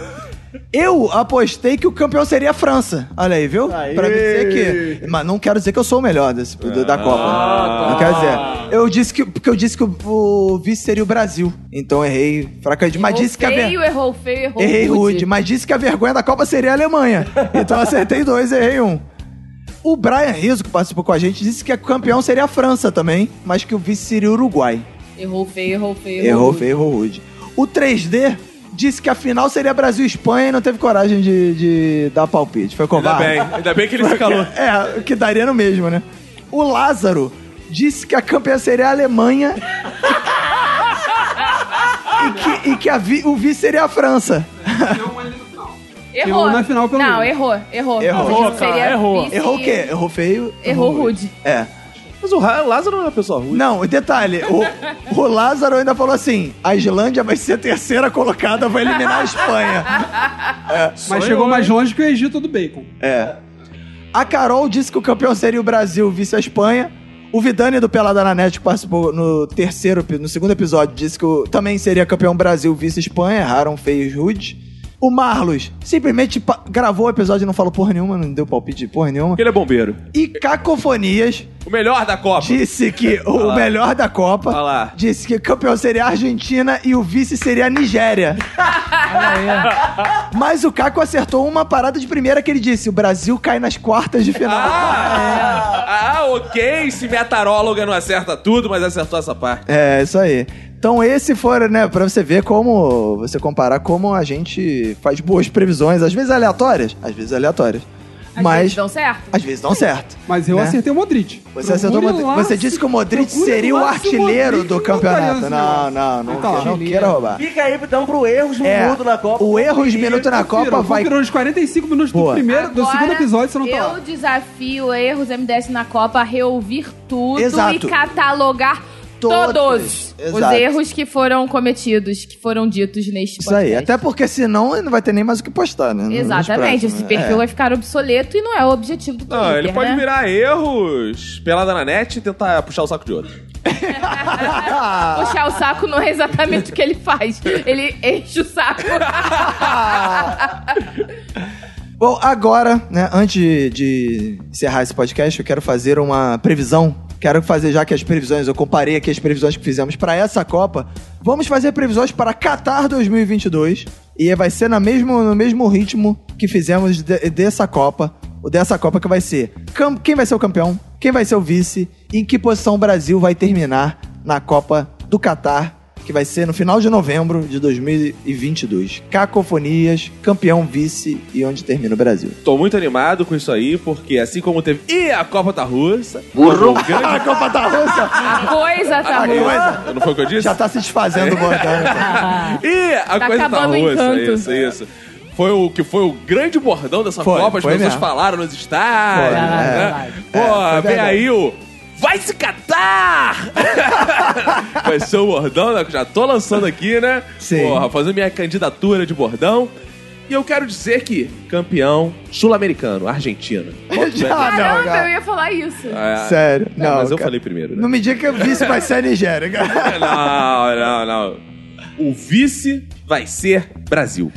Speaker 1: Eu apostei que o campeão seria a França. Olha aí, viu?
Speaker 5: Aí.
Speaker 1: Pra dizer que. Mas não quero dizer que eu sou o melhor desse, do- da Copa. Não quero dizer. Eu disse que. Porque eu disse que o, o vice seria o Brasil. Então errei fracamente. Mas
Speaker 2: Errou
Speaker 1: disse que a ver-
Speaker 2: feio, errou feio, errou
Speaker 1: Errei rude, mas disse que a vergonha da Copa seria a Alemanha. Então acertei dois, errei um. O Brian Rizzo, que participou com a gente, disse que o campeão seria a França também, mas que o vice seria o Uruguai.
Speaker 2: Errou feio, errou feio.
Speaker 1: Errou
Speaker 2: rude.
Speaker 1: feio, errou rude. O 3D disse que a final seria Brasil e Espanha e não teve coragem de, de dar palpite. Foi
Speaker 3: Ainda
Speaker 1: covarde.
Speaker 3: bem, ainda bem que ele se calou.
Speaker 1: É, o que daria no mesmo, né? O Lázaro disse que a campeã seria a Alemanha e que, e que a vi- o vice seria a França.
Speaker 2: Errou.
Speaker 6: Errou na final, pelo
Speaker 2: Não,
Speaker 6: menos.
Speaker 2: errou, errou.
Speaker 1: Errou,
Speaker 2: Não,
Speaker 7: cara,
Speaker 2: seria
Speaker 7: errou.
Speaker 2: vice-
Speaker 1: Errou o quê? Errou feio?
Speaker 2: Errou rude.
Speaker 1: É.
Speaker 3: Mas o Ra- Lázaro não é uma pessoa ruim.
Speaker 1: Não, o detalhe, o, o Lázaro ainda falou assim: a Islândia vai ser a terceira colocada, vai eliminar a Espanha.
Speaker 6: Mas chegou mais longe que o Egito do Bacon.
Speaker 1: É. A Carol disse que o campeão seria o Brasil, vice a Espanha. O Vidani do Pelada na Net, que participou no terceiro, no segundo episódio, disse que o- também seria campeão Brasil, vice Espanha. Erraram feio e rude. O Marlos simplesmente pa- gravou o episódio e não falou porra nenhuma, não deu palpite de porra nenhuma.
Speaker 3: Porque ele é bombeiro.
Speaker 1: E Cacofonias
Speaker 3: O melhor da Copa.
Speaker 1: disse que o
Speaker 3: lá.
Speaker 1: melhor da Copa
Speaker 3: Olha lá.
Speaker 1: disse que o campeão seria a Argentina e o vice seria a Nigéria. Mas o Caco acertou uma parada de primeira que ele disse: o Brasil cai nas quartas de final.
Speaker 3: Ah, ah, ok. Se minha taróloga não acerta tudo, mas acertou essa parte.
Speaker 1: É, isso aí. Então esse foi, né, pra você ver como, você comparar como a gente faz boas previsões, às vezes aleatórias, às vezes aleatórias,
Speaker 2: Às
Speaker 1: mas
Speaker 2: vezes dão certo.
Speaker 1: às vezes dão certo.
Speaker 6: Mas eu
Speaker 1: Né?
Speaker 6: acertei o Modric.
Speaker 1: Você, acertou o
Speaker 6: Procure
Speaker 1: Modric.
Speaker 6: lá
Speaker 1: você
Speaker 6: se-
Speaker 1: disse que o Modric
Speaker 6: procure
Speaker 1: seria o
Speaker 6: lá se
Speaker 1: artilheiro
Speaker 6: Modric
Speaker 1: do
Speaker 6: não
Speaker 1: campeonato.
Speaker 6: estaria
Speaker 1: Não,
Speaker 6: nesse negócio.
Speaker 1: não, não,
Speaker 6: Então,
Speaker 1: queira- não
Speaker 6: artilheiro.
Speaker 1: queira roubar.
Speaker 5: Fica aí, então, pro erros
Speaker 1: É,
Speaker 5: minuto na Copa.
Speaker 1: O erro de
Speaker 6: E
Speaker 1: minuto na
Speaker 6: confira,
Speaker 1: Copa vai.
Speaker 6: confira os 45 minutos
Speaker 1: Boa.
Speaker 6: do primeiro, do
Speaker 2: Agora,
Speaker 6: segundo episódio, você não tá
Speaker 2: Eu
Speaker 6: lá.
Speaker 2: desafio erros MDS na Copa a reouvir tudo
Speaker 1: Exato.
Speaker 2: e catalogar
Speaker 1: Todos.
Speaker 2: todos, os
Speaker 1: Exato.
Speaker 2: erros que foram cometidos, que foram ditos neste
Speaker 1: Isso aí.
Speaker 2: podcast.
Speaker 1: Até porque senão não vai ter nem mais o que postar, né? Nos
Speaker 2: é Exatamente,
Speaker 1: próximos,
Speaker 2: esse
Speaker 1: né?
Speaker 2: perfil
Speaker 1: É.
Speaker 2: vai ficar obsoleto e não é o objetivo do
Speaker 3: Não,
Speaker 2: Twitter,
Speaker 3: ele pode
Speaker 2: né?
Speaker 3: virar erros pelada na net e tentar puxar o saco de outro.
Speaker 2: Puxar o saco não é exatamente o que ele faz. Ele enche o saco.
Speaker 1: Bom, agora, né, antes de- de encerrar esse podcast, eu quero fazer uma previsão. Quero fazer já que as previsões, eu comparei aqui as previsões que fizemos para essa Copa. Vamos fazer previsões para Qatar 2022 e vai ser na mesmo, no mesmo ritmo que fizemos de- dessa Copa. O dessa Copa que vai ser cam- quem vai ser o campeão, quem vai ser o vice e em que posição o Brasil vai terminar na Copa do Qatar que vai ser no final de novembro de 2022. Cacofonias, campeão, vice e onde termina o Brasil.
Speaker 3: Tô muito animado com isso aí, porque assim como teve. E a Copa da Russa. um Burro!
Speaker 1: A Copa da Rússia
Speaker 2: A coisa tá
Speaker 1: A
Speaker 2: ruim.
Speaker 1: coisa
Speaker 3: Não foi o que eu disse?
Speaker 1: já tá se desfazendo o bordão.
Speaker 3: E a
Speaker 2: Tá
Speaker 3: coisa tá
Speaker 2: acabando o
Speaker 3: russa,
Speaker 2: encanto.
Speaker 3: isso, isso. Foi o que foi o grande bordão dessa
Speaker 1: Foi,
Speaker 3: Copa, as
Speaker 1: foi
Speaker 3: pessoas
Speaker 1: mesmo.
Speaker 3: falaram nos estádios.
Speaker 1: Foi,
Speaker 3: né? Pô,
Speaker 1: É, foi
Speaker 3: vem
Speaker 1: verdade.
Speaker 3: aí o. Vai se catar! Vai ser o bordão, né? que eu Já tô lançando aqui, né?
Speaker 1: Sim.
Speaker 3: Porra, fazendo minha candidatura de bordão. E eu quero dizer que campeão sul-americano, Argentina.
Speaker 1: Já não,
Speaker 2: Caramba, eu
Speaker 1: cara.
Speaker 2: ia falar isso.
Speaker 3: É,
Speaker 1: Sério.
Speaker 3: é,
Speaker 1: Não,
Speaker 3: mas eu
Speaker 1: cara.
Speaker 3: falei primeiro, né?
Speaker 1: Não me diga que o vice vai ser a Nigéria, cara.
Speaker 3: Não, não, não. O vice vai ser Brasil.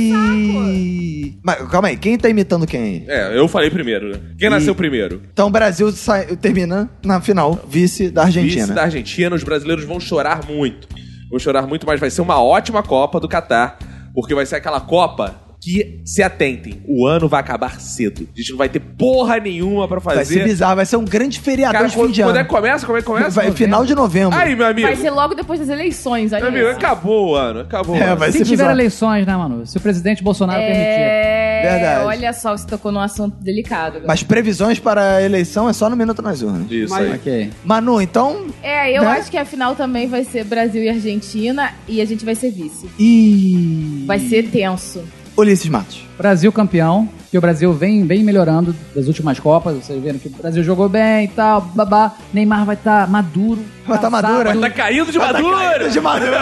Speaker 1: Ih. Mas calma aí, quem tá imitando quem aí?
Speaker 3: É, eu falei primeiro, né? Quem nasceu primeiro?
Speaker 1: Então o Brasil sai, termina na final, vice da Argentina.
Speaker 3: Vice da Argentina, os brasileiros vão chorar muito. Vão chorar muito, mas vai ser uma ótima Copa do Catar, porque vai ser aquela Copa que se atentem, o ano vai acabar cedo. A gente não vai ter porra nenhuma pra fazer.
Speaker 1: Vai ser bizarro, vai ser um grande feriadão
Speaker 3: Cara,
Speaker 1: de fim
Speaker 3: quando,
Speaker 1: de
Speaker 3: quando é
Speaker 1: ano.
Speaker 3: que começa? Como é que começa?
Speaker 1: Vai, final de novembro.
Speaker 3: Aí, meu amigo.
Speaker 2: Vai ser logo depois das eleições, olha
Speaker 3: Meu amigo,
Speaker 2: isso.
Speaker 3: acabou o ano, acabou. o
Speaker 1: É,
Speaker 3: ano.
Speaker 1: vai
Speaker 4: Se
Speaker 1: ser
Speaker 4: tiver
Speaker 1: bizarro.
Speaker 4: eleições, né, Manu? Se o presidente Bolsonaro permitir.
Speaker 2: É,
Speaker 1: Verdade.
Speaker 2: olha só, você tocou num assunto delicado. agora.
Speaker 1: Mas previsões para a eleição é só no Minuto nas Urnas.
Speaker 3: Isso
Speaker 6: Mas-
Speaker 3: aí.
Speaker 4: Ok.
Speaker 1: Manu, então.
Speaker 2: É, eu
Speaker 1: Né?
Speaker 2: acho que a final também vai ser Brasil e Argentina e a gente vai ser vice.
Speaker 1: E.
Speaker 2: Vai ser tenso.
Speaker 1: Ulisses Matos.
Speaker 4: Brasil campeão, que o Brasil vem bem melhorando das últimas Copas. Vocês viram que o Brasil jogou bem e tal, babá. Neymar vai estar maduro.
Speaker 1: Vai tá
Speaker 4: cansado.
Speaker 1: maduro,
Speaker 3: Tá caindo de maduro!
Speaker 1: De Madura.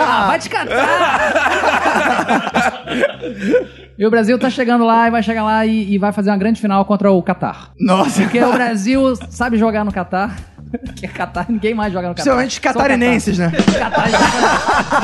Speaker 4: Ah, vai te catar! e o Brasil tá chegando lá e vai chegar lá e, e vai fazer uma grande final contra o Catar.
Speaker 1: Nossa.
Speaker 4: Porque o Brasil sabe jogar no Catar. Porque Catar, ninguém mais joga no Catar.
Speaker 1: Principalmente os
Speaker 4: Só um
Speaker 1: catarinenses, né?
Speaker 4: o Catar.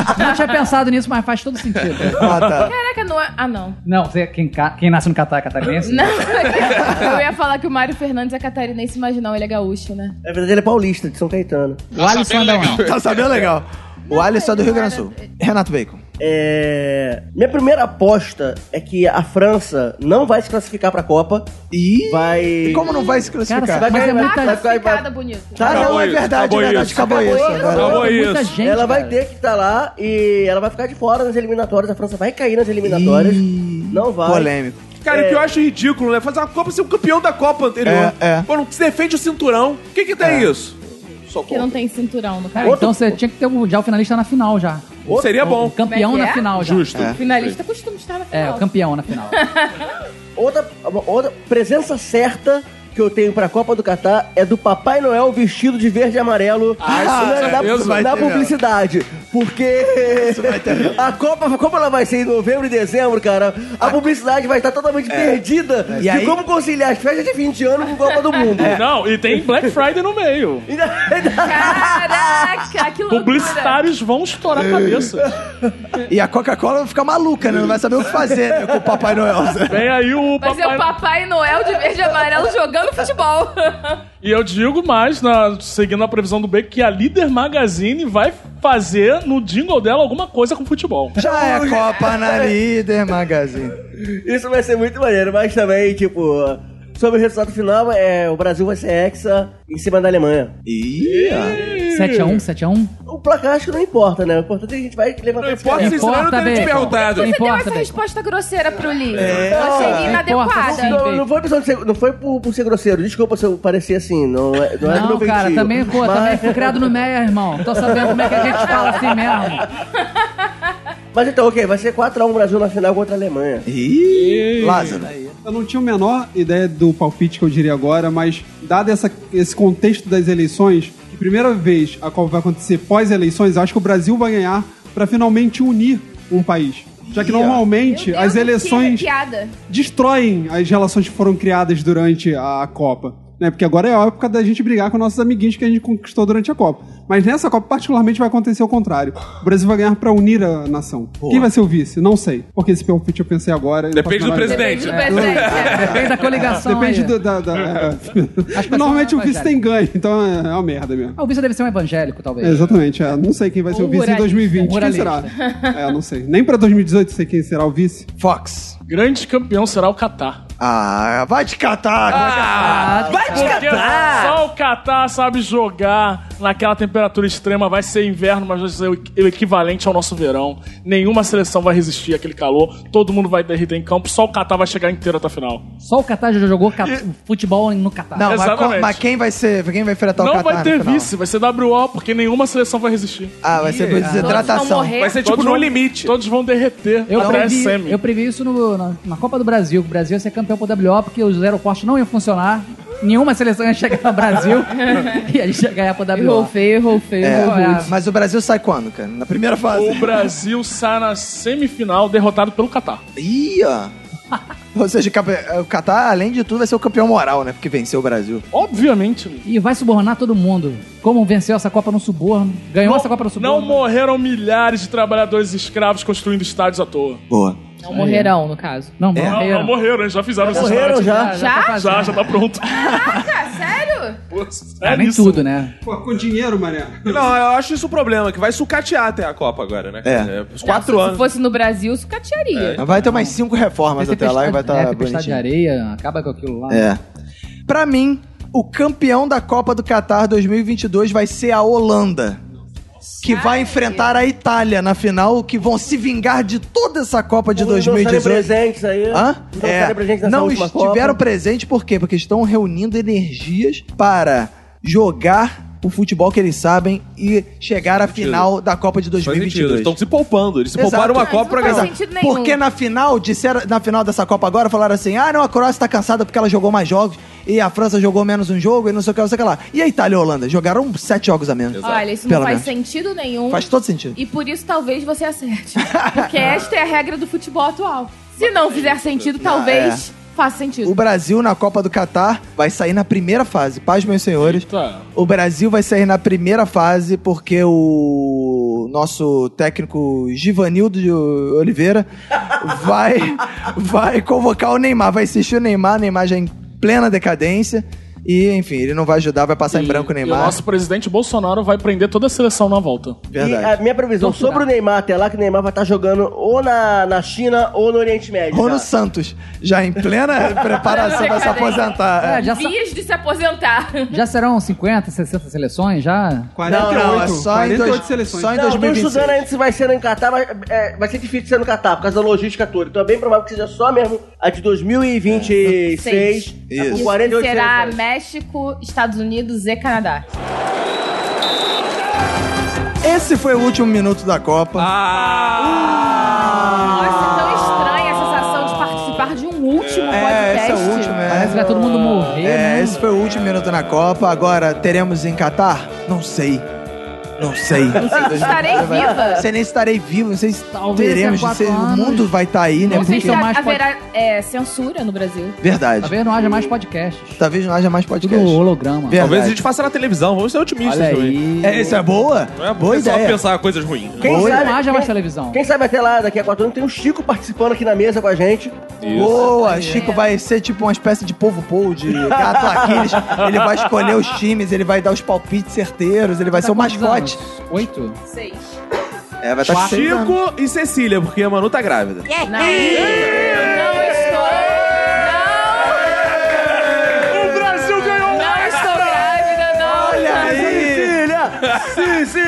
Speaker 4: Catar- Não tinha pensado nisso, mas faz todo sentido.
Speaker 1: Ah, tá.
Speaker 2: Caraca, não é. Ah, não.
Speaker 4: Não, você- quem, ca- quem nasce no Catar é catarinense?
Speaker 2: Não, eu ia falar que o Mário Fernandes é catarinense, mas não, ele é gaúcho, né?
Speaker 5: Na verdade, ele é paulista, de São Caetano.
Speaker 9: O Alisson é legal.
Speaker 1: Tá sabendo legal. O Alisson é do Rio Grande do Sul. Renato Bacon.
Speaker 5: É, Minha primeira aposta é que a França não vai se classificar pra Copa.
Speaker 1: E
Speaker 5: Vai.
Speaker 1: como não vai se
Speaker 4: Cara,
Speaker 1: classificar?
Speaker 4: você
Speaker 5: Vai
Speaker 4: mas é
Speaker 5: ganhar,
Speaker 4: muita,
Speaker 5: vai-
Speaker 2: Classificada, Tá bonito.
Speaker 1: Ah,
Speaker 5: Acabou
Speaker 1: não, é
Speaker 3: isso,
Speaker 1: verdade,
Speaker 3: acabou
Speaker 1: é verdade.
Speaker 3: isso.
Speaker 1: Acabou, isso. agora.
Speaker 3: Acabou
Speaker 4: é
Speaker 3: isso.
Speaker 4: muita gente.
Speaker 5: ela vai
Speaker 4: cara.
Speaker 5: ter que estar lá e ela vai ficar de fora nas eliminatórias. A França vai cair nas eliminatórias.
Speaker 1: Ih,
Speaker 5: Não vai.
Speaker 1: Polêmico.
Speaker 3: Cara, o que eu acho ridículo, né? Fazer uma Copa ser o campeão da Copa anterior.
Speaker 1: É, é.
Speaker 3: Pô, não se defende o cinturão. O que que tem isso? Só
Speaker 2: Porque não tem cinturão no
Speaker 4: Cara,
Speaker 2: cara.
Speaker 4: então você tinha que ter o- já o finalista na final já.
Speaker 3: Seria
Speaker 4: O
Speaker 3: bom.
Speaker 4: campeão
Speaker 2: Como é que
Speaker 4: na
Speaker 2: é?
Speaker 4: final já.
Speaker 3: Justo.
Speaker 2: Finalista costuma estar na final.
Speaker 4: É, o campeão na final.
Speaker 5: Outra, uma- outra presença certa que eu tenho pra Copa do Catar é do Papai Noel vestido de verde e amarelo
Speaker 1: Ah, isso
Speaker 5: na,
Speaker 1: certeza
Speaker 5: na,
Speaker 1: vai
Speaker 5: na
Speaker 1: ter,
Speaker 5: publicidade. Porque a Copa, como ela vai ser em novembro e dezembro, cara, a publicidade vai estar totalmente perdida
Speaker 1: Ah. É. E
Speaker 5: de
Speaker 1: aí- É.
Speaker 5: como conciliar as festas de 20 anos com Copa do Mundo.
Speaker 7: Não, e tem Black Friday no meio.
Speaker 5: Ainda- ainda-
Speaker 2: Caraca, que loucura.
Speaker 7: Publicitários vão estourar a cabeça.
Speaker 1: E a Coca-Cola vai ficar maluca, né? Não vai saber o que fazer né? com o Papai Noel.
Speaker 7: Vem aí o
Speaker 2: Vai ser é o Papai Noel de verde e amarelo jogando futebol.
Speaker 7: E eu digo mais, na- seguindo a previsão do Beck, que a Líder Magazine vai fazer no jingle dela alguma coisa com futebol.
Speaker 1: Já é Copa na Líder Magazine.
Speaker 5: Isso vai ser muito maneiro, mas também, tipo, sobre o resultado final, é, o Brasil vai ser hexa em cima da Alemanha.
Speaker 1: Ih, ó.
Speaker 4: 7x1, 7x1
Speaker 5: O placar acho que não importa, né? O importante é que a gente vai levantar
Speaker 3: Não
Speaker 5: esse
Speaker 3: importa,
Speaker 5: caneco.
Speaker 3: se senão eu não
Speaker 4: Importa,
Speaker 3: teria te
Speaker 4: Beto.
Speaker 3: perguntado.
Speaker 4: Não
Speaker 2: Você deu
Speaker 4: importa,
Speaker 2: essa
Speaker 4: Beto.
Speaker 2: resposta grosseira pro Lee. Eu achei
Speaker 4: importa,
Speaker 2: inadequada.
Speaker 4: sim.
Speaker 5: Não, não foi, pessoal, não foi por, por ser grosseiro, desculpa se eu parecer assim, não é, não é do
Speaker 4: Não,
Speaker 5: meu feitio.
Speaker 4: cara, também, pô,
Speaker 5: mas,
Speaker 4: também fui criado no Meia, irmão. Tô sabendo como é que a gente fala assim mesmo.
Speaker 5: Mas então, ok, vai ser 4x1 o Brasil na final contra a Alemanha.
Speaker 1: Ih, Lázaro.
Speaker 6: Eu não tinha a menor ideia do palpite que eu diria agora, mas dado essa- esse contexto das eleições, que primeira vez a Copa vai acontecer pós-eleições, eu acho que o Brasil vai ganhar pra finalmente unir um país. Já que normalmente
Speaker 2: Meu Deus,
Speaker 6: as
Speaker 2: que
Speaker 6: eleições
Speaker 2: piada.
Speaker 6: destroem as relações que foram criadas durante a Copa. Né? Porque agora é a época da gente brigar com nossos amiguinhos que a gente conquistou durante a Copa. Mas nessa Copa, particularmente, vai acontecer o contrário. O Brasil vai ganhar pra unir a nação. Quem vai ser o vice? Não sei. Porque esse palpite eu pensei agora. eu não
Speaker 3: Depende
Speaker 6: faço
Speaker 3: do
Speaker 6: a menor ideia.
Speaker 2: Depende
Speaker 3: presidente.
Speaker 2: do presidente. né?
Speaker 4: Depende da coligação
Speaker 6: Depende
Speaker 4: aí.
Speaker 6: do, da. da- é.
Speaker 4: Acho que
Speaker 6: Normalmente o
Speaker 4: vai ser
Speaker 6: vice tem ganho, então é é uma merda mesmo.
Speaker 4: Ah, o vice deve ser um evangélico, talvez.
Speaker 6: É, exatamente, é. não sei quem vai ser
Speaker 2: Um
Speaker 6: o vice em
Speaker 2: ruralista,
Speaker 6: 2020.
Speaker 4: um
Speaker 6: Quem será? É, não sei. Nem pra 2018 sei quem será o vice.
Speaker 1: Fox.
Speaker 7: Grande campeão será o Catar.
Speaker 1: Ah, vai te catar.
Speaker 4: Ah,
Speaker 5: Vai te
Speaker 7: Porque só o Catar sabe jogar naquela temperatura extrema. Vai ser inverno, mas vai ser o equ- o equivalente ao nosso verão. Nenhuma seleção vai resistir àquele calor. Todo mundo vai derreter em campo. Só o Catar vai chegar inteiro até a final.
Speaker 4: Só o Catar já jogou ca- futebol no Catar.
Speaker 1: Não, mas,
Speaker 7: Exatamente.
Speaker 1: co- mas quem vai ser? Quem vai enfrentar o
Speaker 7: Não
Speaker 1: Catar
Speaker 7: vai
Speaker 1: no
Speaker 7: ter
Speaker 1: final?
Speaker 7: vice, vai ser WO, porque nenhuma seleção vai resistir.
Speaker 1: Ah, vai ser por
Speaker 2: Todos vão
Speaker 1: desidratação.
Speaker 2: morrer.
Speaker 3: Vai ser tipo
Speaker 7: Todos
Speaker 3: no
Speaker 7: vão-
Speaker 3: limite.
Speaker 7: Todos vão derreter
Speaker 4: Então, Eu
Speaker 7: até a
Speaker 4: previ,
Speaker 7: semi.
Speaker 4: eu previ isso no- na, na Copa do Brasil, que o Brasil ia ser campeão por WO, porque os aeroportos não iam funcionar, nenhuma seleção ia chegar no Brasil e a gente ia ganhar por
Speaker 2: Errou
Speaker 4: WO.
Speaker 2: feio, errou feio,
Speaker 1: É,
Speaker 4: né?
Speaker 2: errou rude.
Speaker 1: mas o Brasil sai quando, cara? Na primeira fase.
Speaker 7: O Brasil sai na semifinal derrotado pelo Catar.
Speaker 1: Ih, ó. Ou seja, o Cap- o Catar, além de tudo, vai ser o campeão moral, né? Porque venceu o Brasil.
Speaker 7: Obviamente. né? Não,
Speaker 4: E vai subornar todo mundo. Como venceu essa Copa no suborno, ganhou essa Copa no
Speaker 7: não
Speaker 4: suborno.
Speaker 7: morreram milhares de trabalhadores escravos construindo estádios à toa.
Speaker 1: Boa.
Speaker 2: Não morrerão, no caso.
Speaker 4: Não,
Speaker 1: É.
Speaker 7: Não, não
Speaker 4: morreram.
Speaker 7: morreram, eles já fizeram esses
Speaker 5: Morreram
Speaker 7: estádios.
Speaker 5: já.
Speaker 4: tá
Speaker 2: Já?
Speaker 4: fazendo.
Speaker 7: Já, já tá pronto.
Speaker 2: Caraca, sério?
Speaker 3: Tá
Speaker 7: É
Speaker 4: Nem
Speaker 7: isso.
Speaker 4: tudo, né?
Speaker 6: Pô, com dinheiro, Maria.
Speaker 3: Não, eu acho isso o problema, que vai sucatear até a Copa agora, né?
Speaker 1: É.
Speaker 3: Os quatro
Speaker 2: Nossa, Se
Speaker 3: anos.
Speaker 2: fosse no Brasil, sucatearia.
Speaker 1: Vai ter mais cinco reformas até lá e vai
Speaker 4: é,
Speaker 1: estar
Speaker 4: tempestade de
Speaker 1: bonitinho.
Speaker 4: areia, acaba com aquilo lá.
Speaker 1: É. Pra mim, o campeão da Copa do Catar 2022 vai ser a Holanda. Que vai enfrentar a Itália na final, que vão se vingar de toda essa Copa de
Speaker 5: Não estarem
Speaker 1: 2018.
Speaker 5: presentes aí.
Speaker 1: Hã? É.
Speaker 5: Não estarem presentes nessa
Speaker 1: não
Speaker 5: última
Speaker 1: estiveram
Speaker 5: Copa.
Speaker 1: presentes por quê? Porque estão reunindo energias para jogar o futebol que eles sabem e chegar à final da Copa de
Speaker 3: Faz sentido.
Speaker 1: 2022.
Speaker 3: Estão se poupando. Eles se
Speaker 1: Exato.
Speaker 3: pouparam uma
Speaker 1: Mas
Speaker 3: Copa pra
Speaker 2: não faz
Speaker 3: ganhar.
Speaker 2: sentido nenhum.
Speaker 1: Porque na final, disseram, na final dessa Copa agora, falaram assim: ah, não, a Croácia tá cansada porque ela jogou mais jogos e a França jogou menos um jogo e não sei o que, não sei o que lá. E a Itália e a Holanda? Jogaram sete jogos a menos.
Speaker 2: Olha, isso não
Speaker 1: Pelo
Speaker 2: faz
Speaker 1: menos.
Speaker 2: sentido nenhum.
Speaker 1: Faz todo sentido.
Speaker 2: E por isso talvez você acerte. Porque esta é a regra do futebol atual. Se não fizer sentido, talvez Faz sentido.
Speaker 1: O Brasil na Copa do Catar vai sair na primeira fase. Paz, meus senhores.
Speaker 7: Tá.
Speaker 1: O Brasil vai sair na primeira fase porque o nosso técnico Givanildo de Oliveira vai, vai convocar o Neymar, vai assistir o Neymar. O Neymar já é em plena decadência. E, enfim, ele não vai ajudar, vai passar em branco o
Speaker 7: E
Speaker 1: Neymar.
Speaker 7: o nosso presidente Bolsonaro vai prender toda a seleção na volta.
Speaker 5: E
Speaker 1: Verdade.
Speaker 5: a minha previsão sobre o Neymar até lá, que o Neymar vai estar jogando ou na, na China ou no Oriente Médio.
Speaker 1: Rono
Speaker 5: cara.
Speaker 1: Santos, já em plena preparação pra se aposentar.
Speaker 4: É,
Speaker 1: É.
Speaker 4: já, sa-
Speaker 2: Dias de se aposentar.
Speaker 4: já serão 50, 60 seleções? Já?
Speaker 6: 48,
Speaker 1: não, é só em,
Speaker 6: 48
Speaker 1: dois,
Speaker 6: seleções.
Speaker 1: só em
Speaker 5: Não, eu tô
Speaker 1: 2026.
Speaker 5: estudando ainda se vai ser no Catar, mas é, vai ser difícil ser no Catar, por causa da logística toda. Então é bem provável que seja só mesmo a de 2026,
Speaker 1: Isso.
Speaker 5: com
Speaker 2: É. Isso
Speaker 5: 48
Speaker 2: será
Speaker 5: seleções.
Speaker 2: México, Estados Unidos e Canadá.
Speaker 1: Esse foi o último minuto da
Speaker 7: Ah,
Speaker 1: Copa.
Speaker 3: Ah,
Speaker 1: Ah.
Speaker 2: Nossa, é tão estranha a sensação de participar de um último
Speaker 1: é,
Speaker 2: podcast.
Speaker 1: esse é o último,
Speaker 4: Parece que
Speaker 1: é.
Speaker 4: vai todo mundo morrer,
Speaker 1: É,
Speaker 4: né?
Speaker 1: esse foi o último minuto na Copa. Agora teremos em Catar? Não sei. Não sei. Não
Speaker 2: sei se estarei viva.
Speaker 1: Não sei nem se estarei vivo, não sei se
Speaker 4: Talvez
Speaker 1: teremos.
Speaker 4: daqui a
Speaker 1: não sei-
Speaker 4: quatro
Speaker 1: o mundo
Speaker 4: anos.
Speaker 1: vai estar aí, né?
Speaker 4: Não
Speaker 2: Não sei se
Speaker 4: Existam mais
Speaker 2: haverá é, censura no Brasil.
Speaker 1: Verdade.
Speaker 4: Talvez não haja mais podcasts.
Speaker 1: Talvez não haja mais
Speaker 4: Tudo
Speaker 1: podcast.
Speaker 4: holograma.
Speaker 1: Verdade.
Speaker 3: Talvez a gente faça na televisão, vamos ser otimistas
Speaker 4: Olha
Speaker 3: também.
Speaker 4: aí.
Speaker 1: É, isso é boa?
Speaker 3: Não
Speaker 1: boa
Speaker 3: é porque só
Speaker 1: ideia.
Speaker 3: pensar coisas ruins.
Speaker 5: Quem
Speaker 1: Boa.
Speaker 5: sabe,
Speaker 4: Não haja mais
Speaker 5: quem,
Speaker 4: televisão.
Speaker 5: quem sabe até lá, daqui a quatro anos, tem o Chico participando aqui na mesa com a gente.
Speaker 1: Boa, Chico vai ser tipo uma espécie de povo povo de gato Aquiles. ele vai escolher os times, ele vai dar os palpites certeiros, ele vai ser o mascote.
Speaker 4: Oito?
Speaker 2: Seis.
Speaker 1: É, vai estar
Speaker 3: tá
Speaker 1: com seis anos.
Speaker 3: Chico e Cecília, porque a Manu tá grávida.
Speaker 2: Não. Não estou.
Speaker 3: O Brasil ganhou
Speaker 2: Não. Não estou grávida, não.
Speaker 1: Olha aí!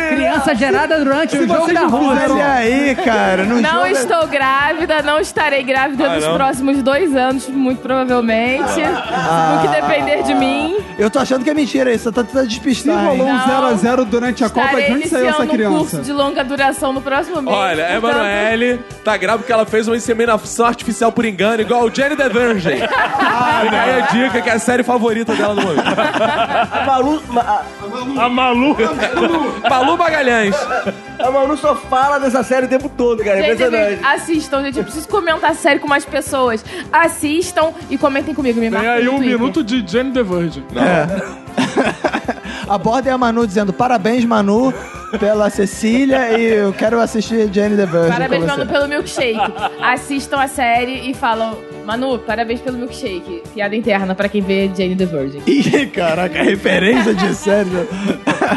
Speaker 4: Criança gerada durante o jogo
Speaker 1: É, Vocês
Speaker 4: da
Speaker 1: não
Speaker 4: rua.
Speaker 1: Olha aí, cara. No
Speaker 2: Não
Speaker 1: jogo...
Speaker 2: estou grávida, não estarei grávida
Speaker 3: Ah,
Speaker 2: nos
Speaker 3: não?
Speaker 2: próximos dois anos, muito provavelmente. O que depender de mim.
Speaker 1: Eu tô achando que é mentira isso, tá tentando
Speaker 6: Se
Speaker 1: despistar.
Speaker 6: rolou um
Speaker 2: Não.
Speaker 6: 0x0 durante a Copa,
Speaker 2: Estarei
Speaker 6: de onde saiu
Speaker 2: iniciando
Speaker 6: essa
Speaker 2: um curso
Speaker 6: criança?
Speaker 2: de longa duração no próximo mês.
Speaker 3: Olha, é, a
Speaker 2: portanto-
Speaker 3: Emanuele tá grávida porque ela fez uma inseminação artificial por engano, igual o Jenny the Virgin. Fica aí a dica que é a série favorita dela no momento.
Speaker 5: A Malu, ma- a,
Speaker 7: A Malu.
Speaker 3: Balu Magalhães.
Speaker 5: a Malu só fala dessa série o tempo todo, cara. É
Speaker 2: Então, Gente,
Speaker 5: impressionante.
Speaker 2: eu- assistam, gente. Eu preciso comentar a série com mais pessoas. Assistam e comentem comigo. Me
Speaker 7: Tem
Speaker 2: marquem
Speaker 7: aí
Speaker 2: no
Speaker 7: um
Speaker 2: Twitter.
Speaker 7: minuto de Jenny The Virgin.
Speaker 1: Aborda a Manu dizendo parabéns, Manu, pela Cecília e eu quero assistir Jane the Virgin.
Speaker 2: Parabéns,
Speaker 1: com você.
Speaker 2: Manu, pelo milkshake. Assistam a série e falam... Manu, parabéns pelo milkshake. Piada interna pra quem vê Jane the Virgin.
Speaker 1: Ih, caraca, referência de série. né?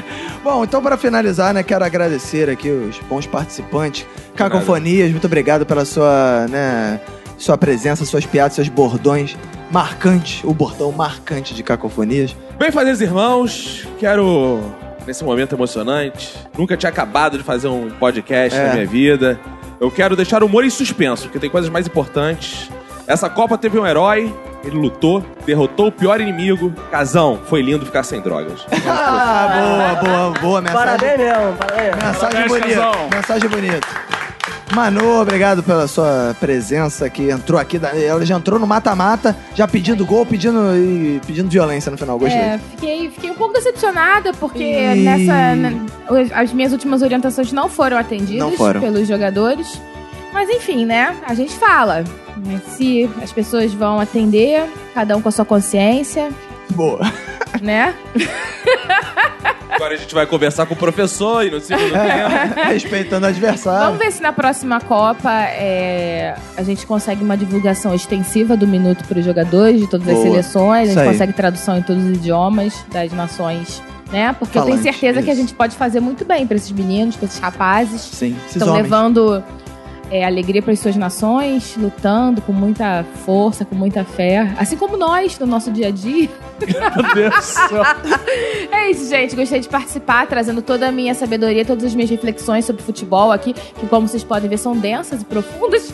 Speaker 1: Bom, então para finalizar, né, quero agradecer aqui os bons participantes. Cacofonias, muito obrigado pela sua, né, sua presença, suas piadas, seus bordões marcantes, o bordão marcante de Cacofonias.
Speaker 3: Bem fazeres irmãos, quero, nesse momento emocionante, nunca tinha acabado de fazer um podcast
Speaker 1: É.
Speaker 3: na minha vida. Eu quero deixar o humor em suspenso, porque tem coisas mais importantes. Essa Copa teve um herói, ele lutou, derrotou o pior inimigo. Casão, foi lindo ficar sem drogas.
Speaker 1: Ah, boa, boa, boa mensagem.
Speaker 5: Parabéns mesmo, parabéns.
Speaker 1: Mensagem
Speaker 7: Parabéns,
Speaker 1: bonita.
Speaker 7: Casão.
Speaker 1: Mensagem bonita. Manu, obrigado pela sua presença que entrou aqui. da- Ela já entrou no mata-mata, já pedindo gol, pedindo e pedindo violência no final. Gostei.
Speaker 2: É, fiquei, fiquei um pouco decepcionada porque
Speaker 1: Ih.
Speaker 2: nessa né, as minhas últimas orientações não foram atendidas
Speaker 1: Não foram.
Speaker 2: pelos jogadores. Mas enfim, né? A gente fala. né, Se as pessoas vão atender, cada um com a sua consciência,
Speaker 1: Boa.
Speaker 2: né?
Speaker 3: Agora a gente vai conversar com o professor e no segundo tempo.
Speaker 1: É. Respeitando o
Speaker 2: Vamos
Speaker 1: adversário.
Speaker 2: ver se na próxima Copa é, a gente consegue uma divulgação extensiva do minuto para os jogadores de todas as
Speaker 1: Boa.
Speaker 2: seleções.
Speaker 1: Isso
Speaker 2: A
Speaker 1: aí.
Speaker 2: gente consegue tradução em todos os idiomas das nações, né? Porque eu
Speaker 1: Falantes,
Speaker 2: tenho certeza que a
Speaker 1: isso.
Speaker 2: gente pode fazer muito bem para esses meninos, para esses rapazes.
Speaker 1: Sim, esses
Speaker 2: estão
Speaker 1: homens.
Speaker 2: levando é, alegria para as suas nações, lutando com muita força, com muita fé, assim como nós no nosso dia a dia.
Speaker 7: Meu Deus do céu.
Speaker 2: É isso, gente. Gostei de participar, trazendo toda a minha sabedoria, todas as minhas reflexões sobre futebol aqui, que como vocês podem ver são densas e profundas.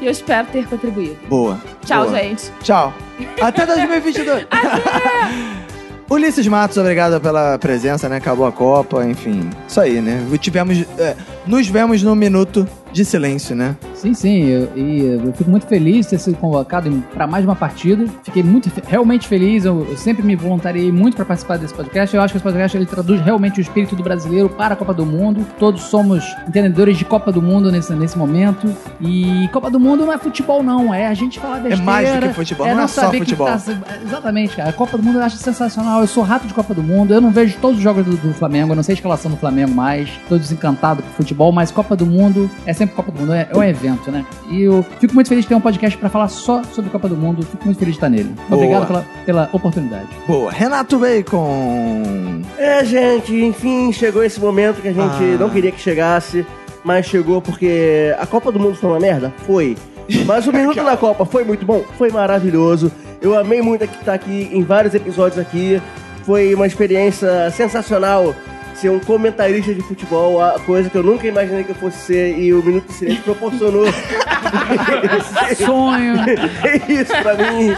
Speaker 2: e eu espero ter contribuído.
Speaker 1: Boa.
Speaker 2: Tchau,
Speaker 1: Boa.
Speaker 2: gente.
Speaker 1: Tchau. Até 2022. Ulisses Matos, obrigado pela presença, né? Acabou a Copa, enfim. Isso aí, né? Tivemos. é, nos vemos no Minuto de Silêncio, né?
Speaker 4: Sim, sim, eu, e eu fico muito feliz de ter sido convocado para mais uma partida. Fiquei muito, fe- realmente feliz, eu, eu sempre me voluntariei muito para participar desse podcast. Eu acho que esse podcast ele traduz realmente o espírito do brasileiro para a Copa do Mundo. Todos somos entendedores de Copa do Mundo nesse, nesse momento. E Copa do Mundo não é futebol, não. É a gente falar besteira.
Speaker 1: mais do que futebol, não é só
Speaker 4: saber que
Speaker 1: futebol.
Speaker 4: tá- exatamente, cara. A Copa do Mundo eu acho sensacional. Eu sou rato de Copa do Mundo. Eu não vejo todos os jogos do, do Flamengo. Eu não sei a escalação do Flamengo mais. Tô desencantado com o futebol, mas Copa do Mundo é sempre Copa do Mundo. É, é um evento, né? E eu fico muito feliz de ter um podcast pra falar só sobre Copa do Mundo. Fico muito feliz de estar nele. Obrigado pela, pela oportunidade.
Speaker 1: Boa. Renato Bacon.
Speaker 5: É, gente, enfim, chegou esse momento que a gente não queria que chegasse, mas chegou porque a Copa do Mundo foi uma merda? Foi. Mas o Minuto da Copa foi muito bom? Foi maravilhoso. Eu amei muito estar aqui em vários episódios aqui. Foi uma experiência sensacional ser um comentarista de futebol, a coisa que eu nunca imaginei que eu fosse ser, e o Minuto de Silêncio proporcionou É
Speaker 4: Sonho.
Speaker 5: isso pra mim.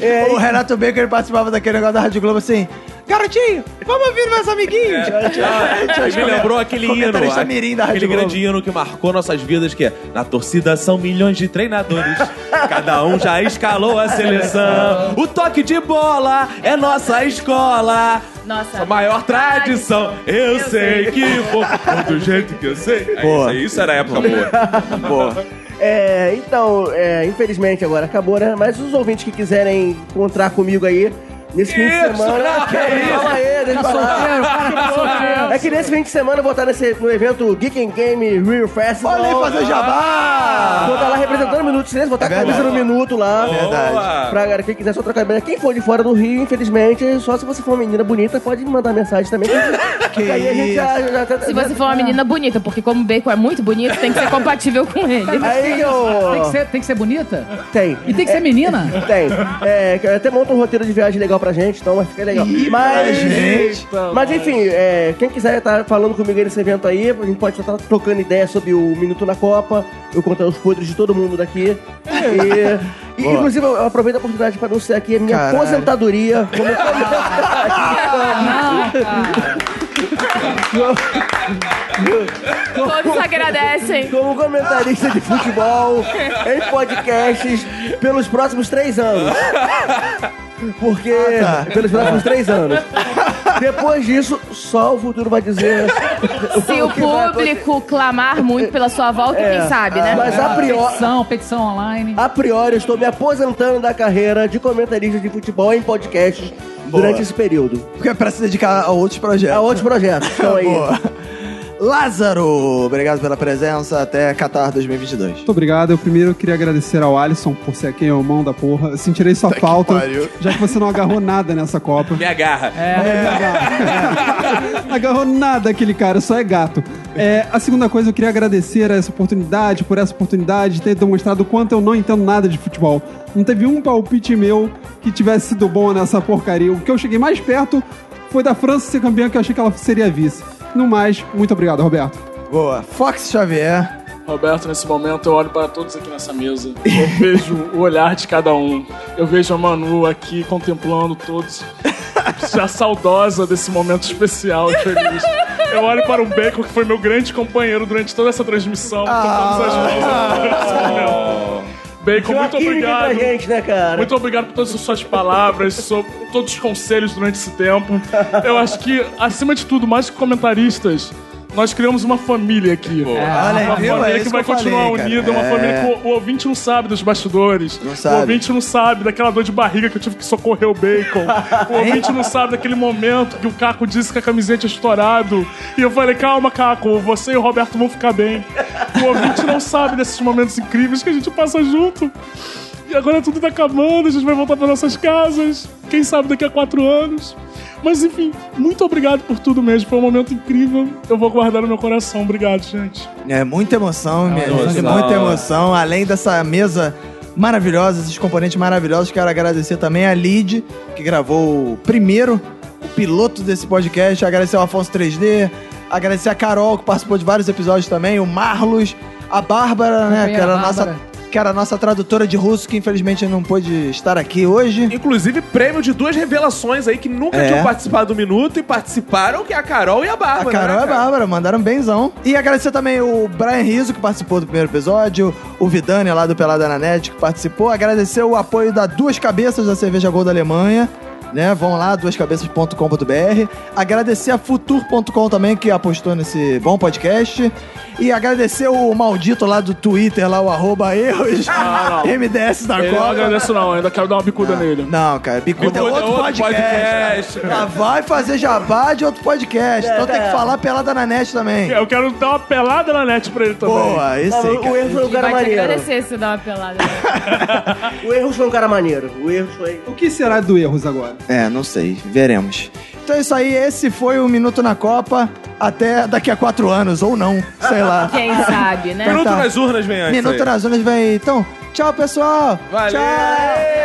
Speaker 5: É,
Speaker 1: O Renato Bacon ele participava daquele negócio da Rádio Globo assim. Garotinho, vamos ouvir meus amiguinhos.
Speaker 3: Aí me É. Ah, lembrou aquele hino,
Speaker 1: Comentarista
Speaker 3: a-
Speaker 1: mirim da
Speaker 3: aquele
Speaker 1: Rádio Globo.
Speaker 3: grande hino que marcou nossas vidas, que é Na torcida são milhões de treinadores Cada um já escalou a seleção O toque de bola é nossa escola
Speaker 2: Nossa.
Speaker 3: A maior tradição Eu sei que vou um Do jeito que eu sei É isso,
Speaker 1: Boa.
Speaker 3: aí, isso era a época boa
Speaker 1: Boa.
Speaker 5: É, então, é, infelizmente agora acabou, né? Mas os ouvintes que quiserem encontrar comigo aí nesse fim de
Speaker 3: Isso!
Speaker 5: semana. Que é isso? Fala aí, deixa eu
Speaker 4: Tá
Speaker 5: falar.
Speaker 4: solteiro, cara, tá solteiro.
Speaker 5: É que nesse fim de semana eu vou estar nesse, no evento Geek and Game Real Festival.
Speaker 1: Olha aí fazer
Speaker 3: Ah!
Speaker 1: jabá!
Speaker 5: Vou estar lá representando o Minuto de Silêncio, vou estar com a camisa
Speaker 1: É verdade. É
Speaker 5: do Minuto lá.
Speaker 3: Boa.
Speaker 5: Pra galera, quem quiser só trocar ideia. Quem for de fora do Rio, infelizmente, só se você for uma menina bonita, pode mandar mensagem também.
Speaker 1: Que
Speaker 5: E aí a gente já... já- já-
Speaker 2: Se você for uma menina bonita, porque como o bacon é muito bonito, tem que ser compatível com ele.
Speaker 5: Aí
Speaker 4: Tem que,
Speaker 5: eu...
Speaker 4: ser, tem que ser bonita?
Speaker 5: Tem.
Speaker 4: E tem que ser menina?
Speaker 5: Tem. É, que até monta um roteiro de viagem legal pra gente, então vai ficar legal. Mas, mas enfim, é, quem quiser estar falando comigo aí nesse evento aí, a gente pode estar trocando ideias sobre o Minuto na Copa, eu contar os podres de todo mundo daqui. E, e, inclusive, eu aproveito a oportunidade para anunciar aqui a minha
Speaker 1: Caralho.
Speaker 5: aposentadoria. Como é eu
Speaker 2: Todos agradecem.
Speaker 5: como comentarista de futebol, em podcasts, pelos próximos três anos. Porque. Pelos próximos três anos. Depois disso, só o futuro vai dizer.
Speaker 2: Se o
Speaker 5: que vai acontecer.
Speaker 2: público clamar muito pela sua volta, quem sabe, né?
Speaker 5: Mas a priori.
Speaker 4: É, Petição, petição online.
Speaker 5: A priori, eu estou me aposentando da carreira de comentarista de futebol em podcasts durante esse período.
Speaker 1: Porque é pra se dedicar a outros
Speaker 5: A
Speaker 1: projetos.
Speaker 5: outros projetos estão aí.
Speaker 1: Boa. Lázaro, obrigado pela presença. Até Qatar 2022.
Speaker 6: Muito obrigado. Eu primeiro queria agradecer ao Alisson por ser quem é o mão da porra. Eu sentirei sua falta,
Speaker 9: pariu.
Speaker 6: já que você não agarrou nada nessa Copa.
Speaker 3: Me agarra
Speaker 6: agarrou nada aquele cara, só é gato. É, a segunda coisa, eu queria agradecer a essa oportunidade, por essa oportunidade de ter demonstrado o quanto eu não entendo nada de futebol. Não teve um palpite meu que tivesse sido bom nessa porcaria. O que eu cheguei mais perto foi da França ser campeã, que eu achei que ela seria vice. No mais, muito obrigado, Roberto.
Speaker 1: Boa. Fox Xavier.
Speaker 7: Roberto, nesse momento, eu olho para todos aqui nessa mesa. Eu vejo o olhar de cada um. Eu vejo a Manu aqui contemplando todos. Já saudosa desse momento especial e feliz. Eu olho para o Beco, que foi meu grande companheiro durante toda essa transmissão.
Speaker 5: Ah.
Speaker 7: Contamos as mãos. Bacon,
Speaker 5: Deu uma
Speaker 7: muito
Speaker 5: química Ah. pra
Speaker 7: obrigado.
Speaker 5: gente, né, cara?
Speaker 7: Muito obrigado por todas as suas palavras, sobre todos os conselhos durante esse tempo. Eu acho que, acima de tudo, mais que comentaristas, nós criamos uma família aqui.
Speaker 1: Olha aí,
Speaker 7: Uma
Speaker 1: viu? É
Speaker 7: família
Speaker 1: isso
Speaker 7: que vai
Speaker 1: que eu
Speaker 7: continuar
Speaker 1: falei, cara.
Speaker 7: unida, uma
Speaker 1: É.
Speaker 7: família que o, o ouvinte não sabe dos bastidores.
Speaker 1: Não sabe.
Speaker 7: O ouvinte não sabe daquela dor de barriga que eu tive que socorrer o bacon. o ouvinte não sabe daquele momento que o Caco disse que a camiseta tinha estourado. E eu falei, calma, Caco, você e o Roberto vão ficar bem. O ouvinte não sabe desses momentos incríveis que a gente passa junto. E agora tudo tá acabando, a gente vai voltar para nossas casas. Quem sabe daqui a quatro anos. Mas enfim, muito obrigado por tudo mesmo. Foi um momento incrível. Eu vou guardar no meu coração. Obrigado, gente.
Speaker 1: É muita emoção, minha
Speaker 3: emoção.
Speaker 1: gente. Muita emoção. Além dessa mesa maravilhosa, esses componentes maravilhosos, quero agradecer também a Lid, que gravou o primeiro, o piloto desse podcast. Agradecer ao Afonso 3D. Agradecer a Carol, que participou de vários episódios também. O Marlos. A Bárbara, né?
Speaker 4: Companheira
Speaker 5: Ah,
Speaker 1: Que era a
Speaker 4: Bárbara.
Speaker 1: nossa que era a nossa tradutora de russo, que infelizmente não pôde estar aqui hoje.
Speaker 3: Inclusive, prêmio de duas revelações aí que nunca
Speaker 1: É.
Speaker 3: tinham participado do Minuto e participaram, que é a Carol e a
Speaker 1: A
Speaker 3: Bárbara.
Speaker 1: Carol e
Speaker 3: né,
Speaker 1: a
Speaker 3: cara?
Speaker 1: Bárbara mandaram benzão. E agradecer também o Brian Rizzo, que participou do primeiro episódio, o Vidani lá do Pelada na Net, que participou. Agradecer o apoio da Duas Cabeças da Cerveja Gol da Alemanha. Né? Vão lá, duascabeças.com.br. Agradecer a Futur.com também, que apostou nesse bom podcast. E agradecer o maldito lá do Twitter, lá o arroba erros
Speaker 7: Ah, não.
Speaker 1: MDS da
Speaker 7: Ele não
Speaker 1: Copa.
Speaker 7: agradeço, não. Ainda quero dar uma bicuda nele.
Speaker 1: Não, cara, Bicuda é
Speaker 3: Bicuda
Speaker 1: outro, podcast.
Speaker 3: podcast,
Speaker 1: cara.
Speaker 3: cara.
Speaker 1: Já vai fazer jabá de outro podcast. então tem que falar pelada na net também.
Speaker 7: Eu quero dar uma pelada na net pra ele também.
Speaker 1: Boa, esse aí,
Speaker 5: o
Speaker 1: cara.
Speaker 5: erro foi um cara
Speaker 2: Vai te
Speaker 5: maneiro.
Speaker 2: agradecer se você dá uma pelada.
Speaker 5: O erro foi um cara maneiro. O erro foi.
Speaker 6: O que será do erros agora?
Speaker 1: É, não sei. Veremos. Então é isso aí. Esse foi o Minuto na Copa. Até daqui a quatro anos, ou não. Sei lá.
Speaker 2: Quem sabe, né?
Speaker 1: Então
Speaker 3: Minuto
Speaker 1: tá.
Speaker 3: nas urnas vem antes.
Speaker 1: Minuto
Speaker 3: aí.
Speaker 1: nas Zonas vem aí. Então, tchau, pessoal.
Speaker 3: Valeu!
Speaker 1: Tchau.